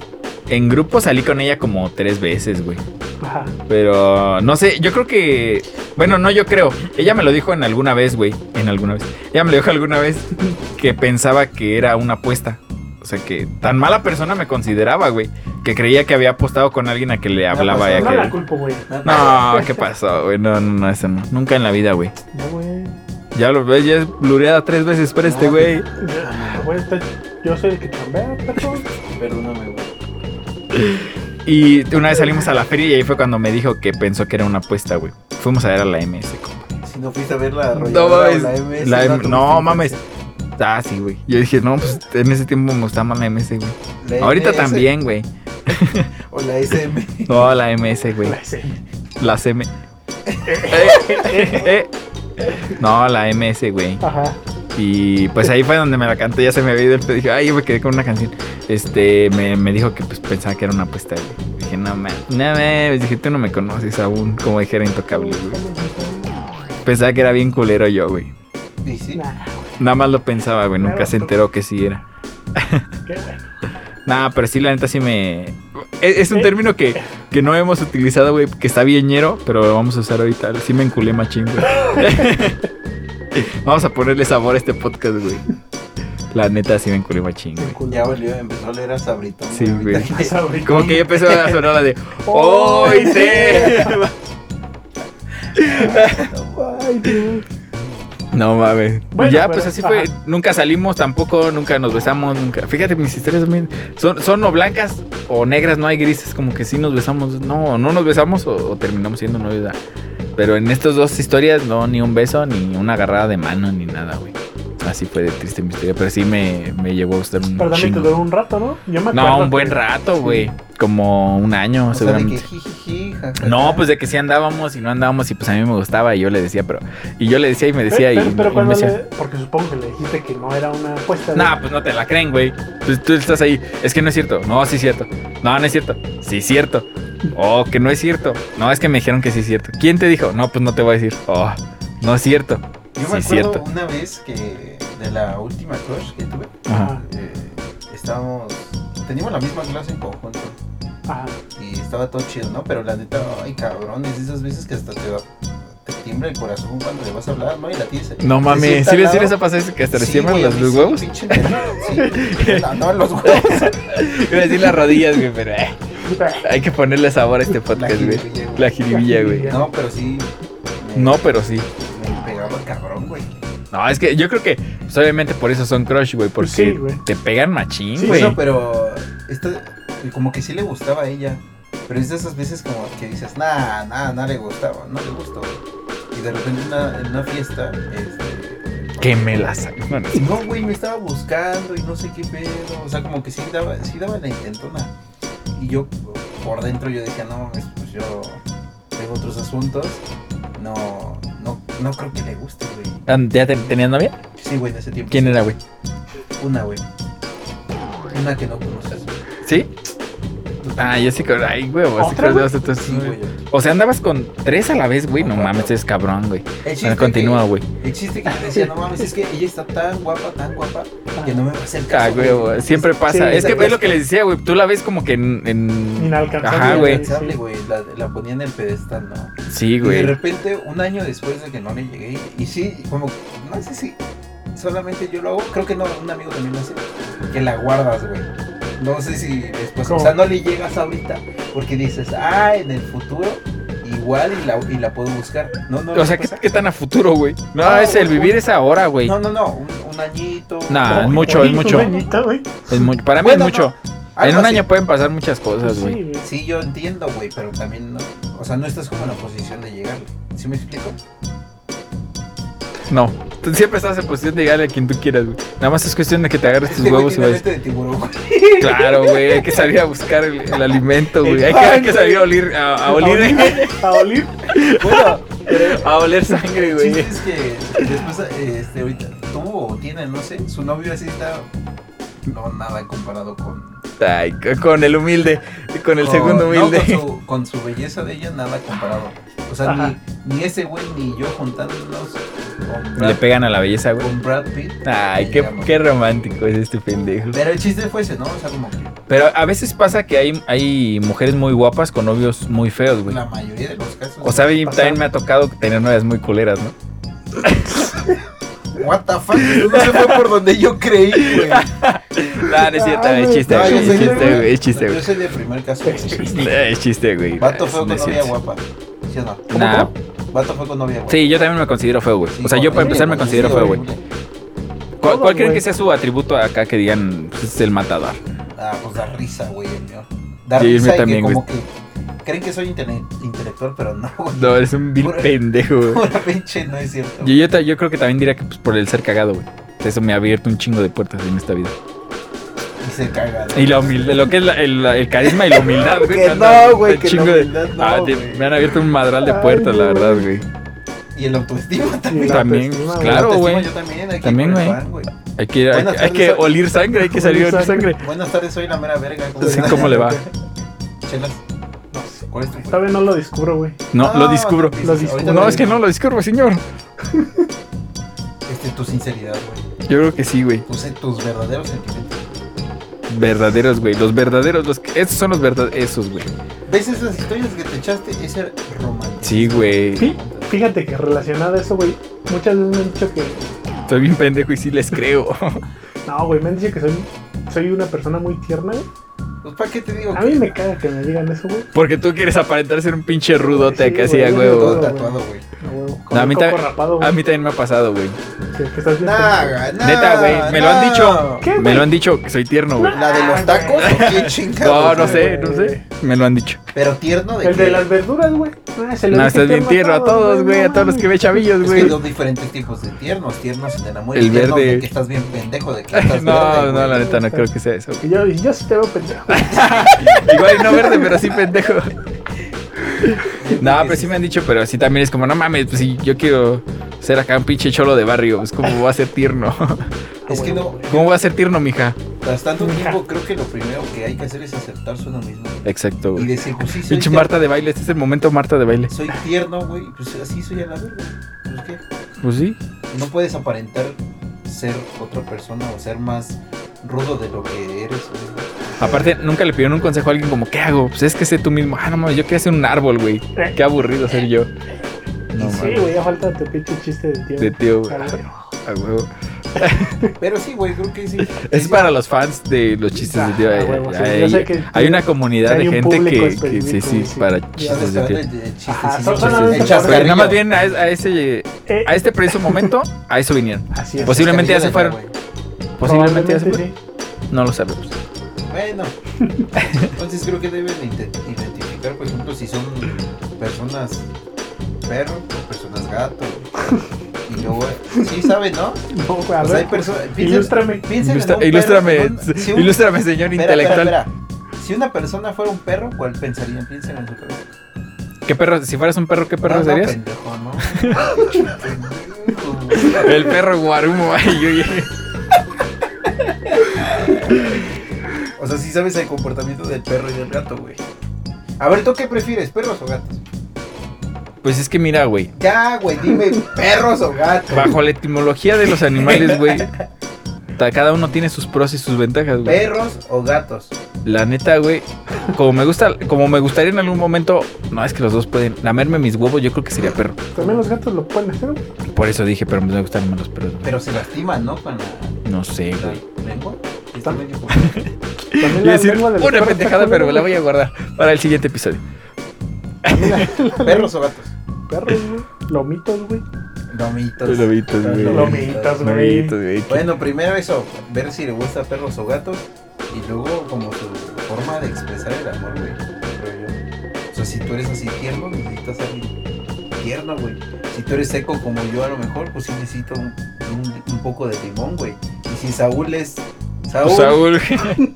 Speaker 1: en grupo salí con ella como tres veces, güey.
Speaker 3: Ajá.
Speaker 1: Pero no sé, yo creo que. Bueno, no, yo creo. Ella me lo dijo en alguna vez, güey. En alguna vez. Ella me lo dijo alguna vez que pensaba que era una apuesta. O sea, que tan mala persona me consideraba, güey. Que creía que había apostado con alguien a que le hablaba. y a
Speaker 3: No la
Speaker 1: que...
Speaker 3: culpo, güey.
Speaker 2: Ah,
Speaker 1: No, ¿qué pasó, güey? No, no, no, eso no. Nunca en la vida, güey.
Speaker 3: No, güey.
Speaker 1: Ya lo ves, ya es blureada tres veces para este, güey.
Speaker 3: Ah, güey, usted- Yo soy el que chambea, perdón.
Speaker 2: Perdóname, güey.
Speaker 1: Y una vez salimos a la feria y ahí fue cuando me dijo que pensó que era una apuesta, güey. Fuimos a ver a la MS, compa.
Speaker 2: Si no fuiste a ver la
Speaker 1: No
Speaker 2: arrolladora o
Speaker 1: mames.
Speaker 2: la MS,
Speaker 1: la M-
Speaker 2: tuviste
Speaker 1: no
Speaker 2: infancia.
Speaker 1: mames. Ah, sí, güey. Yo dije, no, pues en ese tiempo me gustaba más la MS, güey.
Speaker 2: La
Speaker 1: Ahorita
Speaker 2: MS
Speaker 1: también, güey.
Speaker 2: O la SM.
Speaker 1: No, la MS, güey.
Speaker 3: La sé.
Speaker 1: La CM. eh, No, la MS, güey.
Speaker 3: Ajá.
Speaker 1: Y pues ahí fue donde me la canté, ya se me había ido el pedo. Dije, ay, yo me quedé con una canción. Este, me, me dijo que pues pensaba que era una apuesta, güey. Dije, no mames, no mames. Dije, tú no me conoces aún, como dijera intocable, güey. Pensaba que era bien culero yo, güey.
Speaker 2: Y sí.
Speaker 3: Nah, güey,
Speaker 1: Nada más lo pensaba, güey. Nunca se enteró que sí era.
Speaker 3: qué bueno.
Speaker 1: Nah, pero sí, la neta sí me. Es, es un
Speaker 3: ¿Eh?
Speaker 1: término que, que no hemos utilizado, güey, que está bien ñero, pero lo vamos a usar ahorita. Sí me enculé machín, güey. vamos a ponerle sabor a este podcast, güey. La neta sí me enculé machín, güey.
Speaker 2: Ya volvió, empezó a leer a Sabrito.
Speaker 1: Sí, güey.
Speaker 2: Ahorita que-
Speaker 3: Sabe,
Speaker 1: Como que ya empezó a sonar la de ¡Hoy te!
Speaker 3: Ay, Dios.
Speaker 1: No mames.
Speaker 3: Bueno,
Speaker 1: ya,
Speaker 3: pero-
Speaker 1: pues así fue.
Speaker 3: ajá.
Speaker 1: Nunca salimos tampoco, nunca nos besamos, nunca. Fíjate, mis historias también son, son o blancas o negras, no hay grises, como que sí nos besamos. No, no nos besamos o, o terminamos siendo novios. ah. Pero en estas dos historias, no, ni un beso, ni una agarrada de mano, ni nada, güey. Así fue de triste mi historia, pero sí me, me llevó a gustar un
Speaker 3: Pero también te
Speaker 1: chingo.
Speaker 3: duró un rato, ¿no? Yo me acuerdo
Speaker 1: No, un buen
Speaker 3: que-
Speaker 1: rato, güey. Como un año,
Speaker 2: O sea, de que
Speaker 1: seguramente.
Speaker 2: jijiji, jajaja.
Speaker 1: No, pues de que sí andábamos y no andábamos y pues a mí me gustaba y yo le decía, pero... Y yo le decía y me decía y...
Speaker 3: Eh, Pero, pero
Speaker 1: y
Speaker 3: cuando
Speaker 1: me decía-
Speaker 3: le- Porque supongo que le dijiste que no era una apuesta. ¿no?
Speaker 1: Nah, pues no te la creen, güey. Pues tú estás ahí. Es que no es cierto. No, sí es cierto. No, no es cierto. Sí es cierto. Oh, que no es cierto. No, es que me dijeron que sí es cierto. ¿Quién te dijo? No, pues no te voy a decir. Oh, no es cierto.
Speaker 2: Yo
Speaker 1: sí
Speaker 2: me acuerdo
Speaker 1: es cierto.
Speaker 2: una vez que de la última crush que tuve,
Speaker 1: Ajá.
Speaker 2: eh, estábamos. Teníamos la misma clase en conjunto
Speaker 3: Ajá.
Speaker 2: y estaba todo chido, ¿no? Pero la neta, ay cabrón, es de esas veces que hasta te, va- te tiembla el corazón cuando le vas a hablar, ¿no? Y la tienes. ahí.
Speaker 1: No
Speaker 2: Te
Speaker 1: mames.
Speaker 2: sienta
Speaker 1: ¿Sí
Speaker 2: al
Speaker 1: ves decir
Speaker 2: lado.
Speaker 1: eso pasa que hasta
Speaker 2: Sí,
Speaker 1: reciben
Speaker 2: güey, a
Speaker 1: los,
Speaker 2: mí
Speaker 1: los
Speaker 2: sí,
Speaker 1: huevos?
Speaker 2: pinche nervio, sí. No, no, los huevos.
Speaker 1: Iba a decir las rodillas, güey, pero eh, hay que ponerle sabor a este podcast, güey.
Speaker 2: jiribilla, güey.
Speaker 1: La jiribilla, güey.
Speaker 2: No, pero sí. me-
Speaker 1: No, pero sí.
Speaker 2: Me pegaba cabrón, güey.
Speaker 1: No, es que yo creo que pues, obviamente por eso son crush, güey, porque
Speaker 3: Pues sí, güey.
Speaker 1: te pegan machín,
Speaker 3: Sí,
Speaker 1: güey.
Speaker 2: Bueno, pero esta- como que sí le gustaba a ella. Pero es de esas veces como que dices, nah, nah, no le gustaba, no le gustó. Y de repente en una, en una fiesta, este.
Speaker 1: Que me la sacan. No, no.
Speaker 2: No, güey, me estaba buscando y no sé qué pedo. O sea, como que sí daba, sí daba la intentona. Y yo por dentro yo decía, no, mames, pues yo tengo otros asuntos. No, no, no creo que le guste, güey.
Speaker 1: ¿Ya te- tenías novia?
Speaker 2: Sí, güey, en ese tiempo.
Speaker 1: ¿Quién
Speaker 2: sí.
Speaker 1: era, güey?
Speaker 2: Una, güey. Una que no conoces.
Speaker 1: ¿Sí? Ah, yo sí que. Ay, güey, así
Speaker 3: ¿Otra, güey?
Speaker 2: Sí, güey.
Speaker 1: O sea, andabas con tres a la vez, güey. No
Speaker 2: Ajá.
Speaker 1: mames, es cabrón, güey.
Speaker 2: El chiste
Speaker 1: Bueno, continúa,
Speaker 2: que-
Speaker 1: güey.
Speaker 2: El chiste que yo decía, no mames, es que ella está tan guapa, tan guapa, que no me va a hacer
Speaker 1: Ah,
Speaker 2: caso.
Speaker 1: güey, güey, siempre pasa.
Speaker 3: sí,
Speaker 1: es que
Speaker 2: exacto.
Speaker 1: es lo que les decía, güey. Tú la ves como que en. en-
Speaker 3: Inalcanzable.
Speaker 1: Ajá, güey.
Speaker 2: Inalcanzable, güey. La, la ponía en el pedestal, ¿no?
Speaker 1: Sí,
Speaker 2: Y de
Speaker 1: güey.
Speaker 2: repente, un año después de que no le llegué, y sí, como, no sé si solamente yo lo hago, creo que no, un amigo también lo hace, que la guardas, güey. No sé si después,
Speaker 3: ¿Cómo?
Speaker 2: o sea, no le llegas ahorita porque dices, ah, en el futuro igual y la, y la puedo buscar. No, no.
Speaker 1: O sea, ¿qué,
Speaker 2: después-
Speaker 1: qué tan a futuro, güey? No,
Speaker 2: No,
Speaker 1: es el
Speaker 2: güey,
Speaker 1: vivir
Speaker 2: güey.
Speaker 1: es ahora, güey.
Speaker 2: No, no, no, un, un añito.
Speaker 1: Nah,
Speaker 2: No,
Speaker 1: es Ah, mucho, es
Speaker 3: Un
Speaker 1: mucho.
Speaker 3: añito, güey.
Speaker 1: Es mu- para mí
Speaker 2: Bueno,
Speaker 1: es mucho.
Speaker 2: no,
Speaker 1: en
Speaker 2: algo
Speaker 1: un
Speaker 2: así.
Speaker 1: año pueden pasar muchas cosas,
Speaker 3: Sí,
Speaker 1: güey.
Speaker 3: güey.
Speaker 2: Sí, yo entiendo, güey, pero también, no, o sea, no estás como en la posición de llegar. ¿Sí me explico?
Speaker 1: No. Tú siempre estás en posición de llegarle a quien tú quieras, güey. Nada más es cuestión de que te agarres tus
Speaker 2: Este güey
Speaker 1: huevos y
Speaker 2: tiene
Speaker 1: vayas.
Speaker 2: mente de tiburón, güey.
Speaker 1: Claro, güey. Hay que salir a buscar el, el alimento, güey. Hay que, hay que salir a olir, a, a olir,
Speaker 3: A olir.
Speaker 2: Bueno,
Speaker 1: a oler sangre,
Speaker 2: el chiste
Speaker 1: güey.
Speaker 2: es que después, este, ahorita, tuvo o tiene, no sé, su novio así está, no, nada comparado con...
Speaker 1: Ay, c- con el humilde, con el
Speaker 2: con-
Speaker 1: segundo
Speaker 2: Oh, no,
Speaker 1: humilde.
Speaker 2: con, su, con su belleza de ella, nada comparado. O sea,
Speaker 3: Ajá.
Speaker 2: ni, ni ese güey ni yo juntándonos con
Speaker 1: Le
Speaker 2: Brad,
Speaker 1: pegan a la belleza, güey.
Speaker 2: con Brad Pitt.
Speaker 1: Ay,
Speaker 2: ni
Speaker 1: qué,
Speaker 2: llegamos.
Speaker 1: qué romántico es este pendejo.
Speaker 2: Pero el chiste fue ese, ¿no? O sea, como que
Speaker 1: Pero a veces pasa que hay, hay mujeres muy guapas con novios muy feos, güey.
Speaker 2: la mayoría de los casos...
Speaker 1: O sea, a mí
Speaker 3: Pasa.
Speaker 1: también me ha tocado tener novias muy culeras, ¿no?
Speaker 2: What the fuck, eso no se fue por donde yo creí, güey.
Speaker 1: No, no es cierto,
Speaker 3: Ay,
Speaker 1: es chiste,
Speaker 2: No,
Speaker 1: güey,
Speaker 2: yo
Speaker 1: es
Speaker 2: soy de-
Speaker 1: chiste, güey, es chiste, güey.
Speaker 2: Yo soy de primer caso.
Speaker 1: Eh, Es chiste, güey.
Speaker 2: Vato
Speaker 1: Es-
Speaker 2: fue
Speaker 1: no
Speaker 2: con
Speaker 1: es
Speaker 2: novia
Speaker 1: cierto.
Speaker 2: guapa. ¿Sí o no?
Speaker 1: Nah.
Speaker 2: Vato fue con novia guapa.
Speaker 1: Sí, yo también me considero feo, güey. O sea, yo para empezar me considero feo, güey. ¿Cuál,
Speaker 3: Todos,
Speaker 1: cuál creen que
Speaker 3: güey.
Speaker 1: sea su atributo acá que digan "Pues, es el matador?
Speaker 2: Ah, pues da risa, güey, el mío. Da
Speaker 1: Sí, el mío
Speaker 2: risa y
Speaker 1: también,
Speaker 2: que
Speaker 1: güey.
Speaker 2: como que creen que soy intele- intelectual, pero no, güey.
Speaker 1: No, eres un vil
Speaker 2: Por-
Speaker 1: pendejo, güey.
Speaker 2: Pura pinche, no es cierto.
Speaker 1: Yo, yo ta- yo creo que también diría que pues, por el ser cagado, güey. Eso me ha abierto un chingo de puertas en esta vida.
Speaker 2: Y se caga.
Speaker 1: Y la humildad, lo que es la- el, el carisma y la humildad, güey.
Speaker 2: Que
Speaker 1: me han dado
Speaker 2: no, güey,
Speaker 1: un
Speaker 2: que la
Speaker 1: chingo de-
Speaker 2: humildad no,
Speaker 1: Ah, te-
Speaker 2: güey.
Speaker 1: me han abierto un madral de
Speaker 3: Ay,
Speaker 1: puertas, la
Speaker 3: no,
Speaker 1: verdad,
Speaker 3: güey.
Speaker 1: güey.
Speaker 2: Y el autoestima también.
Speaker 3: la
Speaker 1: También,
Speaker 3: autoestima, güey.
Speaker 1: claro,
Speaker 2: El autoestima
Speaker 1: güey.
Speaker 2: Yo también, hay que
Speaker 1: También,
Speaker 2: ir por el
Speaker 1: güey.
Speaker 2: pan, güey.
Speaker 1: Hay que, hay,
Speaker 2: Buenas
Speaker 1: hay que
Speaker 2: tardes,
Speaker 1: olir sangre, hay que salir a olir sangre.
Speaker 2: Buenas tardes, soy la mera verga. ¿cómo
Speaker 1: Entonces,
Speaker 2: estás?
Speaker 1: ¿cómo le va?
Speaker 2: Chelas. No sé, ¿cuál es tu
Speaker 3: Todavía no lo descubro, güey.
Speaker 1: No, lo descubro.
Speaker 2: pues,
Speaker 3: Lo
Speaker 2: ahorita
Speaker 3: descubro.
Speaker 2: lo
Speaker 1: No, es que
Speaker 2: digo.
Speaker 1: no lo descubro, señor.
Speaker 2: Este, tu sinceridad, güey.
Speaker 1: Yo creo que sí, güey.
Speaker 2: Tus, eh, tus verdaderos sentimientos.
Speaker 1: Verdaderos, güey. Los verdaderos, los que- esos son los verdaderos, esos, güey.
Speaker 2: ¿Ves esas historias que te echaste? Ese era romántico.
Speaker 1: Sí, güey.
Speaker 3: Sí, fíjate que relacionado a eso, güey, muchas veces me han dicho que.
Speaker 1: Estoy bien pendejo y sí les creo.
Speaker 3: No, güey, me han dicho que soy, soy una persona muy tierna, güey.
Speaker 2: Pues, ¿para qué te digo
Speaker 3: A
Speaker 2: que-
Speaker 3: mí me caga que me digan eso, güey.
Speaker 1: Porque tú quieres aparentar ser un pinche rudote
Speaker 3: Sí,
Speaker 1: que hacía,
Speaker 3: güey, yo
Speaker 1: huevo.
Speaker 2: Todo
Speaker 3: güey.
Speaker 2: tatuado, güey.
Speaker 3: A huevo.
Speaker 1: No, a
Speaker 3: el
Speaker 1: mí
Speaker 3: coco
Speaker 1: también-
Speaker 3: rapado, güey.
Speaker 1: A mí también me ha pasado, güey.
Speaker 3: Sí, que estás bien pendejo.
Speaker 2: Nah, nah,
Speaker 1: Neta, güey, me lo han
Speaker 2: nah.
Speaker 1: dicho.
Speaker 3: ¿Qué,
Speaker 1: Me
Speaker 3: güey?
Speaker 1: lo han dicho que soy tierno, güey.
Speaker 2: ¿La de los tacos? ¿O ¿Qué
Speaker 1: No,
Speaker 2: chingados?
Speaker 1: no
Speaker 2: güey?
Speaker 1: sé, no sé. Me lo han dicho.
Speaker 2: Pero tierno de
Speaker 3: El
Speaker 2: qué?
Speaker 3: de las verduras, güey. Ah, se lo
Speaker 1: No,
Speaker 3: dije
Speaker 1: estás bien tierno a todos, güey.
Speaker 3: no
Speaker 1: A todos los que
Speaker 3: mames.
Speaker 1: ve chavillos,
Speaker 2: Es que hay
Speaker 1: güey.
Speaker 2: dos diferentes tipos de tiernos. Tiernos en el amor y
Speaker 1: El
Speaker 2: tiernos
Speaker 1: verde.
Speaker 2: de que estás bien pendejo, de que estás
Speaker 1: No,
Speaker 2: verde,
Speaker 1: no,
Speaker 2: güey.
Speaker 1: la neta, no creo que sea eso.
Speaker 3: Y Yo, y yo sí te veo pendejo.
Speaker 1: Igual y no verde, pero sí pendejo.
Speaker 2: Yo
Speaker 1: No,
Speaker 2: creo que
Speaker 1: pero sí me han dicho, pero así también es como, no mames, pues si yo quiero ser acá un pinche cholo de barrio, es como voy a ser tierno.
Speaker 2: Es que no,
Speaker 1: ¿Cómo voy a ser tierno, mija?
Speaker 2: tras tanto
Speaker 3: Mija.
Speaker 2: tiempo, creo que lo primero que hay que hacer es aceptarse uno mismo. güey.
Speaker 1: Exacto,
Speaker 2: Y
Speaker 1: güey.
Speaker 2: decir, pues sí, soy
Speaker 1: Pinche
Speaker 2: tierno,
Speaker 1: Marta de baile, este es el momento Marta de baile.
Speaker 2: soy tierno, güey. Pues así soy a la verga. Pues qué.
Speaker 1: Pues sí.
Speaker 2: No puedes aparentar ser otra persona o ser más rudo de lo que eres. güey.
Speaker 1: Aparte, nunca le pidieron un consejo a alguien como, ¿qué hago? Pues es que sé tú mismo. Ah, no mames, yo quería ser un árbol, güey. Qué aburrido ser yo. No
Speaker 3: sí,
Speaker 1: mames.
Speaker 3: güey, ya falta tu pinche chiste de tío.
Speaker 1: De tío, güey.
Speaker 3: A ver.
Speaker 1: A huevo.
Speaker 2: Pero sí, güey, creo que sí.
Speaker 1: Es
Speaker 2: Sí,
Speaker 1: para los fans de los chistes de tío.
Speaker 3: Ah,
Speaker 1: Ay,
Speaker 3: huevo, sí.
Speaker 1: ay,
Speaker 3: Yo sé que
Speaker 1: hay una comunidad
Speaker 3: hay
Speaker 1: de
Speaker 3: un
Speaker 1: gente
Speaker 3: público
Speaker 1: que, que
Speaker 3: específico,
Speaker 1: sí, sí,
Speaker 3: sí.
Speaker 1: para
Speaker 2: Ya
Speaker 1: chistes de
Speaker 2: estás
Speaker 1: tío.
Speaker 2: hablando de chistes,
Speaker 3: Ajá,
Speaker 2: sí,
Speaker 3: son
Speaker 2: sí,
Speaker 3: solamente
Speaker 2: sí.
Speaker 3: por-
Speaker 2: Chascarrillo.
Speaker 1: Pero nada más bien a, es- a ese,
Speaker 3: Eh,
Speaker 1: a este preciso momento, a eso vinieron.
Speaker 3: así es.
Speaker 1: pues sí, Posiblemente ya se
Speaker 2: Chascarrillo
Speaker 1: fueron.
Speaker 2: de
Speaker 1: Posiblemente ya se
Speaker 3: Probablemente
Speaker 1: fue. No lo sabemos.
Speaker 2: la, güey. Bueno. Entonces creo que deben inte- identificar, por ejemplo, si son personas perro o personas gato. Y luego, sí saben, ¿no?
Speaker 3: sí. No, güey, a
Speaker 2: O sea, Pues hay
Speaker 3: ver. pues,
Speaker 2: personas.
Speaker 3: Ilústrame.
Speaker 2: Piensen
Speaker 1: Ilustra-
Speaker 2: en un
Speaker 1: ilústrame,
Speaker 2: perro, si un- si un-
Speaker 1: ilústrame, señor
Speaker 2: espera,
Speaker 1: intelectual.
Speaker 2: espera, espera. Si una persona fuera un perro, ¿cuál pensarían? Piensen en su cabeza.
Speaker 1: ¿Qué perro? Si fueras un perro, ¿qué perro
Speaker 2: No, no,
Speaker 1: serías?
Speaker 2: pendejo, ¿no? Pendejo, güey.
Speaker 1: El perro guarumo. Ay, yo- yo-
Speaker 2: O sea, sí sabes el comportamiento del perro y del gato, güey. A ver, ¿tú qué prefieres, perros o gatos?
Speaker 1: Pues es que mira, güey.
Speaker 2: Ya, güey, dime, perros o gatos.
Speaker 1: Bajo la etimología de los animales, güey. ta- Cada uno tiene sus pros y sus ventajas, güey.
Speaker 2: Perros o gatos.
Speaker 1: La neta, güey. Como me gusta, como me gustaría en algún momento. No, es que los dos pueden. Lamerme mis huevos, yo creo que sería perro.
Speaker 3: También los gatos lo pueden hacer, güey.
Speaker 1: Por eso dije, pero me gustan más los perros. güey.
Speaker 2: Pero se lastiman, ¿no? Con la,
Speaker 1: No sé,
Speaker 2: la
Speaker 1: güey.
Speaker 2: lengua.
Speaker 3: también.
Speaker 2: medio
Speaker 3: también
Speaker 1: Y
Speaker 3: la
Speaker 1: decir
Speaker 3: lengua del
Speaker 1: una
Speaker 3: perro
Speaker 1: pendejada,
Speaker 3: está
Speaker 1: pero me la
Speaker 3: culera,
Speaker 1: voy a guardar para el siguiente episodio.
Speaker 2: ¿Perros o gatos?
Speaker 3: güey. Perros, güey. Lomitos, güey.
Speaker 2: Lomitos.
Speaker 1: Lomitos, güey.
Speaker 3: Lomitos, güey.
Speaker 1: Amiguitos, güey.
Speaker 2: Bueno, primero eso, ver si le gusta perros o gatos y luego como su forma de expresar el amor, güey. creo yo. O sea, si tú eres así tierno, necesitas alguien tierno, güey. Si tú eres seco como yo a lo mejor, pues sí necesito un, un- un poco de limón, güey. Y si Saúl es Saúl,
Speaker 1: Pues, Saúl,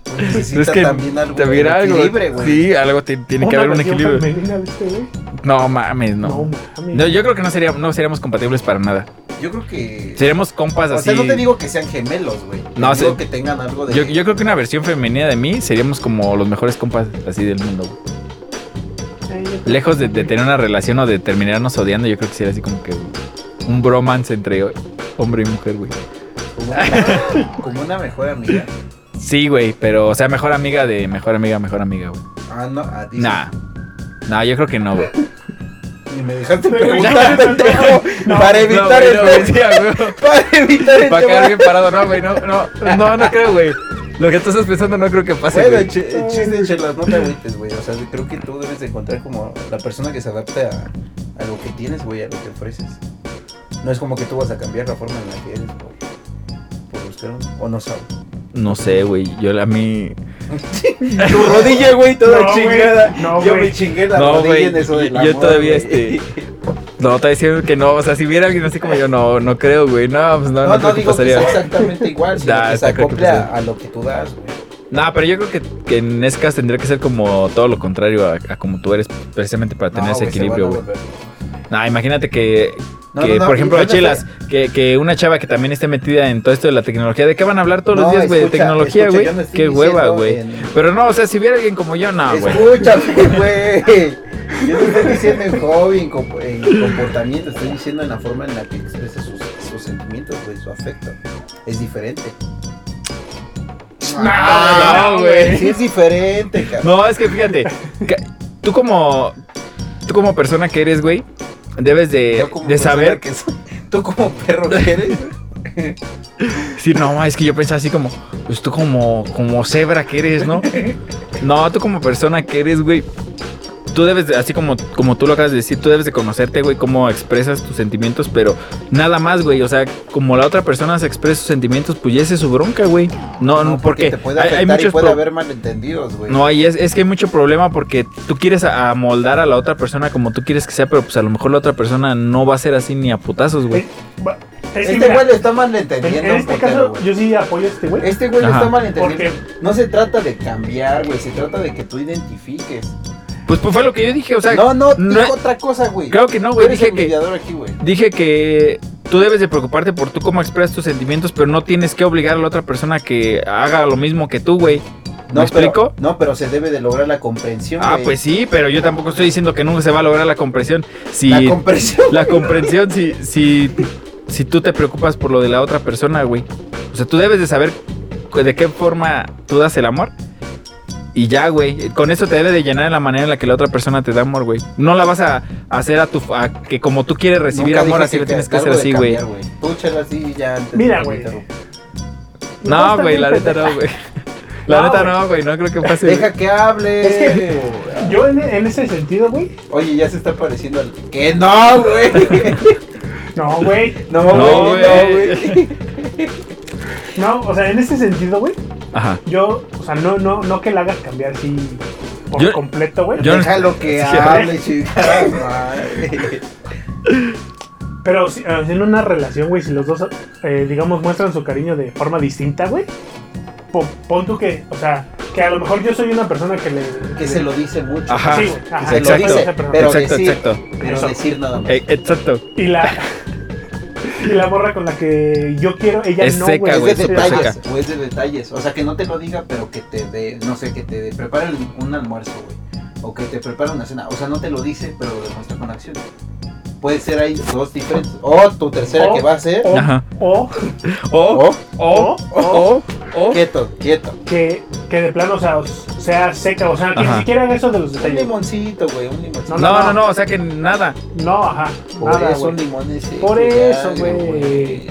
Speaker 2: pues necesita
Speaker 1: es que
Speaker 2: también algo
Speaker 1: te
Speaker 2: de
Speaker 1: viera algo.
Speaker 2: equilibrio, güey.
Speaker 1: Sí, algo te- tiene que
Speaker 3: Una
Speaker 1: haber un
Speaker 3: versión
Speaker 1: equilibrio.
Speaker 3: femenina, ¿viste, güey?
Speaker 1: No mames,
Speaker 3: No,
Speaker 1: no.
Speaker 3: mames.
Speaker 1: No, yo creo que no sería, no seríamos compatibles para nada.
Speaker 2: Yo creo que
Speaker 1: Seríamos compas
Speaker 2: O
Speaker 1: así.
Speaker 2: sea, no te digo que sean gemelos, güey.
Speaker 1: No,
Speaker 2: No,
Speaker 1: sí.
Speaker 2: digo que tengan algo de
Speaker 1: Yo, yo creo que una versión femenina de mí seríamos como los mejores compas así del mundo. güey.
Speaker 3: Sí, yo creo-
Speaker 1: Lejos de, de tener una relación o de terminarnos odiando, yo creo que sería así como que un bromance entre hombre y mujer, güey.
Speaker 2: como, una, como una mejor amiga.
Speaker 1: Sí, güey, pero, o sea, mejor amiga de mejor amiga, mejor amiga, güey.
Speaker 2: Ah, no, a ti.
Speaker 1: Nah. No, yo creo que no, güey.
Speaker 2: Y me dejaste preguntar,
Speaker 3: preguntar,
Speaker 2: pendejo. para evitar
Speaker 1: no,
Speaker 2: el
Speaker 1: güey, no,
Speaker 2: tema.
Speaker 1: decía, güey.
Speaker 2: Para evitar el
Speaker 1: Va a quedar bien
Speaker 2: tema.
Speaker 1: parado, no, güey, no, no, no, no creo, güey. Lo que tú estás pensando no creo que pase,
Speaker 2: Bueno,
Speaker 1: güey.
Speaker 2: ch- eh, chiste, chelas, no te agüites, güey. O sea, creo que tú debes de encontrar como la persona que se adapte a, a lo que tienes, güey, a lo que ofreces. No es como que tú vas a cambiar la forma en la que eres, por, por buscar un- O no sabes.
Speaker 1: No sé, güey, yo la- a mí...
Speaker 2: tu rodilla, güey, toda
Speaker 3: No, güey.
Speaker 2: chingada.
Speaker 3: No,
Speaker 2: yo
Speaker 3: güey.
Speaker 2: me chingué la
Speaker 1: No,
Speaker 2: rodilla
Speaker 1: güey,
Speaker 2: en eso del
Speaker 1: yo
Speaker 2: amor,
Speaker 1: todavía,
Speaker 2: güey.
Speaker 1: este, No, te diciendo que no, o sea, si viera alguien así como yo, no, no creo, güey, no, pues no,
Speaker 2: No,
Speaker 1: no,
Speaker 2: no,
Speaker 1: creo que
Speaker 2: digo
Speaker 1: pasaría.
Speaker 2: que sea exactamente igual, sino
Speaker 1: Nah,
Speaker 2: que se
Speaker 1: no creo que
Speaker 2: acople a,
Speaker 1: pasaría.
Speaker 2: a lo que tú das, güey.
Speaker 1: No, pero yo creo que, que en ese caso tendría que ser como todo lo contrario a, a como tú eres, precisamente para tener
Speaker 2: No,
Speaker 1: ese
Speaker 2: güey, se
Speaker 1: equilibrio,
Speaker 2: van a
Speaker 1: güey.
Speaker 2: volver.
Speaker 1: No, Ah, imagínate que,
Speaker 2: No,
Speaker 1: que
Speaker 2: no, no,
Speaker 1: por ejemplo,
Speaker 2: y van a
Speaker 1: chelas, que, que una chava que también esté metida en todo esto de la tecnología, ¿de qué van a hablar todos los
Speaker 2: No,
Speaker 1: días, güey? De
Speaker 2: escucha,
Speaker 1: tecnología,
Speaker 2: escucha,
Speaker 1: güey.
Speaker 2: yo no estoy
Speaker 1: qué hueva,
Speaker 2: diciendo
Speaker 1: güey.
Speaker 2: en-
Speaker 1: Pero no, o sea, si viera alguien como yo, no, güey.
Speaker 2: Escúchame, güey. Yo te estoy diciendo en hobby, en, comp- en comportamiento, estoy diciendo en la forma en la que expresa sus, sus sentimientos, güey, su afecto. Es diferente.
Speaker 1: Ah, No, güey.
Speaker 2: Sí es diferente, cabrón.
Speaker 1: No, es que fíjate, que tú como tú como persona que eres, güey, debes eh, de,
Speaker 2: Yo como
Speaker 1: de
Speaker 2: persona
Speaker 1: saber
Speaker 2: que soy- tú como perro que eres.
Speaker 1: Sí, no, es que yo pensaba así como, pues tú como, como cebra que eres, ¿no? No, tú como persona que eres, güey. Tú debes, de- así como, como tú lo acabas de decir, tú debes de conocerte, güey, cómo expresas tus sentimientos, pero nada más, güey. O sea, como la otra persona se expresa sus sentimientos, pues ya esa es su bronca, güey. No, no, porque,
Speaker 2: te puede
Speaker 1: hay, hay
Speaker 2: afectar y
Speaker 1: muchos
Speaker 2: puede
Speaker 1: pro-
Speaker 2: haber malentendidos, güey.
Speaker 1: No, y es, es que hay mucho problema porque tú quieres a- amoldar a la otra persona como tú quieres que sea, pero pues a lo mejor la otra persona no va a ser así ni a putazos, güey.
Speaker 3: Eh, va- eh,
Speaker 2: Este
Speaker 3: mira,
Speaker 2: güey lo está
Speaker 3: en- en,
Speaker 2: malentendiendo, un
Speaker 3: este
Speaker 2: putero,
Speaker 3: caso,
Speaker 2: güey.
Speaker 3: yo sí apoyo a este güey.
Speaker 2: Este güey lo
Speaker 1: Ajá.
Speaker 2: está malentendiendo.
Speaker 3: Porque-
Speaker 2: No se trata de cambiar, güey. Se trata de que tú identifiques.
Speaker 1: Pues, pues fue lo que yo dije, o sea,
Speaker 2: no, no,
Speaker 1: no-
Speaker 2: dijo otra cosa, güey.
Speaker 1: creo que no,
Speaker 2: Tú
Speaker 1: güey.
Speaker 2: eres
Speaker 1: Dije
Speaker 2: el
Speaker 1: que,
Speaker 2: mediador aquí, güey.
Speaker 1: Dije que tú debes de preocuparte por tú cómo expresas tus sentimientos, pero no tienes que obligar a la otra persona que haga lo mismo que tú, güey. ¿Me
Speaker 2: No,
Speaker 1: explico?
Speaker 2: Pero, no, pero se debe de lograr la comprensión,
Speaker 1: Ah,
Speaker 2: güey.
Speaker 1: pues sí, pero yo tampoco estoy diciendo que nunca se va a lograr la comprensión. Si
Speaker 2: La
Speaker 1: la,
Speaker 2: comprensión.
Speaker 1: comprensión, si, si, si tú te preocupas por lo de la otra persona, güey. O sea, tú debes de saber de qué forma tú das el amor. Y ya, güey. Con eso te debe de llenar en la manera en la que la otra persona te da amor, güey. No la vas a hacer a tu a que como tú quieres recibir
Speaker 2: Nunca
Speaker 1: amor,
Speaker 2: dije
Speaker 1: así lo tienes que
Speaker 2: algo
Speaker 1: hacer
Speaker 2: de
Speaker 1: así, güey.
Speaker 2: cambiar, Tú chela así ya antes.
Speaker 3: Mira,
Speaker 2: de-
Speaker 3: güey.
Speaker 1: No,
Speaker 3: está
Speaker 1: güey,
Speaker 3: bien
Speaker 1: la neta
Speaker 3: pendejo.
Speaker 1: no, güey. La
Speaker 3: No,
Speaker 1: neta
Speaker 3: güey.
Speaker 1: no, güey, no creo que pase.
Speaker 2: Deja que hable.
Speaker 3: Es que- Yo en, en ese sentido, güey.
Speaker 2: Oye, ya se está pareciendo al. ¡Que no, güey!
Speaker 3: No, güey.
Speaker 2: No,
Speaker 1: No,
Speaker 2: güey, no,
Speaker 1: güey.
Speaker 2: güey.
Speaker 3: No, o sea, en ese sentido, güey.
Speaker 1: Ajá.
Speaker 3: Yo, o sea, no, no, no que la hagas cambiar así por
Speaker 1: Yo-
Speaker 3: completo, güey.
Speaker 1: Yo no-
Speaker 2: Déjalo que
Speaker 1: Sí,
Speaker 2: hable, chica. madre.
Speaker 3: Pero si- ah, en una relación, güey, si los dos, eh, digamos, muestran su cariño de forma distinta, güey. po- Pon tú que, o sea, que a lo mejor yo soy una persona que le.
Speaker 2: Que se lo dice mucho.
Speaker 1: Ajá.
Speaker 3: Sí, güey,
Speaker 2: Que
Speaker 3: ajá,
Speaker 2: se
Speaker 3: yo soy
Speaker 1: exacto,
Speaker 3: esa persona.
Speaker 2: Ah, pero
Speaker 1: exacto,
Speaker 2: decir-
Speaker 1: exacto.
Speaker 2: Pero
Speaker 3: Eso.
Speaker 2: decir nada más.
Speaker 1: Eh, exacto.
Speaker 3: Y la. y la morra con la que yo quiero, ella
Speaker 1: Es
Speaker 3: no,
Speaker 1: seca,
Speaker 3: güey.
Speaker 2: es
Speaker 1: güey,
Speaker 2: de
Speaker 1: súper
Speaker 2: detalles, o es de detalles. O sea, que no te lo diga, pero que te dé, no sé, que te dé, prepara el- un almuerzo, güey. O que te prepara una cena. O sea, no te lo dice, pero lo demuestra con acción. Puede ser ahí dos diferentes. O tu tercera
Speaker 3: O-
Speaker 2: que va a ser.
Speaker 3: O,
Speaker 1: Ajá.
Speaker 3: o,
Speaker 1: O,
Speaker 2: O,
Speaker 1: o, o, o.
Speaker 2: quieto, quieto.
Speaker 3: que, que de plano, o sea, os- sea seca, o sea, que
Speaker 1: Ajá.
Speaker 3: ni siquiera haga eso de los
Speaker 2: Un
Speaker 3: detalles.
Speaker 2: limoncito, güey, un limoncito.
Speaker 1: No, no, no, o sea que nada.
Speaker 3: No, ajá.
Speaker 2: Por
Speaker 3: Nada,
Speaker 2: eso
Speaker 3: güey.
Speaker 2: un limón es seco,
Speaker 3: Por
Speaker 2: ya,
Speaker 3: eso, güey.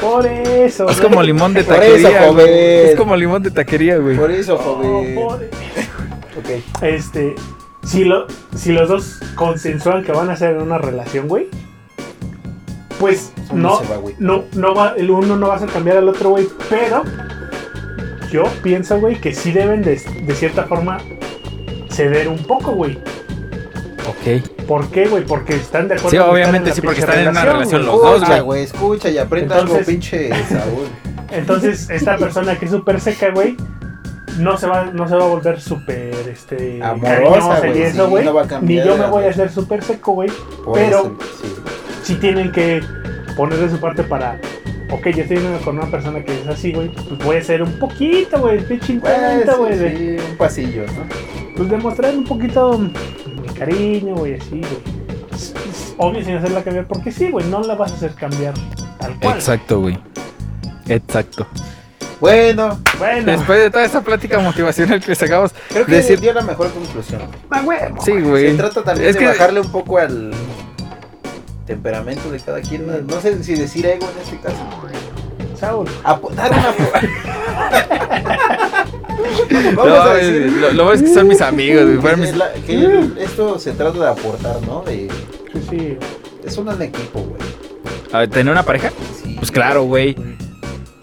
Speaker 3: Por eso.
Speaker 1: Es
Speaker 3: güey.
Speaker 1: como limón de
Speaker 2: Por eso,
Speaker 1: taquería. güey.
Speaker 2: joven.
Speaker 1: Es como limón de taquería, güey.
Speaker 2: Por eso,
Speaker 3: Oh,
Speaker 2: joven.
Speaker 3: por-
Speaker 2: Ok.
Speaker 3: Este, si, lo, si los dos consensuan que van a hacer una relación, güey, pues
Speaker 2: Eso
Speaker 3: no,
Speaker 2: se va, güey.
Speaker 3: no, no va, el uno no va a cambiar al otro, güey, pero yo pienso, güey, que sí deben de, de cierta forma ceder un poco, güey.
Speaker 1: Ok.
Speaker 3: ¿Por qué, güey? Porque están de acuerdo.
Speaker 1: Sí,
Speaker 3: en que
Speaker 1: obviamente
Speaker 3: la
Speaker 1: sí, porque
Speaker 3: pinche
Speaker 1: están en una relación
Speaker 3: güey.
Speaker 1: los dos,
Speaker 2: Escucha,
Speaker 1: güey.
Speaker 2: güey. Escucha y aprenda algo,
Speaker 3: Entonces-
Speaker 2: pinche Saúl.
Speaker 3: Entonces, esta persona que es súper seca, güey, no se va, no se va a volver súper, este,
Speaker 2: Amorosa,
Speaker 3: cariñosa y
Speaker 2: güey,
Speaker 3: eso,
Speaker 2: sí,
Speaker 3: güey.
Speaker 2: no va a
Speaker 3: Ni
Speaker 2: cambiar,
Speaker 3: yo me voy a
Speaker 2: güey.
Speaker 3: hacer súper seco, güey.
Speaker 2: Por
Speaker 3: Pero-
Speaker 2: eso, sí.
Speaker 3: si tienen que poner de su parte para. Ok, yo estoy viendo con una persona que es así, güey. Pues voy a hacer un poquito, güey. Estoy
Speaker 2: Pues,
Speaker 3: chingando, güey. de-
Speaker 2: sí, un pasillo, ¿no?
Speaker 3: Pues demostrar un poquito mi cariño, güey, así, güey. Es- es Obvio sin hacerla cambiar, porque sí, güey, no la vas a hacer cambiar tal cual.
Speaker 1: Exacto, güey. Exacto.
Speaker 2: Bueno,
Speaker 3: Bueno,
Speaker 1: Después de toda esta plática motivacional que sacamos,
Speaker 2: creo que
Speaker 1: Decir-
Speaker 2: dio la mejor conclusión.
Speaker 1: sí, güey.
Speaker 2: Se trata también
Speaker 1: Es
Speaker 2: de
Speaker 1: que-
Speaker 2: bajarle un poco al temperamento de cada quien. No, no sé si decir ego en este caso.
Speaker 3: Saúl,
Speaker 2: Apo- dar una.
Speaker 1: No,
Speaker 2: Vamos a
Speaker 1: güey,
Speaker 2: decir.
Speaker 1: lo, lo bueno es que son mis amigos, güey. fueron
Speaker 2: que
Speaker 1: mis-
Speaker 2: la- que el- esto se trata de aportar, ¿no? De,
Speaker 3: sí, sí.
Speaker 2: es un equipo, güey.
Speaker 1: A ver, ¿Tener una pareja?
Speaker 2: Sí.
Speaker 1: Pues claro, güey.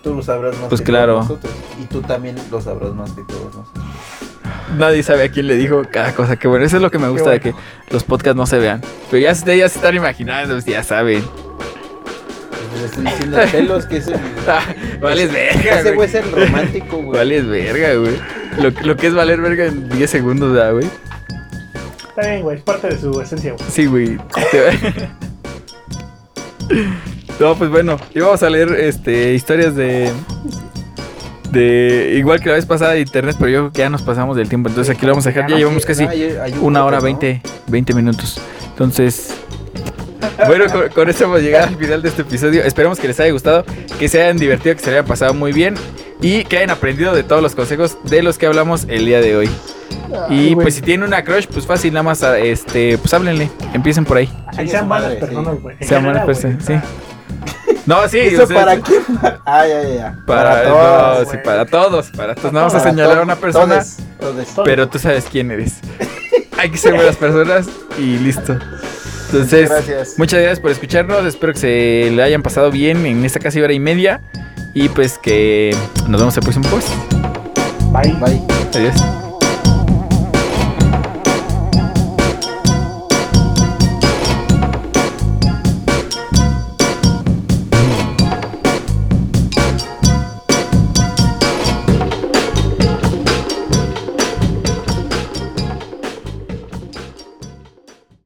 Speaker 2: Tú lo sabrás más
Speaker 1: Pues
Speaker 2: que
Speaker 1: claro.
Speaker 2: todos nosotros. Y tú también lo sabrás más que todos nosotros.
Speaker 1: Nadie sabe a quién le dijo cada cosa. Que bueno, eso es lo que me gusta de que los podcasts no se vean. Pero ya, se- ya se están imaginando, pues, ya saben.
Speaker 2: Le estoy diciendo a Telos que es el.
Speaker 1: Vale es
Speaker 2: Ese
Speaker 1: Ah, verga,
Speaker 2: güey
Speaker 1: güey.
Speaker 2: es el romántico, güey.
Speaker 1: Vale es verga, güey. Lo, que- lo que es valer verga en 10 segundos, ¿verdad, güey?
Speaker 3: Está bien, güey, es parte de su esencia, güey.
Speaker 1: Sí, güey. Te- No, pues bueno, íbamos a leer este historias de de igual que la vez pasada de internet, pero yo creo que ya nos pasamos del tiempo, entonces aquí lo vamos a dejar, ya llevamos casi
Speaker 2: No, hay- hay un
Speaker 1: una hora
Speaker 2: podcast, ¿no?
Speaker 1: 20, 20 minutos. Entonces, bueno, con, con eso hemos llegado al final de este episodio. Esperamos que les haya gustado, que se hayan divertido, que se hayan pasado muy bien y que hayan aprendido de todos los consejos de los que hablamos el día de hoy.
Speaker 3: Ay,
Speaker 1: Y
Speaker 3: güey,
Speaker 1: pues si tienen una crush, pues fácil, nada más, a- este, pues háblenle, empiecen por ahí.
Speaker 3: ahí
Speaker 2: Chingue
Speaker 3: sean
Speaker 2: su
Speaker 3: malas
Speaker 2: madre, sí.
Speaker 3: personas, güey. en
Speaker 1: Sean
Speaker 3: general,
Speaker 1: buenas personas,
Speaker 3: güey.
Speaker 1: sí. No, sí,
Speaker 2: ¿Eso
Speaker 1: o sea,
Speaker 2: para quién? Ah, ya, ya, ya.
Speaker 1: para,
Speaker 2: todos.
Speaker 1: todos, sí,
Speaker 3: güey.
Speaker 1: para todos, para todos. No vamos a
Speaker 2: Para
Speaker 1: señalar a
Speaker 2: to-
Speaker 1: una persona,
Speaker 2: todes, todes.
Speaker 3: Todo.
Speaker 1: pero tú sabes quién eres. Hay que ser buenas personas y listo. Entonces,
Speaker 2: Gracias.
Speaker 1: muchas gracias por escucharnos. Espero que se le hayan pasado bien en esta casi hora y media. Y pues que nos vemos el próximo post.
Speaker 3: Bye.
Speaker 2: Bye.
Speaker 1: Adiós.